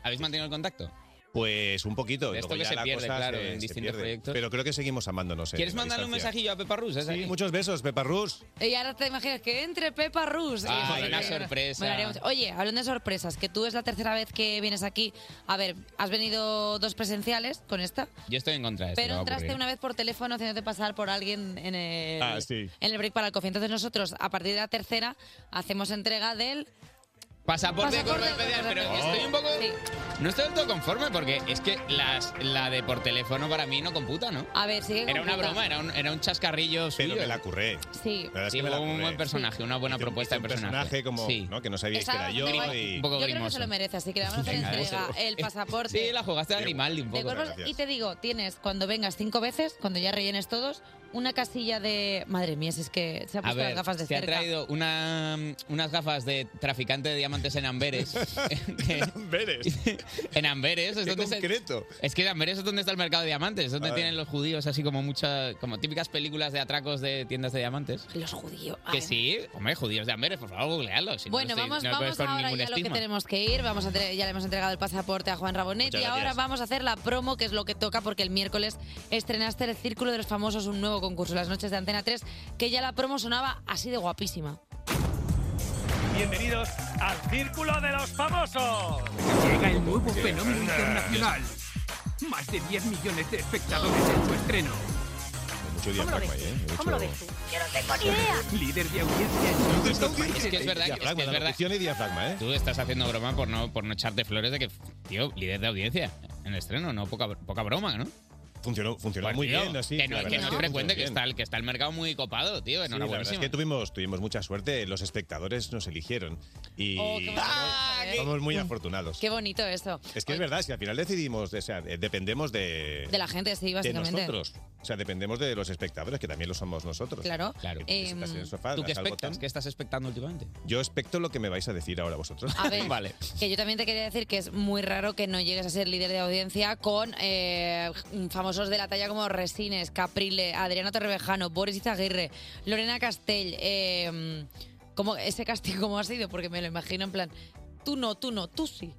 S3: ¿Habéis mantenido el contacto?
S17: Pues un poquito.
S3: De esto
S17: luego
S3: que
S17: ya
S3: se
S17: la
S3: pierde,
S17: cosa
S3: claro,
S17: se-
S3: en
S17: se
S3: distintos
S17: pierde.
S3: proyectos.
S17: Pero creo que seguimos amándonos. en
S3: ¿Quieres
S17: la
S3: mandarle un
S17: distancia.
S3: mensajillo a Pepa Rus? Es
S17: Sí,
S3: aquí.
S17: muchos besos, Pepa Rus.
S2: Y ahora te imaginas que entre Pepa Rus. Y
S3: Ah,
S2: eso
S3: una
S2: que-
S3: sorpresa.
S2: me molaría mucho. Oye, hablando de sorpresas, que tú es la tercera vez que vienes aquí. A ver, has venido dos presenciales con esta,
S3: Yo estoy en contra de esto.
S2: pero
S3: va a
S2: entraste
S3: ocurrir.
S2: una vez por teléfono haciéndote pasar por alguien en el,
S3: Ah, sí.
S2: en el break para el coffee. Entonces nosotros, a partir de la tercera, hacemos entrega del...
S3: Pasaporte,
S2: Pasaporte
S3: correo especial,
S2: correo
S3: pero
S2: especial.
S3: Oh. estoy un poco... No estoy del todo conforme porque es que las, la de por teléfono para mí no computa, ¿no?
S2: A ver, sigue
S3: Era una
S2: conjunta.
S3: broma, era un, era un chascarrillo
S17: Pero
S3: suyo.
S17: me la curré.
S2: Sí.
S17: verdad es
S3: Sí,
S17: que me la
S3: hubo un
S17: curré.
S3: buen personaje, una buena propuesta de
S17: Un
S3: personaje.
S17: personaje como
S3: Sí.
S17: ¿no? que no sabíais
S2: Está
S17: que era yo.
S2: bastante guay.
S17: Y...
S3: Un poco
S2: Yo creo que se
S3: grimoso.
S2: lo merece, así que le vamos a hacer
S3: Venga,
S2: entrega
S3: eso. <laughs>
S2: el pasaporte.
S3: Sí, la jugaste a Grimaldi un
S2: De
S3: poco.
S2: cuerpos- y te digo, tienes cuando vengas cinco veces, cuando ya rellenes todos, una casilla de. Madre mía, si es que se ha
S3: A
S2: puesto
S3: ver,
S2: las gafas de
S3: te ha
S2: cerca.
S3: traído una, unas gafas de traficante de diamantes
S17: <laughs>
S3: en Amberes. <laughs> ¿En
S18: <laughs>
S17: Amberes?
S3: en Amberes. Es
S17: Qué
S3: donde se-
S17: concreto.
S3: es que en Amberes es donde está el mercado de diamantes, es donde
S17: Ay.
S3: tienen los judíos así como muchas, como típicas películas de atracos de tiendas de diamantes.
S2: Los judíos.
S3: Que sí, hombre, judíos de Amberes, por favor, googleadlo. si no
S2: Bueno,
S3: estoy-
S2: vamos,
S3: no
S2: vamos
S3: estoy con
S2: ahora
S3: ningún
S2: ya a lo que
S3: estigma.
S2: tenemos que ir. Vamos a entre- ya le hemos entregado el pasaporte a Juan Rabonet
S3: Muchas
S2: y ahora
S3: gracias.
S2: vamos a hacer la promo, que es lo que toca, porque el miércoles estrenaste el Círculo de los Famosos, un nuevo concurso, las noches de Antena 3, que ya la promo sonaba así de guapísima.
S1: Bienvenidos al Círculo de los Famosos.
S10: Llega el nuevo fenómeno internacional. Más de 10 millones de espectadores en su estreno.
S17: Mucho diafragma ahí, ¿eh? Mucho-
S10: Yo no tengo ni idea. Líder de audiencia <laughs> en todos los
S3: Es que es verdad, que- es que es
S17: Diafragma, la
S3: verdad.
S17: locución y diafragma, ¿eh?
S3: Tú estás haciendo broma por no, por no echarte flores de que, tío, líder de audiencia en el estreno, no poca, poca broma, ¿no?
S17: funcionó, funcionó muy
S3: Tío,
S17: bien así.
S3: que no,
S17: la
S3: que
S17: verdad
S3: no
S17: es
S3: es frecuente, que
S17: funcionó
S3: está, el, que está el mercado muy copado, tío.
S17: bien. Sí, la
S3: Enhorabuena.
S17: verdad es que tuvimos, tuvimos mucha suerte, los espectadores nos eligieron y
S2: Oh, qué bonito,
S3: ¡Ah!
S17: somos-
S2: ¿eh?
S17: somos muy afortunados.
S2: Qué bonito eso.
S17: Es que es verdad, si al final decidimos, o sea, eh, dependemos de,
S2: De la gente, sí,
S17: de
S2: básicamente.
S17: nosotros. O sea, dependemos de los espectadores, que también lo somos nosotros.
S2: Claro. Em, Claro.
S17: Que te sientas en el sofá,
S3: ¿Tú
S17: das
S3: qué
S17: al
S3: expectas?
S17: botón.
S3: ¿Qué estás expectando últimamente?
S17: Yo expecto lo que me vais a decir ahora vosotros. <laughs>
S2: A ver, que yo también te quería decir que es muy raro que no llegues a ser líder de audiencia con eh, famosos de la talla como Resines, Caprile, Adriano Torrevejano, Boris Izaguirre, Lorena Castell. Eh, ¿cómo- ¿Ese castigo cómo ha sido? Porque me lo imagino en plan, tú no, tú no, tú sí.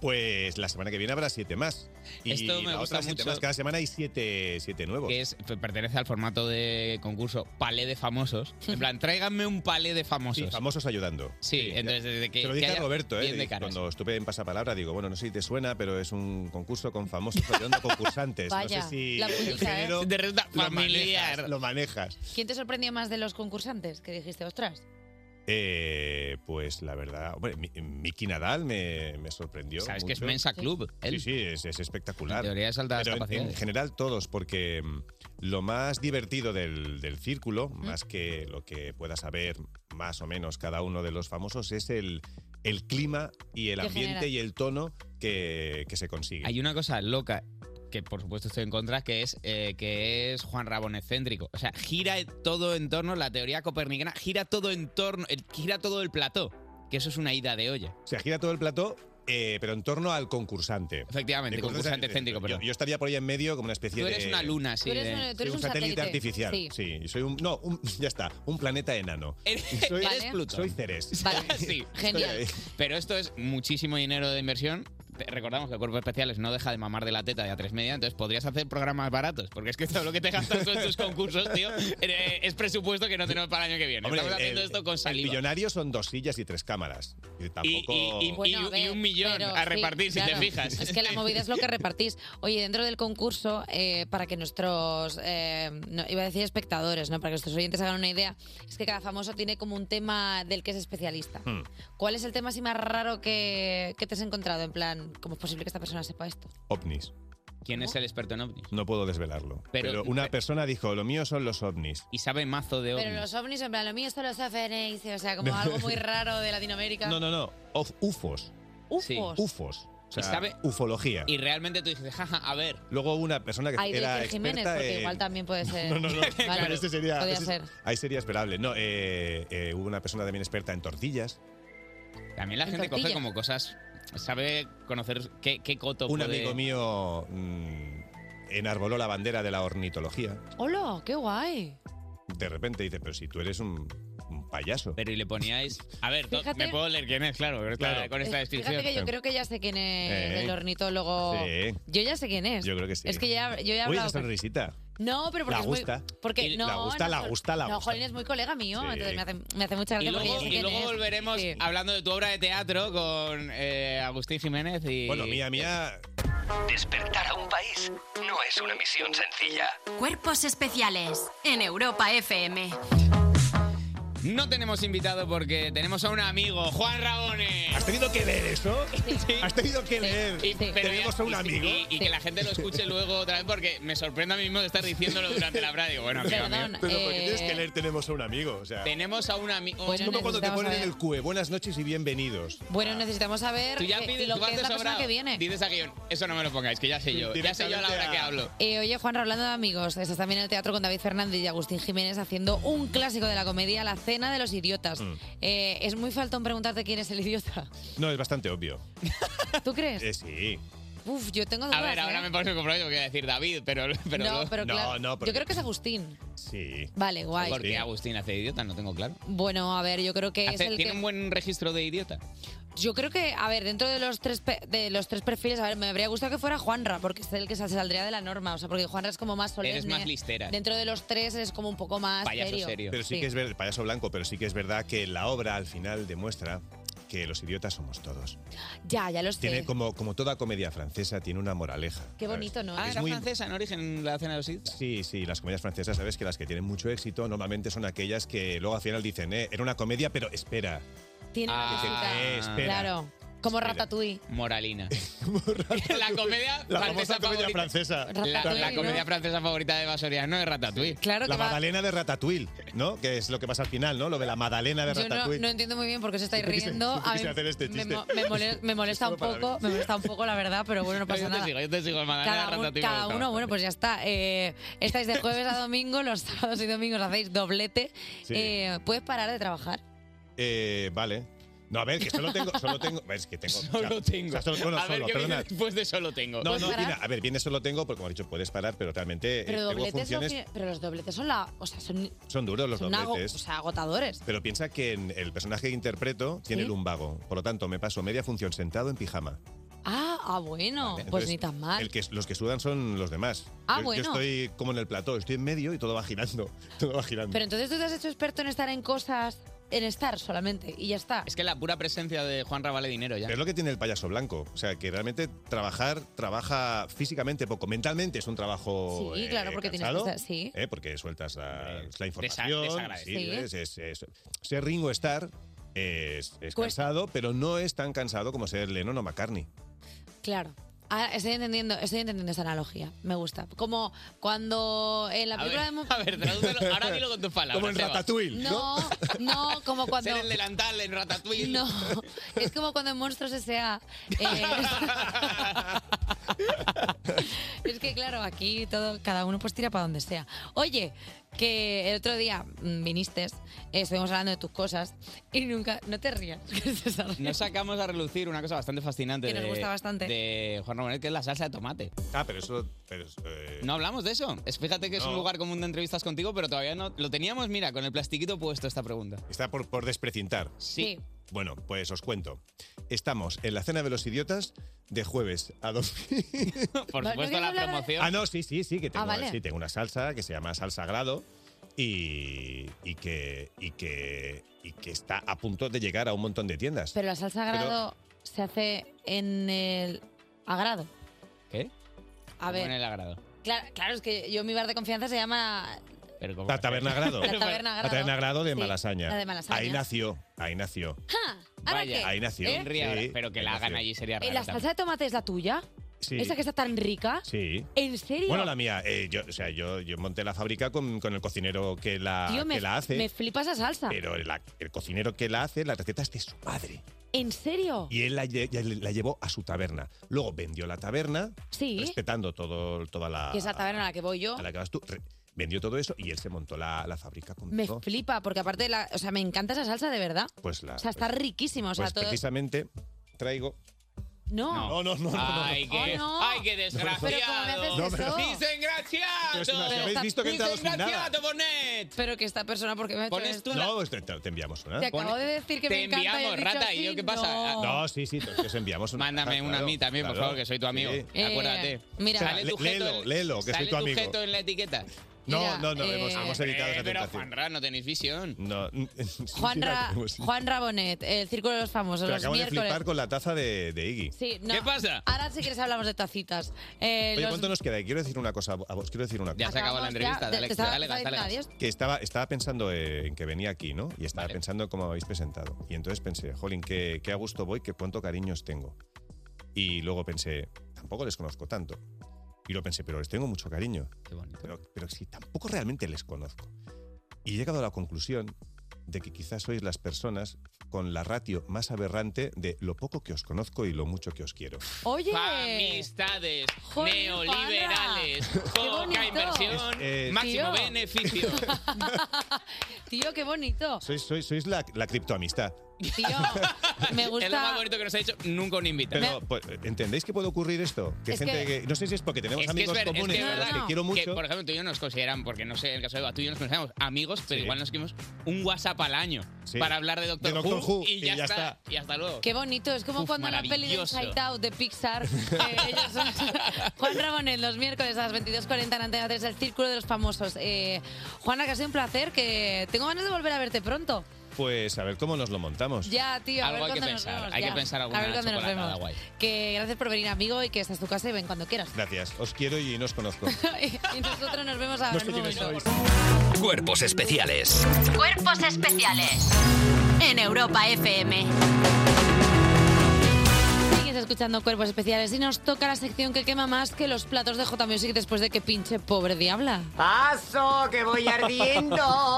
S17: Pues la semana que viene habrá siete más. Y
S3: Esto me
S17: la
S3: gusta
S17: otra siete
S3: mucho.
S17: más. Cada semana hay siete, siete nuevos.
S3: Que es, pertenece al formato de concurso palé de famosos.
S17: <laughs>
S3: En plan, tráiganme un palé de famosos.
S17: Sí, famosos ayudando.
S3: Sí, entonces desde que.
S17: Se lo
S3: que
S17: dije a
S3: haya
S17: Roberto,
S3: bien
S17: ¿eh?
S3: de caras.
S17: Cuando estuve en Pasapalabra, digo, bueno, no sé si te suena, pero es un concurso con famosos ayudando
S2: <laughs>
S17: a concursantes.
S2: Vaya,
S17: no sé si
S2: la pullita,
S17: el género
S3: ¿eh? Te resulta
S17: lo
S3: familiar.
S17: manejas, Lo manejas.
S2: ¿Quién te sorprendió más de los concursantes? Que dijiste, ostras.
S17: Eh, pues la verdad, hombre, Mi- Miki Nadal me, me sorprendió.
S3: Sabes que es
S17: mucho.
S3: Mensa Club,
S17: Sí, sí, es, es espectacular. En teoría
S3: es altas
S17: en,
S3: capacidades.
S17: general todos, porque mm, lo más divertido del, del círculo, más que lo que pueda saber más o menos cada uno de los famosos, es el, el clima y el
S3: Que
S17: ambiente
S3: genera.
S17: y el tono que, que se consigue.
S3: Hay una cosa loca que por supuesto estoy en contra, que es eh, que es Juan Rabón excéntrico. O sea, gira todo en torno, la teoría copernicana, gira todo en torno, el- gira todo el plató. Que eso es una ida de olla.
S17: Se gira todo el plató, eh, pero en torno al concursante.
S3: Efectivamente,
S17: El
S3: concursante excéntrico,
S17: yo, yo estaría por ahí en medio como una especie
S3: Tú
S17: de...
S3: eres una luna, sí, Tú eres de- una- tú
S17: Soy
S3: eres
S17: un
S3: un
S17: satélite,
S3: satélite,
S17: artificial.
S3: sí.
S17: Sí, soy un... No, un- <laughs> ya está, un planeta enano. soy,
S3: <laughs> Eres Plutón.
S17: Soy Ceres.
S3: Sí.
S17: Genial. ahí.
S3: Pero esto es muchísimo dinero de inversión. Te- Recordamos que Cuerpos Especiales no deja de mamar de la teta de a tres media, entonces podrías hacer programas baratos, porque es que todo lo que te gastas con
S17: <laughs>
S3: tus concursos, tío, eh, es presupuesto que no tenemos para el año que viene.
S17: Hombre,
S3: Estamos haciendo
S17: el-
S3: esto con
S17: El
S3: saliva.
S17: millonario son dos sillas y tres cámaras. Y tampoco...
S3: y- y- Bueno, y- a ver, y un millón
S2: Pero
S3: a
S2: sí,
S3: repartir, si te
S2: claro.
S3: fijas.
S2: Es que la movida es lo que repartís. Oye, dentro del concurso, eh, para que nuestros, eh, no, iba a decir espectadores, ¿no? Para que nuestros oyentes hagan una idea, es que cada famoso tiene como un tema del que es especialista. ¿Cuál es el tema así más raro que, que te has encontrado? En plan, ¿cómo es posible que esta persona sepa esto?
S17: ovnis.
S3: ¿Quién es el experto en ovnis?
S17: No puedo desvelarlo. Pero,
S3: Pero-
S17: una persona dijo, lo mío son los ovnis.
S3: Y sabe mazo de
S2: Pero los ovnis, en plan, lo mío es los FNIC, o
S17: <laughs>
S2: sea, como algo muy raro de Latinoamérica.
S17: No, no, no. of- UFOs.
S2: Ufos.
S17: UFOs. O sea,
S3: Y sabe-
S17: ufología.
S3: Y realmente tú dices, jaja, a ver.
S17: Luego hubo una persona que
S2: Hay de
S17: era
S2: Gil Jiménez,
S17: experta
S2: porque
S17: en-
S2: igual
S17: <laughs>
S2: también puede ser.
S17: No,
S2: <laughs>
S17: no, no.
S2: Vale,
S17: Pero este sería-
S2: podía
S17: ese-
S2: ser.
S17: Ahí sería esperable. No, eh, eh, hubo una persona también experta en tortillas.
S3: También la
S17: En
S3: gente coge
S17: tortilla.
S3: como cosas, sabe conocer qué, qué coto
S17: Un
S3: puede-
S17: amigo mío mm, enarboló la bandera de la ornitología.
S2: ¡Hola! ¡Qué guay!
S17: De repente dice, pero si tú eres un, un payaso.
S3: Pero y le poníais... A ver, to-
S2: Fíjate-
S3: me puedo leer quién es, claro, con esta-
S17: Claro.
S3: con esta
S2: Eh,
S3: descripción.
S2: Fíjate que yo creo que ya sé quién es
S17: Eh.
S2: el ornitólogo.
S17: Sí.
S2: Yo ya sé quién es.
S17: Yo creo que sí.
S2: Es que ya, yo ya he
S17: Uy,
S2: hablado.
S17: esa
S2: con-
S17: sonrisita.
S2: No, pero porque
S17: La
S2: es muy-
S17: gusta.
S2: Porque
S17: Y-
S2: no,
S17: la gusta,
S2: no,
S17: la
S2: no,
S17: gusta, la
S2: no,
S17: gusta.
S2: Jolín es muy colega mío,
S17: Sí.
S2: entonces me hace, me hace mucha
S3: Y
S2: gracia porque
S3: luego,
S2: ya sé
S3: y
S2: quién
S3: luego
S2: es.
S3: volveremos hablando de tu obra de teatro con eh, Agustín Jiménez y...
S17: Bueno, mía, mía...
S1: Despertar a un país no es una misión sencilla.
S5: Cuerpos especiales en Europa FM.
S3: No tenemos invitado porque tenemos a un amigo, Juan Rabones.
S17: ¿Has tenido que leer eso? <laughs> ¿Has tenido que leer?
S3: Y- pero
S17: ¿Tenemos
S3: ya-
S17: a un
S3: y-
S17: amigo?
S3: Y, y que la gente lo escuche luego otra vez porque me sorprende a mí mismo de estar diciéndolo durante la radio. Bueno, amigo mío.
S17: Pero porque tienes
S2: eh,
S17: que leer Tenemos a un amigo, o sea...
S3: Tenemos a un amigo...
S17: es como cuando te
S2: necesitamos
S17: ponen en
S2: saber.
S17: el QE, buenas noches y bienvenidos.
S2: Bueno, necesitamos saber
S3: Tú ya
S2: eh,
S3: pides,
S2: lo
S3: tú
S2: que
S3: vas
S2: es la
S3: de
S2: persona
S3: sobrado.
S2: que viene.
S3: Dices a guión, eso no me lo pongáis, que ya sé yo. Ya sé yo a la hora que hablo.
S2: Eh, oye, Juan, hablando de amigos, estás también en el teatro con David Fernández y Agustín Jiménez haciendo un clásico de la comedia, La Cena de los Idiotas.
S17: Mm.
S2: Eh, es muy faltón preguntarte quién es el idiota. <laughs>
S17: No, es bastante obvio.
S2: ¿Tú crees?
S17: Eh, sí.
S2: Uf, yo tengo dudas.
S3: A ver, ahora <laughs>
S2: ¿eh?
S3: me parece un compromiso que voy a decir David, pero... <laughs> pero
S2: no, pero
S3: no,
S2: claro.
S3: no, porque-
S2: Yo creo que es Agustín.
S17: Sí.
S2: Vale, guay.
S3: ¿Por qué Agustín hace idiota? No tengo claro.
S2: Bueno, a ver, yo creo que es
S3: Hace-
S2: el
S3: ¿Tiene
S2: que...
S3: un buen registro de idiota?
S2: Yo creo que, a ver, dentro de los tres pe- de los tres perfiles, a ver, me habría gustado que fuera Juanra, porque es el que se saldría de la norma, o sea, porque Juanra es como más solemne.
S3: Eres más listera.
S2: Dentro de los tres es como un poco
S3: Ah,
S2: más serio.
S17: Pero sí, que es verdad, payaso blanco, pero sí que es verdad que la obra al final demuestra que los idiotas somos todos.
S2: Ya, ya lo
S3: Pues
S2: sé.
S17: Tiene como, como toda comedia francesa, tiene una moraleja.
S2: Qué bonito, ¿no?
S3: Ah,
S17: Es
S3: era
S17: muy-
S3: francesa en origen la cena de los idiotas.
S17: Sí, sí, las comedias francesas, sabes que las que tienen mucho éxito normalmente son aquellas que luego al final dicen, eh, era una comedia, pero espera.
S2: Tiene
S17: Ah,
S2: una cosita.
S17: eh, espera.
S2: Claro. Como Ratatouille.
S17: <laughs>
S3: Moralina. la comedia
S17: La
S3: francesa
S17: famosa comedia
S3: favorita.
S17: francesa.
S3: La, la comedia francesa favorita de Basoriano es Ratatouille.
S2: Claro
S17: La
S2: que va-
S17: Madalena de Ratatouille, ¿no? Que es lo que pasa al final, ¿no? Lo de la Madalena de
S2: Yo no,
S17: Ratatouille.
S2: no entiendo muy bien por qué se estáis
S17: Yo quise-
S2: riendo.
S17: yo
S2: A
S17: quise
S2: mí
S17: hacer este
S2: me,
S17: chiste.
S2: mo- me mole-
S17: <laughs>
S2: me molesta
S3: Solo
S2: un
S3: para
S2: poco,
S3: ver.
S2: me molesta un poco la verdad, pero bueno, no pasa
S3: <laughs> yo te
S2: nada.
S3: sigo, yo te sigo. Madalena de
S2: Cada, un-
S3: Ratatouille.
S2: cada uno, bueno, pues ya está. Eh, estáis de jueves a domingo, los <laughs> sábados y domingos hacéis doblete.
S17: Sí.
S2: Eh, ¿Puedes parar de trabajar?
S17: Eh, vale. No, a ver, que solo tengo. Solo tengo. Es que tengo.
S3: Solo tengo.
S17: o sea, solo, bueno,
S3: a ver,
S17: solo,
S3: ¿qué viene
S17: perdona.
S3: después de solo tengo?
S17: No, no, viene- a ver, viene solo tengo, porque como has dicho, puedes parar, pero realmente eh,
S2: Pero,
S17: tengo
S2: dobletes no
S17: funciones.
S2: tiene- pero los dobletes son la. O sea, son,
S17: Son duros los
S2: son ago-
S17: dobletes.
S2: o sea, agotadores.
S17: Pero piensa que en el personaje que interpreto tiene
S2: ¿Sí?
S17: lumbago. Por lo tanto, me paso media función sentado en pijama.
S2: Ah, ah, bueno. pues
S17: Entonces,
S2: ni tan mal.
S17: El que, los que sudan son los demás.
S2: Ah,
S17: yo, yo
S2: bueno.
S17: estoy como en el plató, estoy en medio y todo va girando. <laughs> Todo va girando.
S2: Pero entonces tú te has hecho experto en estar en cosas, en estar solamente, y ya está.
S3: Es que la pura presencia de Juan vale dinero ya.
S17: Es lo que tiene el payaso blanco. O sea, que realmente trabajar, trabaja físicamente poco. Mentalmente es un trabajo.
S2: Sí,
S17: eh,
S2: claro, porque tienes que
S17: cansado,
S2: estar- sí.
S17: eh, porque sueltas la, la información.
S3: desagradece.
S17: sí,
S2: Sí.
S17: es- es- es- ser Ringo Starr es, es
S2: Cuesta.
S17: cansado, pero no es tan cansado como ser Lennon o McCartney.
S2: Claro. Ah, estoy entendiendo, estoy entendiendo esa analogía. Me gusta. Como cuando en la
S3: A ver,
S2: película de Mon-
S3: a ver, tradúcelo, ahora dilo con tus palabras.
S17: Como en
S3: Eva.
S17: Ratatouille,
S3: <laughs>
S2: No, no, como cuando
S3: Ser el delantal en Ratatouille. <laughs>
S2: No, es como cuando en Monstruos S.A. eh, es que claro, aquí todo, cada uno pues tira para donde sea. Oye, que el otro día mm, viniste, eh, estuvimos hablando de tus cosas y nunca, no te rías. <laughs>
S3: Nos sacamos a relucir una cosa bastante fascinante
S2: Que nos
S3: de,
S2: gusta bastante.
S3: de Juan Romanet, que es la salsa de tomate.
S17: Ah, pero eso. pero es, eh,
S3: No hablamos de eso. Es- Fíjate que es
S17: No.
S3: un lugar común de entrevistas contigo, pero todavía no. Lo teníamos, mira, con el plastiquito puesto esta pregunta.
S17: Está por, por desprecintar.
S3: Sí.
S17: Bueno, pues os cuento. Estamos en la cena de los idiotas de jueves a domingo.
S3: <laughs> Por
S2: ¿No
S3: supuesto,
S2: quieres
S3: la
S2: hablar ahora?
S3: promoción.
S17: Ah, no, sí, sí, sí, que tengo,
S2: Ah, vale.
S17: sí, tengo una salsa que se llama salsa grado y, y que, y, que, y que está a punto de llegar a un montón de tiendas.
S2: Pero la salsa
S17: Pero-
S2: grado se hace en el agrado.
S3: ¿Qué?
S2: A
S3: En
S2: ver,
S3: el agrado.
S2: claro, claro, es que yo mi bar de confianza se llama
S3: Pero como-
S17: La
S3: <laughs>
S17: taberna grado.
S2: La Taberna Grado.
S17: La taberna grado de
S2: Sí,
S17: Malasaña.
S2: la de Malasaña.
S17: Ahí nació, ahí nació.
S2: ¡Ja! ¿Ahora qué?
S17: ahí nació.
S2: ¿Eh?
S17: Sí,
S3: pero que
S17: ahí
S3: la hagan
S17: nació.
S3: allí sería
S2: ¿Eh, ¿La salsa de tomate es la tuya?
S17: Sí.
S2: ¿Esa que está tan rica?
S17: Sí.
S2: ¿En serio?
S17: Bueno, la mía, eh, yo, o sea, yo, yo monté la fábrica con, con el cocinero que la,
S2: Tío, me,
S17: que la hace.
S2: me flipa esa salsa.
S17: pero la- el cocinero que la hace, la receta es de su padre.
S2: ¿En serio?
S17: Y él la, lle- ya le- la llevó a su taberna. Luego vendió la taberna,
S2: Sí.
S17: respetando todo, toda la.
S2: Que es la taberna a la que voy yo.
S17: a la que vas tú. Re- vendió todo eso y él se montó la, la fábrica
S2: Me
S17: conmigo.
S2: flipa, porque aparte, la, o sea, me encanta esa salsa de verdad.
S17: Pues la.
S2: O sea, está
S17: pues-
S2: riquísima. O sea,
S17: pues
S2: todo...
S17: precisamente traigo.
S2: No.
S17: No, no, no. no, no.
S3: Ay, qué,
S2: Oh, no.
S3: ay, qué desgraciado.
S2: Pero ¿cómo me haces
S17: No, pero-
S2: eso?
S17: Pero si
S3: ¡Desgraciado!
S17: me habéis visto que he entrado sin nada.
S3: ¡Desgraciado, Bonet!
S2: Pero que esta persona, porque me ha hecho
S3: Pones tú
S2: esto?
S3: la-
S17: No, pues te, te- te enviamos una.
S2: Te acabo
S3: pone-
S2: de decir que
S3: te
S2: me encanta. y has
S3: enviamos,
S2: dicho
S3: rata, ¿y yo
S2: sí,
S3: qué pasa?
S2: No.
S17: No, sí, sí, entonces enviamos una.
S3: Mándame
S17: Ah,
S3: una a
S17: claro,
S3: mí también, por
S17: claro.
S3: favor, que soy tu amigo.
S17: Sí.
S2: Eh,
S3: Acuérdate.
S2: mira.
S3: ¿Sale
S17: Le-
S3: tu jeto
S17: léelo,
S3: en-
S17: léelo, que soy
S3: sale
S17: tu amigo.
S3: jeto en la etiqueta?
S17: No,
S2: Mira,
S17: no, no,
S2: eh,
S17: hemos, hemos
S3: Hombre,
S17: evitado esa
S3: pero
S17: tentación.
S3: Juanra, no tenéis visión.
S17: No, <laughs> sí, sí,
S2: Juan,
S17: la
S2: Ra-
S17: tenemos.
S2: Juan Rabonet, el Círculo de los Famosos,
S17: Pero
S2: los
S17: acabo de
S2: miércoles.
S17: flipar con la taza de, de Iggy.
S2: Sí, no.
S3: ¿Qué pasa?
S2: Ahora si quieres hablamos de tacitas. Eh,
S17: Oye,
S2: los-
S17: ¿cuánto nos queda? Y Quiero decir una cosa a vos, quiero decir una cosa.
S3: Ya se acabó la
S2: Acabamos
S3: entrevista.
S2: ya.
S3: Dale,
S2: Te- te
S3: dale,
S2: estaba-
S3: gas, dale, gas.
S2: adiós.
S17: Que estaba, estaba pensando eh, en que venía aquí, ¿no? Y estaba pensando en cómo me habéis presentado. Y entonces pensé, jolín, qué, qué a gusto voy, qué cuánto cariño os tengo. Y luego pensé, tampoco les conozco tanto. Y lo pensé, pero les tengo mucho cariño.
S3: Qué bonito.
S17: Pero, pero si tampoco realmente les conozco. Y he llegado a la conclusión de que quizás sois las personas con la ratio más aberrante de lo poco que os conozco y lo mucho que os quiero.
S2: Oye.
S3: Amistades
S2: Joder,
S3: neoliberales,
S2: Juanra. Qué bonito.
S3: poca inversión,
S17: Es- es-
S3: máximo
S2: Tío.
S3: beneficio.
S2: <laughs> Tío, qué bonito.
S17: Sois, sois, sois la, la criptoamistad.
S2: Tío,
S3: <laughs>
S2: me
S3: Es lo más
S2: gusta.
S3: bonito que nos ha hecho nunca un invitado.
S17: Pero, pues, ¿entendéis que puede ocurrir esto? Que
S2: Es
S17: gente
S2: que-
S17: que... No sé si es porque tenemos
S3: Es que
S17: amigos
S3: es ver- es
S17: comunes
S3: que es
S17: a los
S3: verdad
S17: que quiero mucho.
S3: Que, por ejemplo, tú y yo nos consideran, porque no sé, en el caso de Batu y yo nos consideramos amigos, pero
S17: Sí.
S3: igual nos escribimos un WhatsApp al año
S17: Sí.
S3: para hablar de Doctor,
S17: De Doctor Who,
S3: y ya, está, Y hasta luego.
S2: Qué bonito, es como
S3: Uf,
S2: cuando en la peli de
S3: maravilloso.
S2: Inside Out
S3: <laughs>
S2: de Pixar. eh, ellos son- <laughs> Juan Ramonet, los miércoles a las 22.40 en Antena 3, el Círculo de los Famosos. Eh, Juana, que ha sido un placer, que tengo ganas de volver a verte pronto.
S17: Pues a ver cómo nos lo montamos.
S2: Ya, tío, a
S3: Algo
S2: ver
S3: hay que
S2: cuándo nos
S3: pensar,
S2: vemos,
S3: hay que
S2: ya.
S3: pensar alguna
S2: A ver cuándo nos
S3: chocolatada
S2: vemos.
S3: guay.
S2: Que gracias por venir, amigo, y que estás a tu casa y ven cuando quieras. <laughs>
S17: Gracias. Os quiero y no os conozco.
S2: y nosotros nos vemos ahora
S17: No
S2: en
S17: sé
S2: un
S17: quiénes
S2: momento.
S17: sois.
S18: Cuerpos especiales
S5: Cuerpos especiales en Europa FM.
S2: escuchando Cuerpos Especiales y nos toca la sección que quema más que los platos de J Music después de que pinche pobre diabla.
S19: ¡Paso, que voy ardiendo!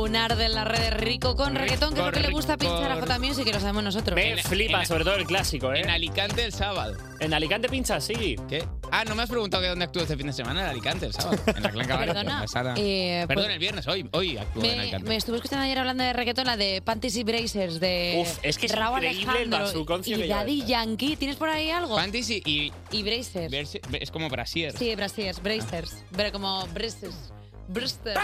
S2: Un arde en las redes rico con reggaetón, que es lo que le gusta pinchar a J Music, que lo sabemos nosotros.
S18: Me flipa, sobre todo el clásico, ¿eh?
S3: En Alicante el sábado.
S18: En Alicante pinchas, sí.
S3: ¿Qué? Ah, no me has preguntado que dónde actúo este fin de semana en Alicante el sábado. En la Clanca Vara,
S2: Perdona,
S3: en <laughs> la sala.
S2: eh,
S3: Perdón,
S2: pues-
S3: el viernes, hoy, hoy actúo en
S2: Me,
S3: Alicante.
S2: me estuve escuchando ayer hablando de reggaetón, la de Panties y Bracers de
S3: Uf, es que es
S2: Rauw
S3: increíble el
S2: eh, Alejandro
S3: bazuconcio que
S2: y
S3: lleva
S2: Daddy Yankee. ¿Tienes por ahí algo?
S3: Panties y, y-
S2: y Bracers.
S3: verse- es como brasier.
S2: Sí, brasiers, bracers. Pero como bracers. Bracers.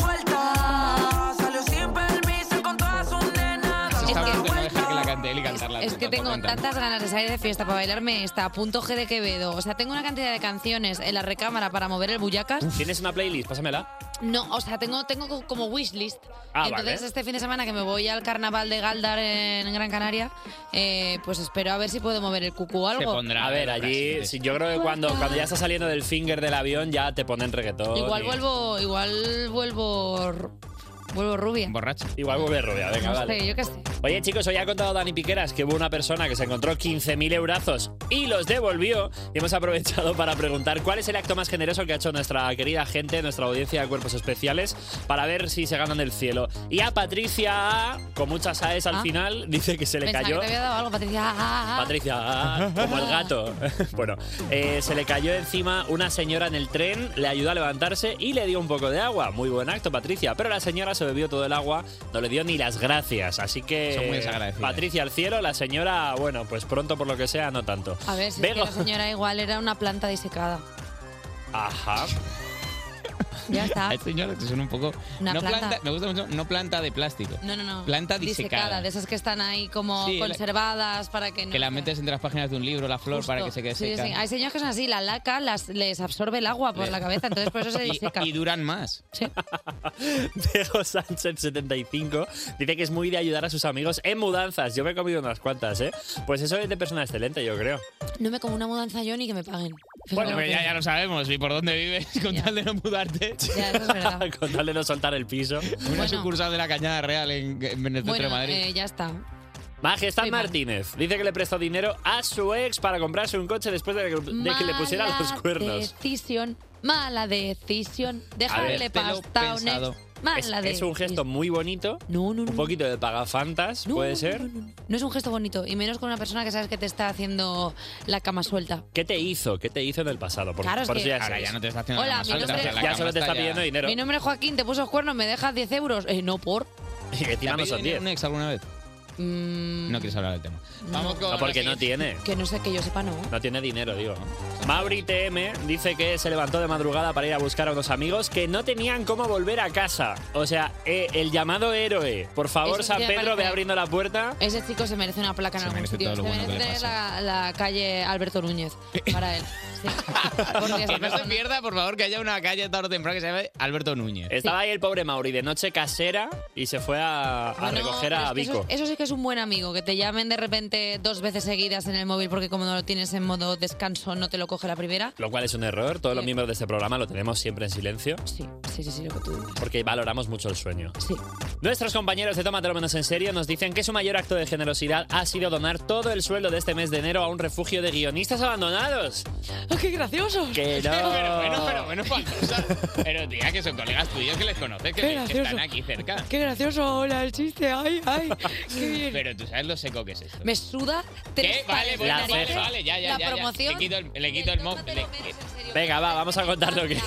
S4: Suelta, salió sin permiso con todas sus nenas.
S3: Se está hablando de no dejar que la cante él y cantarla.
S2: Es
S3: tú,
S2: que
S3: tampoco
S2: tengo
S3: canta.
S2: tantas ganas de salir de fiesta para bailarme esta, punto G de Quevedo. O sea, tengo una cantidad de canciones en la recámara para mover el buyacas.
S18: ¿Tienes una playlist? Pásamela.
S2: No, o sea, tengo, tengo co- como wishlist.
S18: Ah,
S2: Entonces,
S18: vale.
S2: este fin de semana que me voy al carnaval de Galdar en Gran Canaria, eh, pues espero a ver si puedo mover el cucú o algo.
S18: a ver, allí, sí, yo creo que cuando, cuando ya estás saliendo del finger del avión ya te ponen reggaetón.
S2: Igual
S18: y-
S2: vuelvo, igual vuelvo, ru- vuelvo rubia.
S3: Borracho.
S18: Igual vuelve rubia, venga,
S2: no
S18: vale.
S2: sé, yo qué sé.
S18: Oye, chicos, hoy ha contado Dani Piqueras que hubo una persona que se encontró 15.000 eurazos y los devolvió. Y hemos aprovechado para preguntar cuál es el acto más generoso que ha hecho nuestra querida gente, nuestra audiencia de cuerpos especiales, para ver si se ganan del cielo. Y a Patricia, A, con muchas AES al
S2: Ah.
S18: final, dice que se le
S2: Pensaba
S18: cayó.
S2: que te había dado algo, Patricia. Ah, ah, ah.
S18: Patricia, ah, como el gato. <laughs> bueno, eh, se le cayó encima una señora en el tren, le ayudó a levantarse y le dio un poco de agua. Muy buen acto, Patricia. Pero la señora se bebió todo el agua, no le dio ni las gracias. Así que,
S3: Son muy desagradecidas.
S18: Patricia al cielo, la señora, bueno, pues pronto por lo que sea, no tanto.
S2: A ver, si es que
S18: Vengo.
S2: la señora igual era una planta disecada.
S18: <laughs> Ajá.
S2: Ya
S3: <laughs>
S2: está.
S3: Ay, señora, que son un poco.
S2: Una
S3: no
S2: planta.
S3: Me gusta mucho, no planta de plástico.
S2: No, no, no.
S3: Planta disecada.
S2: De esas que están ahí como
S3: Sí, la-
S2: conservadas para que no...
S3: Que la metes entre las páginas de un libro, la flor, para
S2: Justo.
S3: que se quede
S2: Sí, sí,
S3: seca.
S2: sí. Hay señores que son así, la laca las, les absorbe el agua por
S3: Le-
S2: la cabeza, entonces
S3: <laughs>
S2: por eso se
S3: Y-
S2: diseca.
S3: y duran más.
S18: <laughs> Diego Sánchez 75 dice que es muy de ayudar a sus amigos en mudanzas. Yo me he comido unas cuantas, ¿eh? Pues eso es de persona excelente, yo creo.
S2: No me como una mudanza yo ni que me paguen.
S3: Bueno, pues ya, ya lo sabemos. ¿Y por dónde vives? <laughs> Con tal de no
S2: <laughs>
S3: mudarte.
S18: <laughs> Con tal de no soltar el piso.
S3: Una sucursal de la Cañada Real en, en el centro
S2: Bueno,
S3: de Madrid.
S2: eh, ya está.
S18: Majestad Martínez dice que le prestó dinero a su ex para comprarse un coche después de que, de que le pusiera los
S2: Mala
S18: cuernos.
S2: Decisión, mala decisión. Dejarle
S3: Este
S18: Habértelo
S2: pasta a un
S18: pensado.
S2: ex. Mala
S18: Es,
S2: decisión.
S18: es un gesto muy bonito. Un poquito de pagafantas, puede ser.
S2: No es un gesto bonito, y menos con una persona que sabes que te está haciendo la cama suelta.
S18: ¿Qué te hizo? ¿Qué te hizo en el pasado? Por,
S2: Claro, es
S18: por
S2: que-
S18: eso ya
S2: Ahora
S18: sabes.
S2: ya no te está haciendo Hola, nada más mi falta, nombre- o sea,
S18: Ya
S2: la
S3: cama
S18: solo te
S3: está
S18: está
S3: ya-
S18: pidiendo dinero.
S2: Mi nombre es Joaquín, te puso los cuernos, me dejas 10 euros. Eh, no por.
S18: <laughs> Y
S3: ¿Te ha
S18: encima no son 10.
S3: pedido dinero un ex alguna vez? No quieres hablar del tema. Vamos con
S18: No, porque no tiene.
S2: mm, Que no sé, que yo sepa, no.
S18: No tiene dinero, digo. Mauri TM dice que se levantó de madrugada para ir a buscar a unos amigos que no tenían cómo volver a casa. O sea, eh, el llamado héroe. Por favor,
S2: Eso sí
S18: San
S2: que me
S18: Pedro, ve
S2: parece-
S18: abriendo la puerta.
S2: Ese chico se merece una placa en
S18: Se
S2: algún
S18: merece
S2: sitio.
S18: todo lo
S2: se
S18: bueno que
S2: merece
S18: le
S2: tener la, la calle Alberto Núñez
S18: <laughs>
S2: para él. Sí. Porque esa
S3: Que no se
S2: persona-
S3: pierda, por favor, que haya una calle tarde o temprano que se llame Alberto Núñez.
S18: Estaba ahí el pobre Mauri de noche casera y se fue a, a
S2: Bueno,
S18: recoger
S2: pero
S18: a
S2: es que eso-
S18: Vico.
S2: Eso, sí que es un buen amigo, que te llamen de repente dos veces seguidas en el móvil porque como no lo tienes en modo descanso no te lo coge la primera.
S18: Lo cual es un error. Todos los
S2: Sí.
S18: miembros de este programa lo tenemos siempre en silencio.
S2: Sí, sí, sí, sí, lo que tú dices.
S18: Porque valoramos mucho el sueño.
S2: Sí.
S18: Nuestros compañeros de Tómatelo Menos en Serio nos dicen que su mayor acto de generosidad ha sido donar todo el sueldo de este mes de enero a un refugio de guionistas abandonados.
S2: ¡Oh, ¡Qué gracioso!
S18: Que <laughs>
S2: <laughs>
S18: no.
S3: Pero, pero bueno, pero bueno, Juan Rosa. Pero tía, que son colegas tuyos que les conoces, que,
S2: Qué
S3: que
S2: gracioso.
S3: están aquí cerca.
S2: ¡Qué gracioso ahora el chiste! ¡Ay, ay! ¡Qué bien!
S3: Pero tú sabes lo seco que es esto.
S2: <laughs> Me suda tres
S3: ¿Qué? Vale,
S2: pares de
S3: bueno, vale,
S18: pues,
S2: narices,
S3: vale, ya, ya,
S2: la
S3: ya, ya.
S2: promoción.
S3: Le quito el, le quito el mo- le-
S18: Venga, va, vamos a contar lo que, <laughs>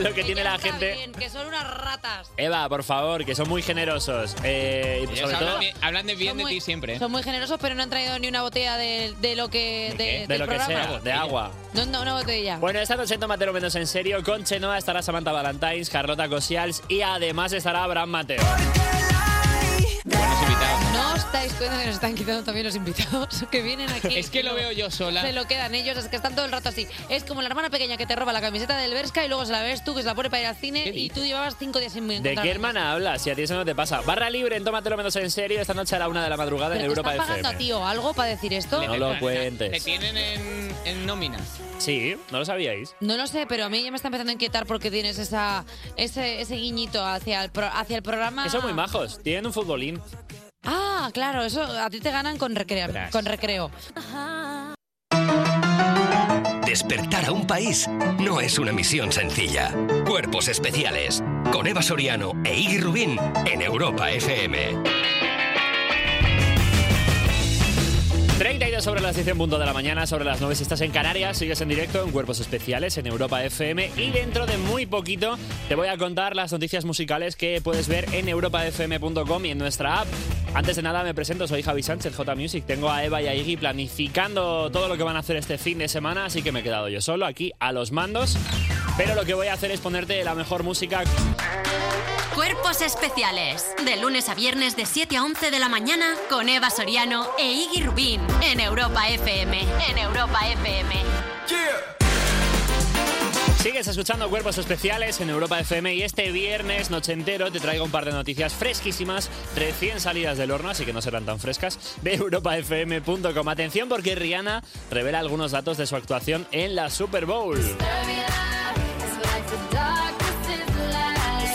S18: lo que tiene la
S2: Está
S18: gente.
S2: bien, que son unas ratas.
S18: Eva, por favor, que son muy generosos. Eh, y
S3: Ellos
S18: sobre
S3: hablan
S18: todo,
S3: bien- hablan de bien
S2: Son
S3: de
S2: muy-
S3: ti siempre. ¿eh?
S2: Son muy generosos, pero no han traído ni una botella de, de lo que... ¿De,
S18: de
S2: del
S18: lo que
S2: programa.
S18: sea, de agua.
S2: No, no, una botella.
S18: Bueno, esta noche en Tomatero Menos en Serio, con Chenoa estará Samantha Valentines, Carlota Cosials y además estará Abraham Mateo.
S2: No os dais cuenta que nos están quitando también los invitados <laughs> que vienen aquí.
S3: Es que lo veo yo sola.
S2: Se lo quedan ellos, es que están todo el rato así. Es como la hermana pequeña que te roba la camiseta del Berska y luego se la ves tú, que se la pone para ir al cine y tú llevabas cinco días sin
S18: ¿De
S2: encontrarla.
S18: qué hermana hablas? Si a ti eso no te pasa. Barra libre en Tómatelo Menos en Serio, esta noche a la una de la madrugada en
S2: ¿Pero te
S18: Europa
S2: están pagando a
S18: FM.
S2: ti o algo para decir esto?
S18: No lo
S3: Te
S18: cuentes.
S3: tienen en, en nómina.
S18: Sí, no lo sabíais.
S2: No lo sé, pero a mí ya me está empezando a inquietar porque tienes esa, ese, ese guiñito hacia el, pro- hacia el programa.
S18: Que son muy majos, tienen un futbolín.
S2: Ah, claro, eso a ti te ganan con, recrear, con recreo.
S1: Despertar a un país no es una misión sencilla. Cuerpos especiales con Eva Soriano e Iggy Rubín en Europa FM.
S18: 32 sobre las 10 en punto de la mañana, sobre las 9 si estás en Canarias, sigues en directo en Cuerpos Especiales en Europa FM y dentro de muy poquito te voy a contar las noticias musicales que puedes ver en europafm.com y en nuestra app. Antes de nada me presento, soy Javi Sánchez, J Music, tengo a Eva y a Iggy planificando todo lo que van a hacer este fin de semana, así que me he quedado yo solo aquí a los mandos, pero lo que voy a hacer es ponerte la mejor música.
S5: Cuerpos especiales. De lunes a viernes de 7 a 11 de la mañana con Eva Soriano e Iggy Rubín en Europa FM. En Europa FM.
S18: Sigues escuchando Cuerpos Especiales en Europa FM y este viernes noche entero te traigo un par de noticias fresquísimas, recién salidas del horno, así que no serán tan frescas, de europafm.com. Atención porque Rihanna revela algunos datos de su actuación en la Super Bowl.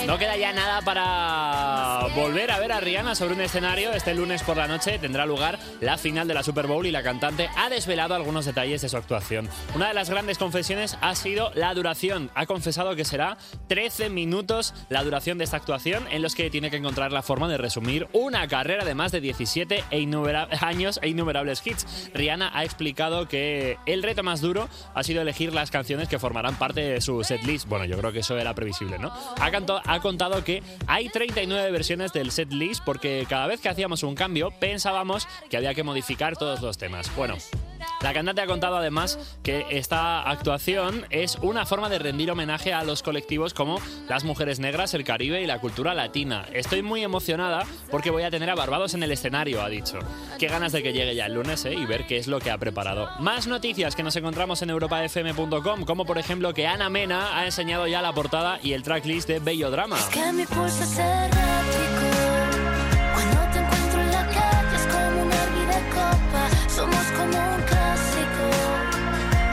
S18: No queda ya nada para volver a ver a Rihanna sobre un escenario. Este lunes por la noche tendrá lugar la final de la Super Bowl y la cantante ha desvelado algunos detalles de su actuación. Una de las grandes confesiones ha sido la duración. Ha confesado que será 13 minutos la duración de esta actuación en los que tiene que encontrar la forma de resumir una carrera de más de 17 e innumera- <laughs> años e innumerables hits. Rihanna ha explicado que el reto más duro ha sido elegir las canciones que formarán parte de su setlist. Bueno, yo creo que eso era previsible, ¿no? Ha, canto- ha contado que hay 39 versiones del setlist porque cada vez que hacíamos un cambio pensábamos que había que modificar todos los temas. Bueno. La cantante ha contado además que esta actuación es una forma de rendir homenaje a los colectivos como las mujeres negras, el Caribe y la cultura latina. Estoy muy emocionada porque voy a tener a Barbados en el escenario, ha dicho. Qué ganas de que llegue ya el lunes eh, y ver qué es lo que ha preparado. Más noticias que nos encontramos en europafm.com, como por ejemplo que Ana Mena ha enseñado ya la portada y el tracklist de Bello Drama.
S4: Que mi pulso es errático. Cuando te encuentro en la calle es como una vida copa. Somos como un clásico.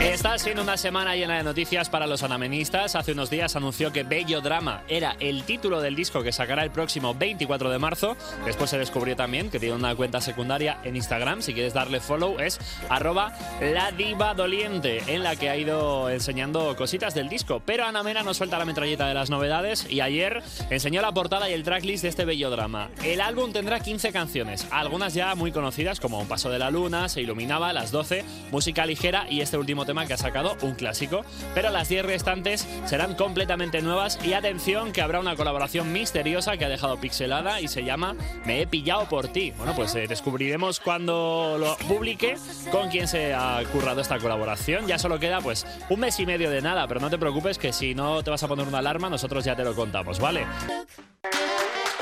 S18: Está siendo una semana llena de noticias para los anamenistas. Hace unos días anunció que Bello Drama era el título del disco que sacará el próximo 24 de marzo. Después se descubrió también que tiene una cuenta secundaria en Instagram. Si quieres darle follow es arroba la diva doliente, en la que ha ido enseñando cositas del disco. Pero Ana Mena nos suelta la metralleta de las novedades y ayer enseñó la portada y el tracklist de este bello drama. El álbum tendrá 15 canciones, algunas ya muy conocidas como Un paso de la luna, Se iluminaba, Las 12, Música ligera y este último tema que ha sacado, un clásico. Pero las 10 restantes serán completamente nuevas y atención que habrá una colaboración misteriosa que ha dejado pixelada y se llama Me he pillado por ti. Bueno, pues eh, descubriremos cuando lo publique con quién se ha currado esta colaboración. Ya solo queda pues un mes y medio de nada, pero no te preocupes que si no te vas a poner una alarma, nosotros ya te lo contamos, ¿vale?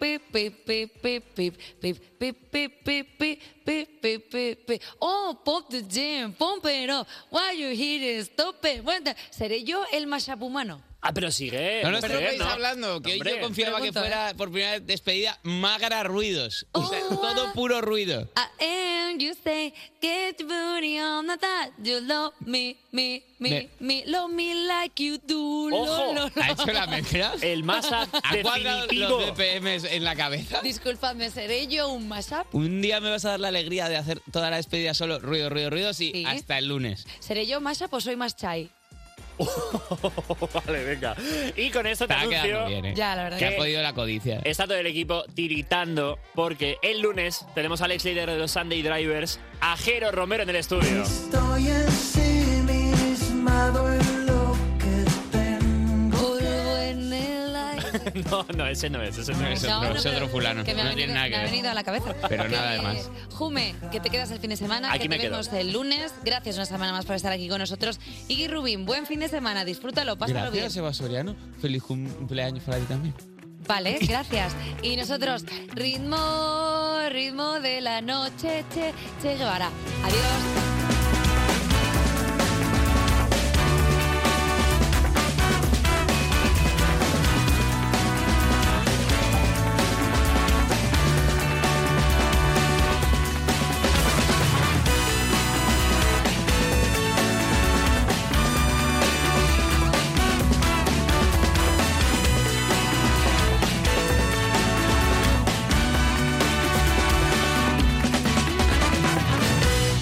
S2: pip, pip, pip, pip, pip, pip, pip, pip, pip, pip, pip, pip, pip, pip. Oh, pop the jam, pump it up. Why you here? Stop it. Bueno, ¿Seré yo el mashup humano?
S18: Ah, pero sigue.
S3: No nos
S18: sigue,
S3: estáis hablando, que hoy
S18: Hombre.
S3: yo confiaba que fuera por primera vez despedida Magra Ruidos. O sea, todo puro ruido.
S2: I am, you say, get your booty on the top. You love me, me, me, me, love me like you do.
S3: Ojo,
S2: lo, lo, lo.
S3: ha hecho la
S2: <laughs>
S3: mezcla.
S18: El masa
S3: <laughs> ¿Ha cuadrado
S18: definitivo.
S3: los BPMs en la cabeza?
S2: Disculpadme, ¿seré yo un mashup?
S3: Un día me vas a dar la alegría de hacer toda la despedida solo ruido, ruido, ruido, sí, hasta el lunes.
S2: ¿Seré yo mashup o soy más chai?
S18: <laughs> Vale, venga. <laughs> Y con esto te
S3: Está
S18: anuncio
S3: quedando bien, ¿eh?
S2: Ya, la verdad
S3: Que
S2: que-
S3: ha podido la codicia.
S18: Está todo el equipo tiritando porque el lunes tenemos al ex líder de los Sunday Drivers, a Jero Romero en el estudio. <laughs>
S4: Estoy ensimismado en lo
S2: Polvo en el aire.
S18: no, no, ese no es, ese no es.
S2: No, no,
S3: es
S2: pero
S3: otro fulano.
S2: Que me ha,
S3: no
S2: venido,
S3: tiene nada
S2: me ha
S3: que
S2: venido a
S3: ver.
S2: la cabeza.
S3: Pero
S2: <laughs> Que,
S3: nada de más.
S2: Jume, que te quedas el fin de semana,
S3: Aquí
S2: que
S3: me
S2: te
S3: quedo.
S2: vemos el lunes. Gracias una semana más por estar aquí con nosotros. Iggy Rubin, buen fin de semana, disfrútalo, pásalo
S3: Gracias,
S2: bien.
S3: Eva Soriano. Feliz cumpleaños para ti también.
S2: Vale, gracias. Y nosotros, ritmo, ritmo de la noche, che, che Guevara. Adiós.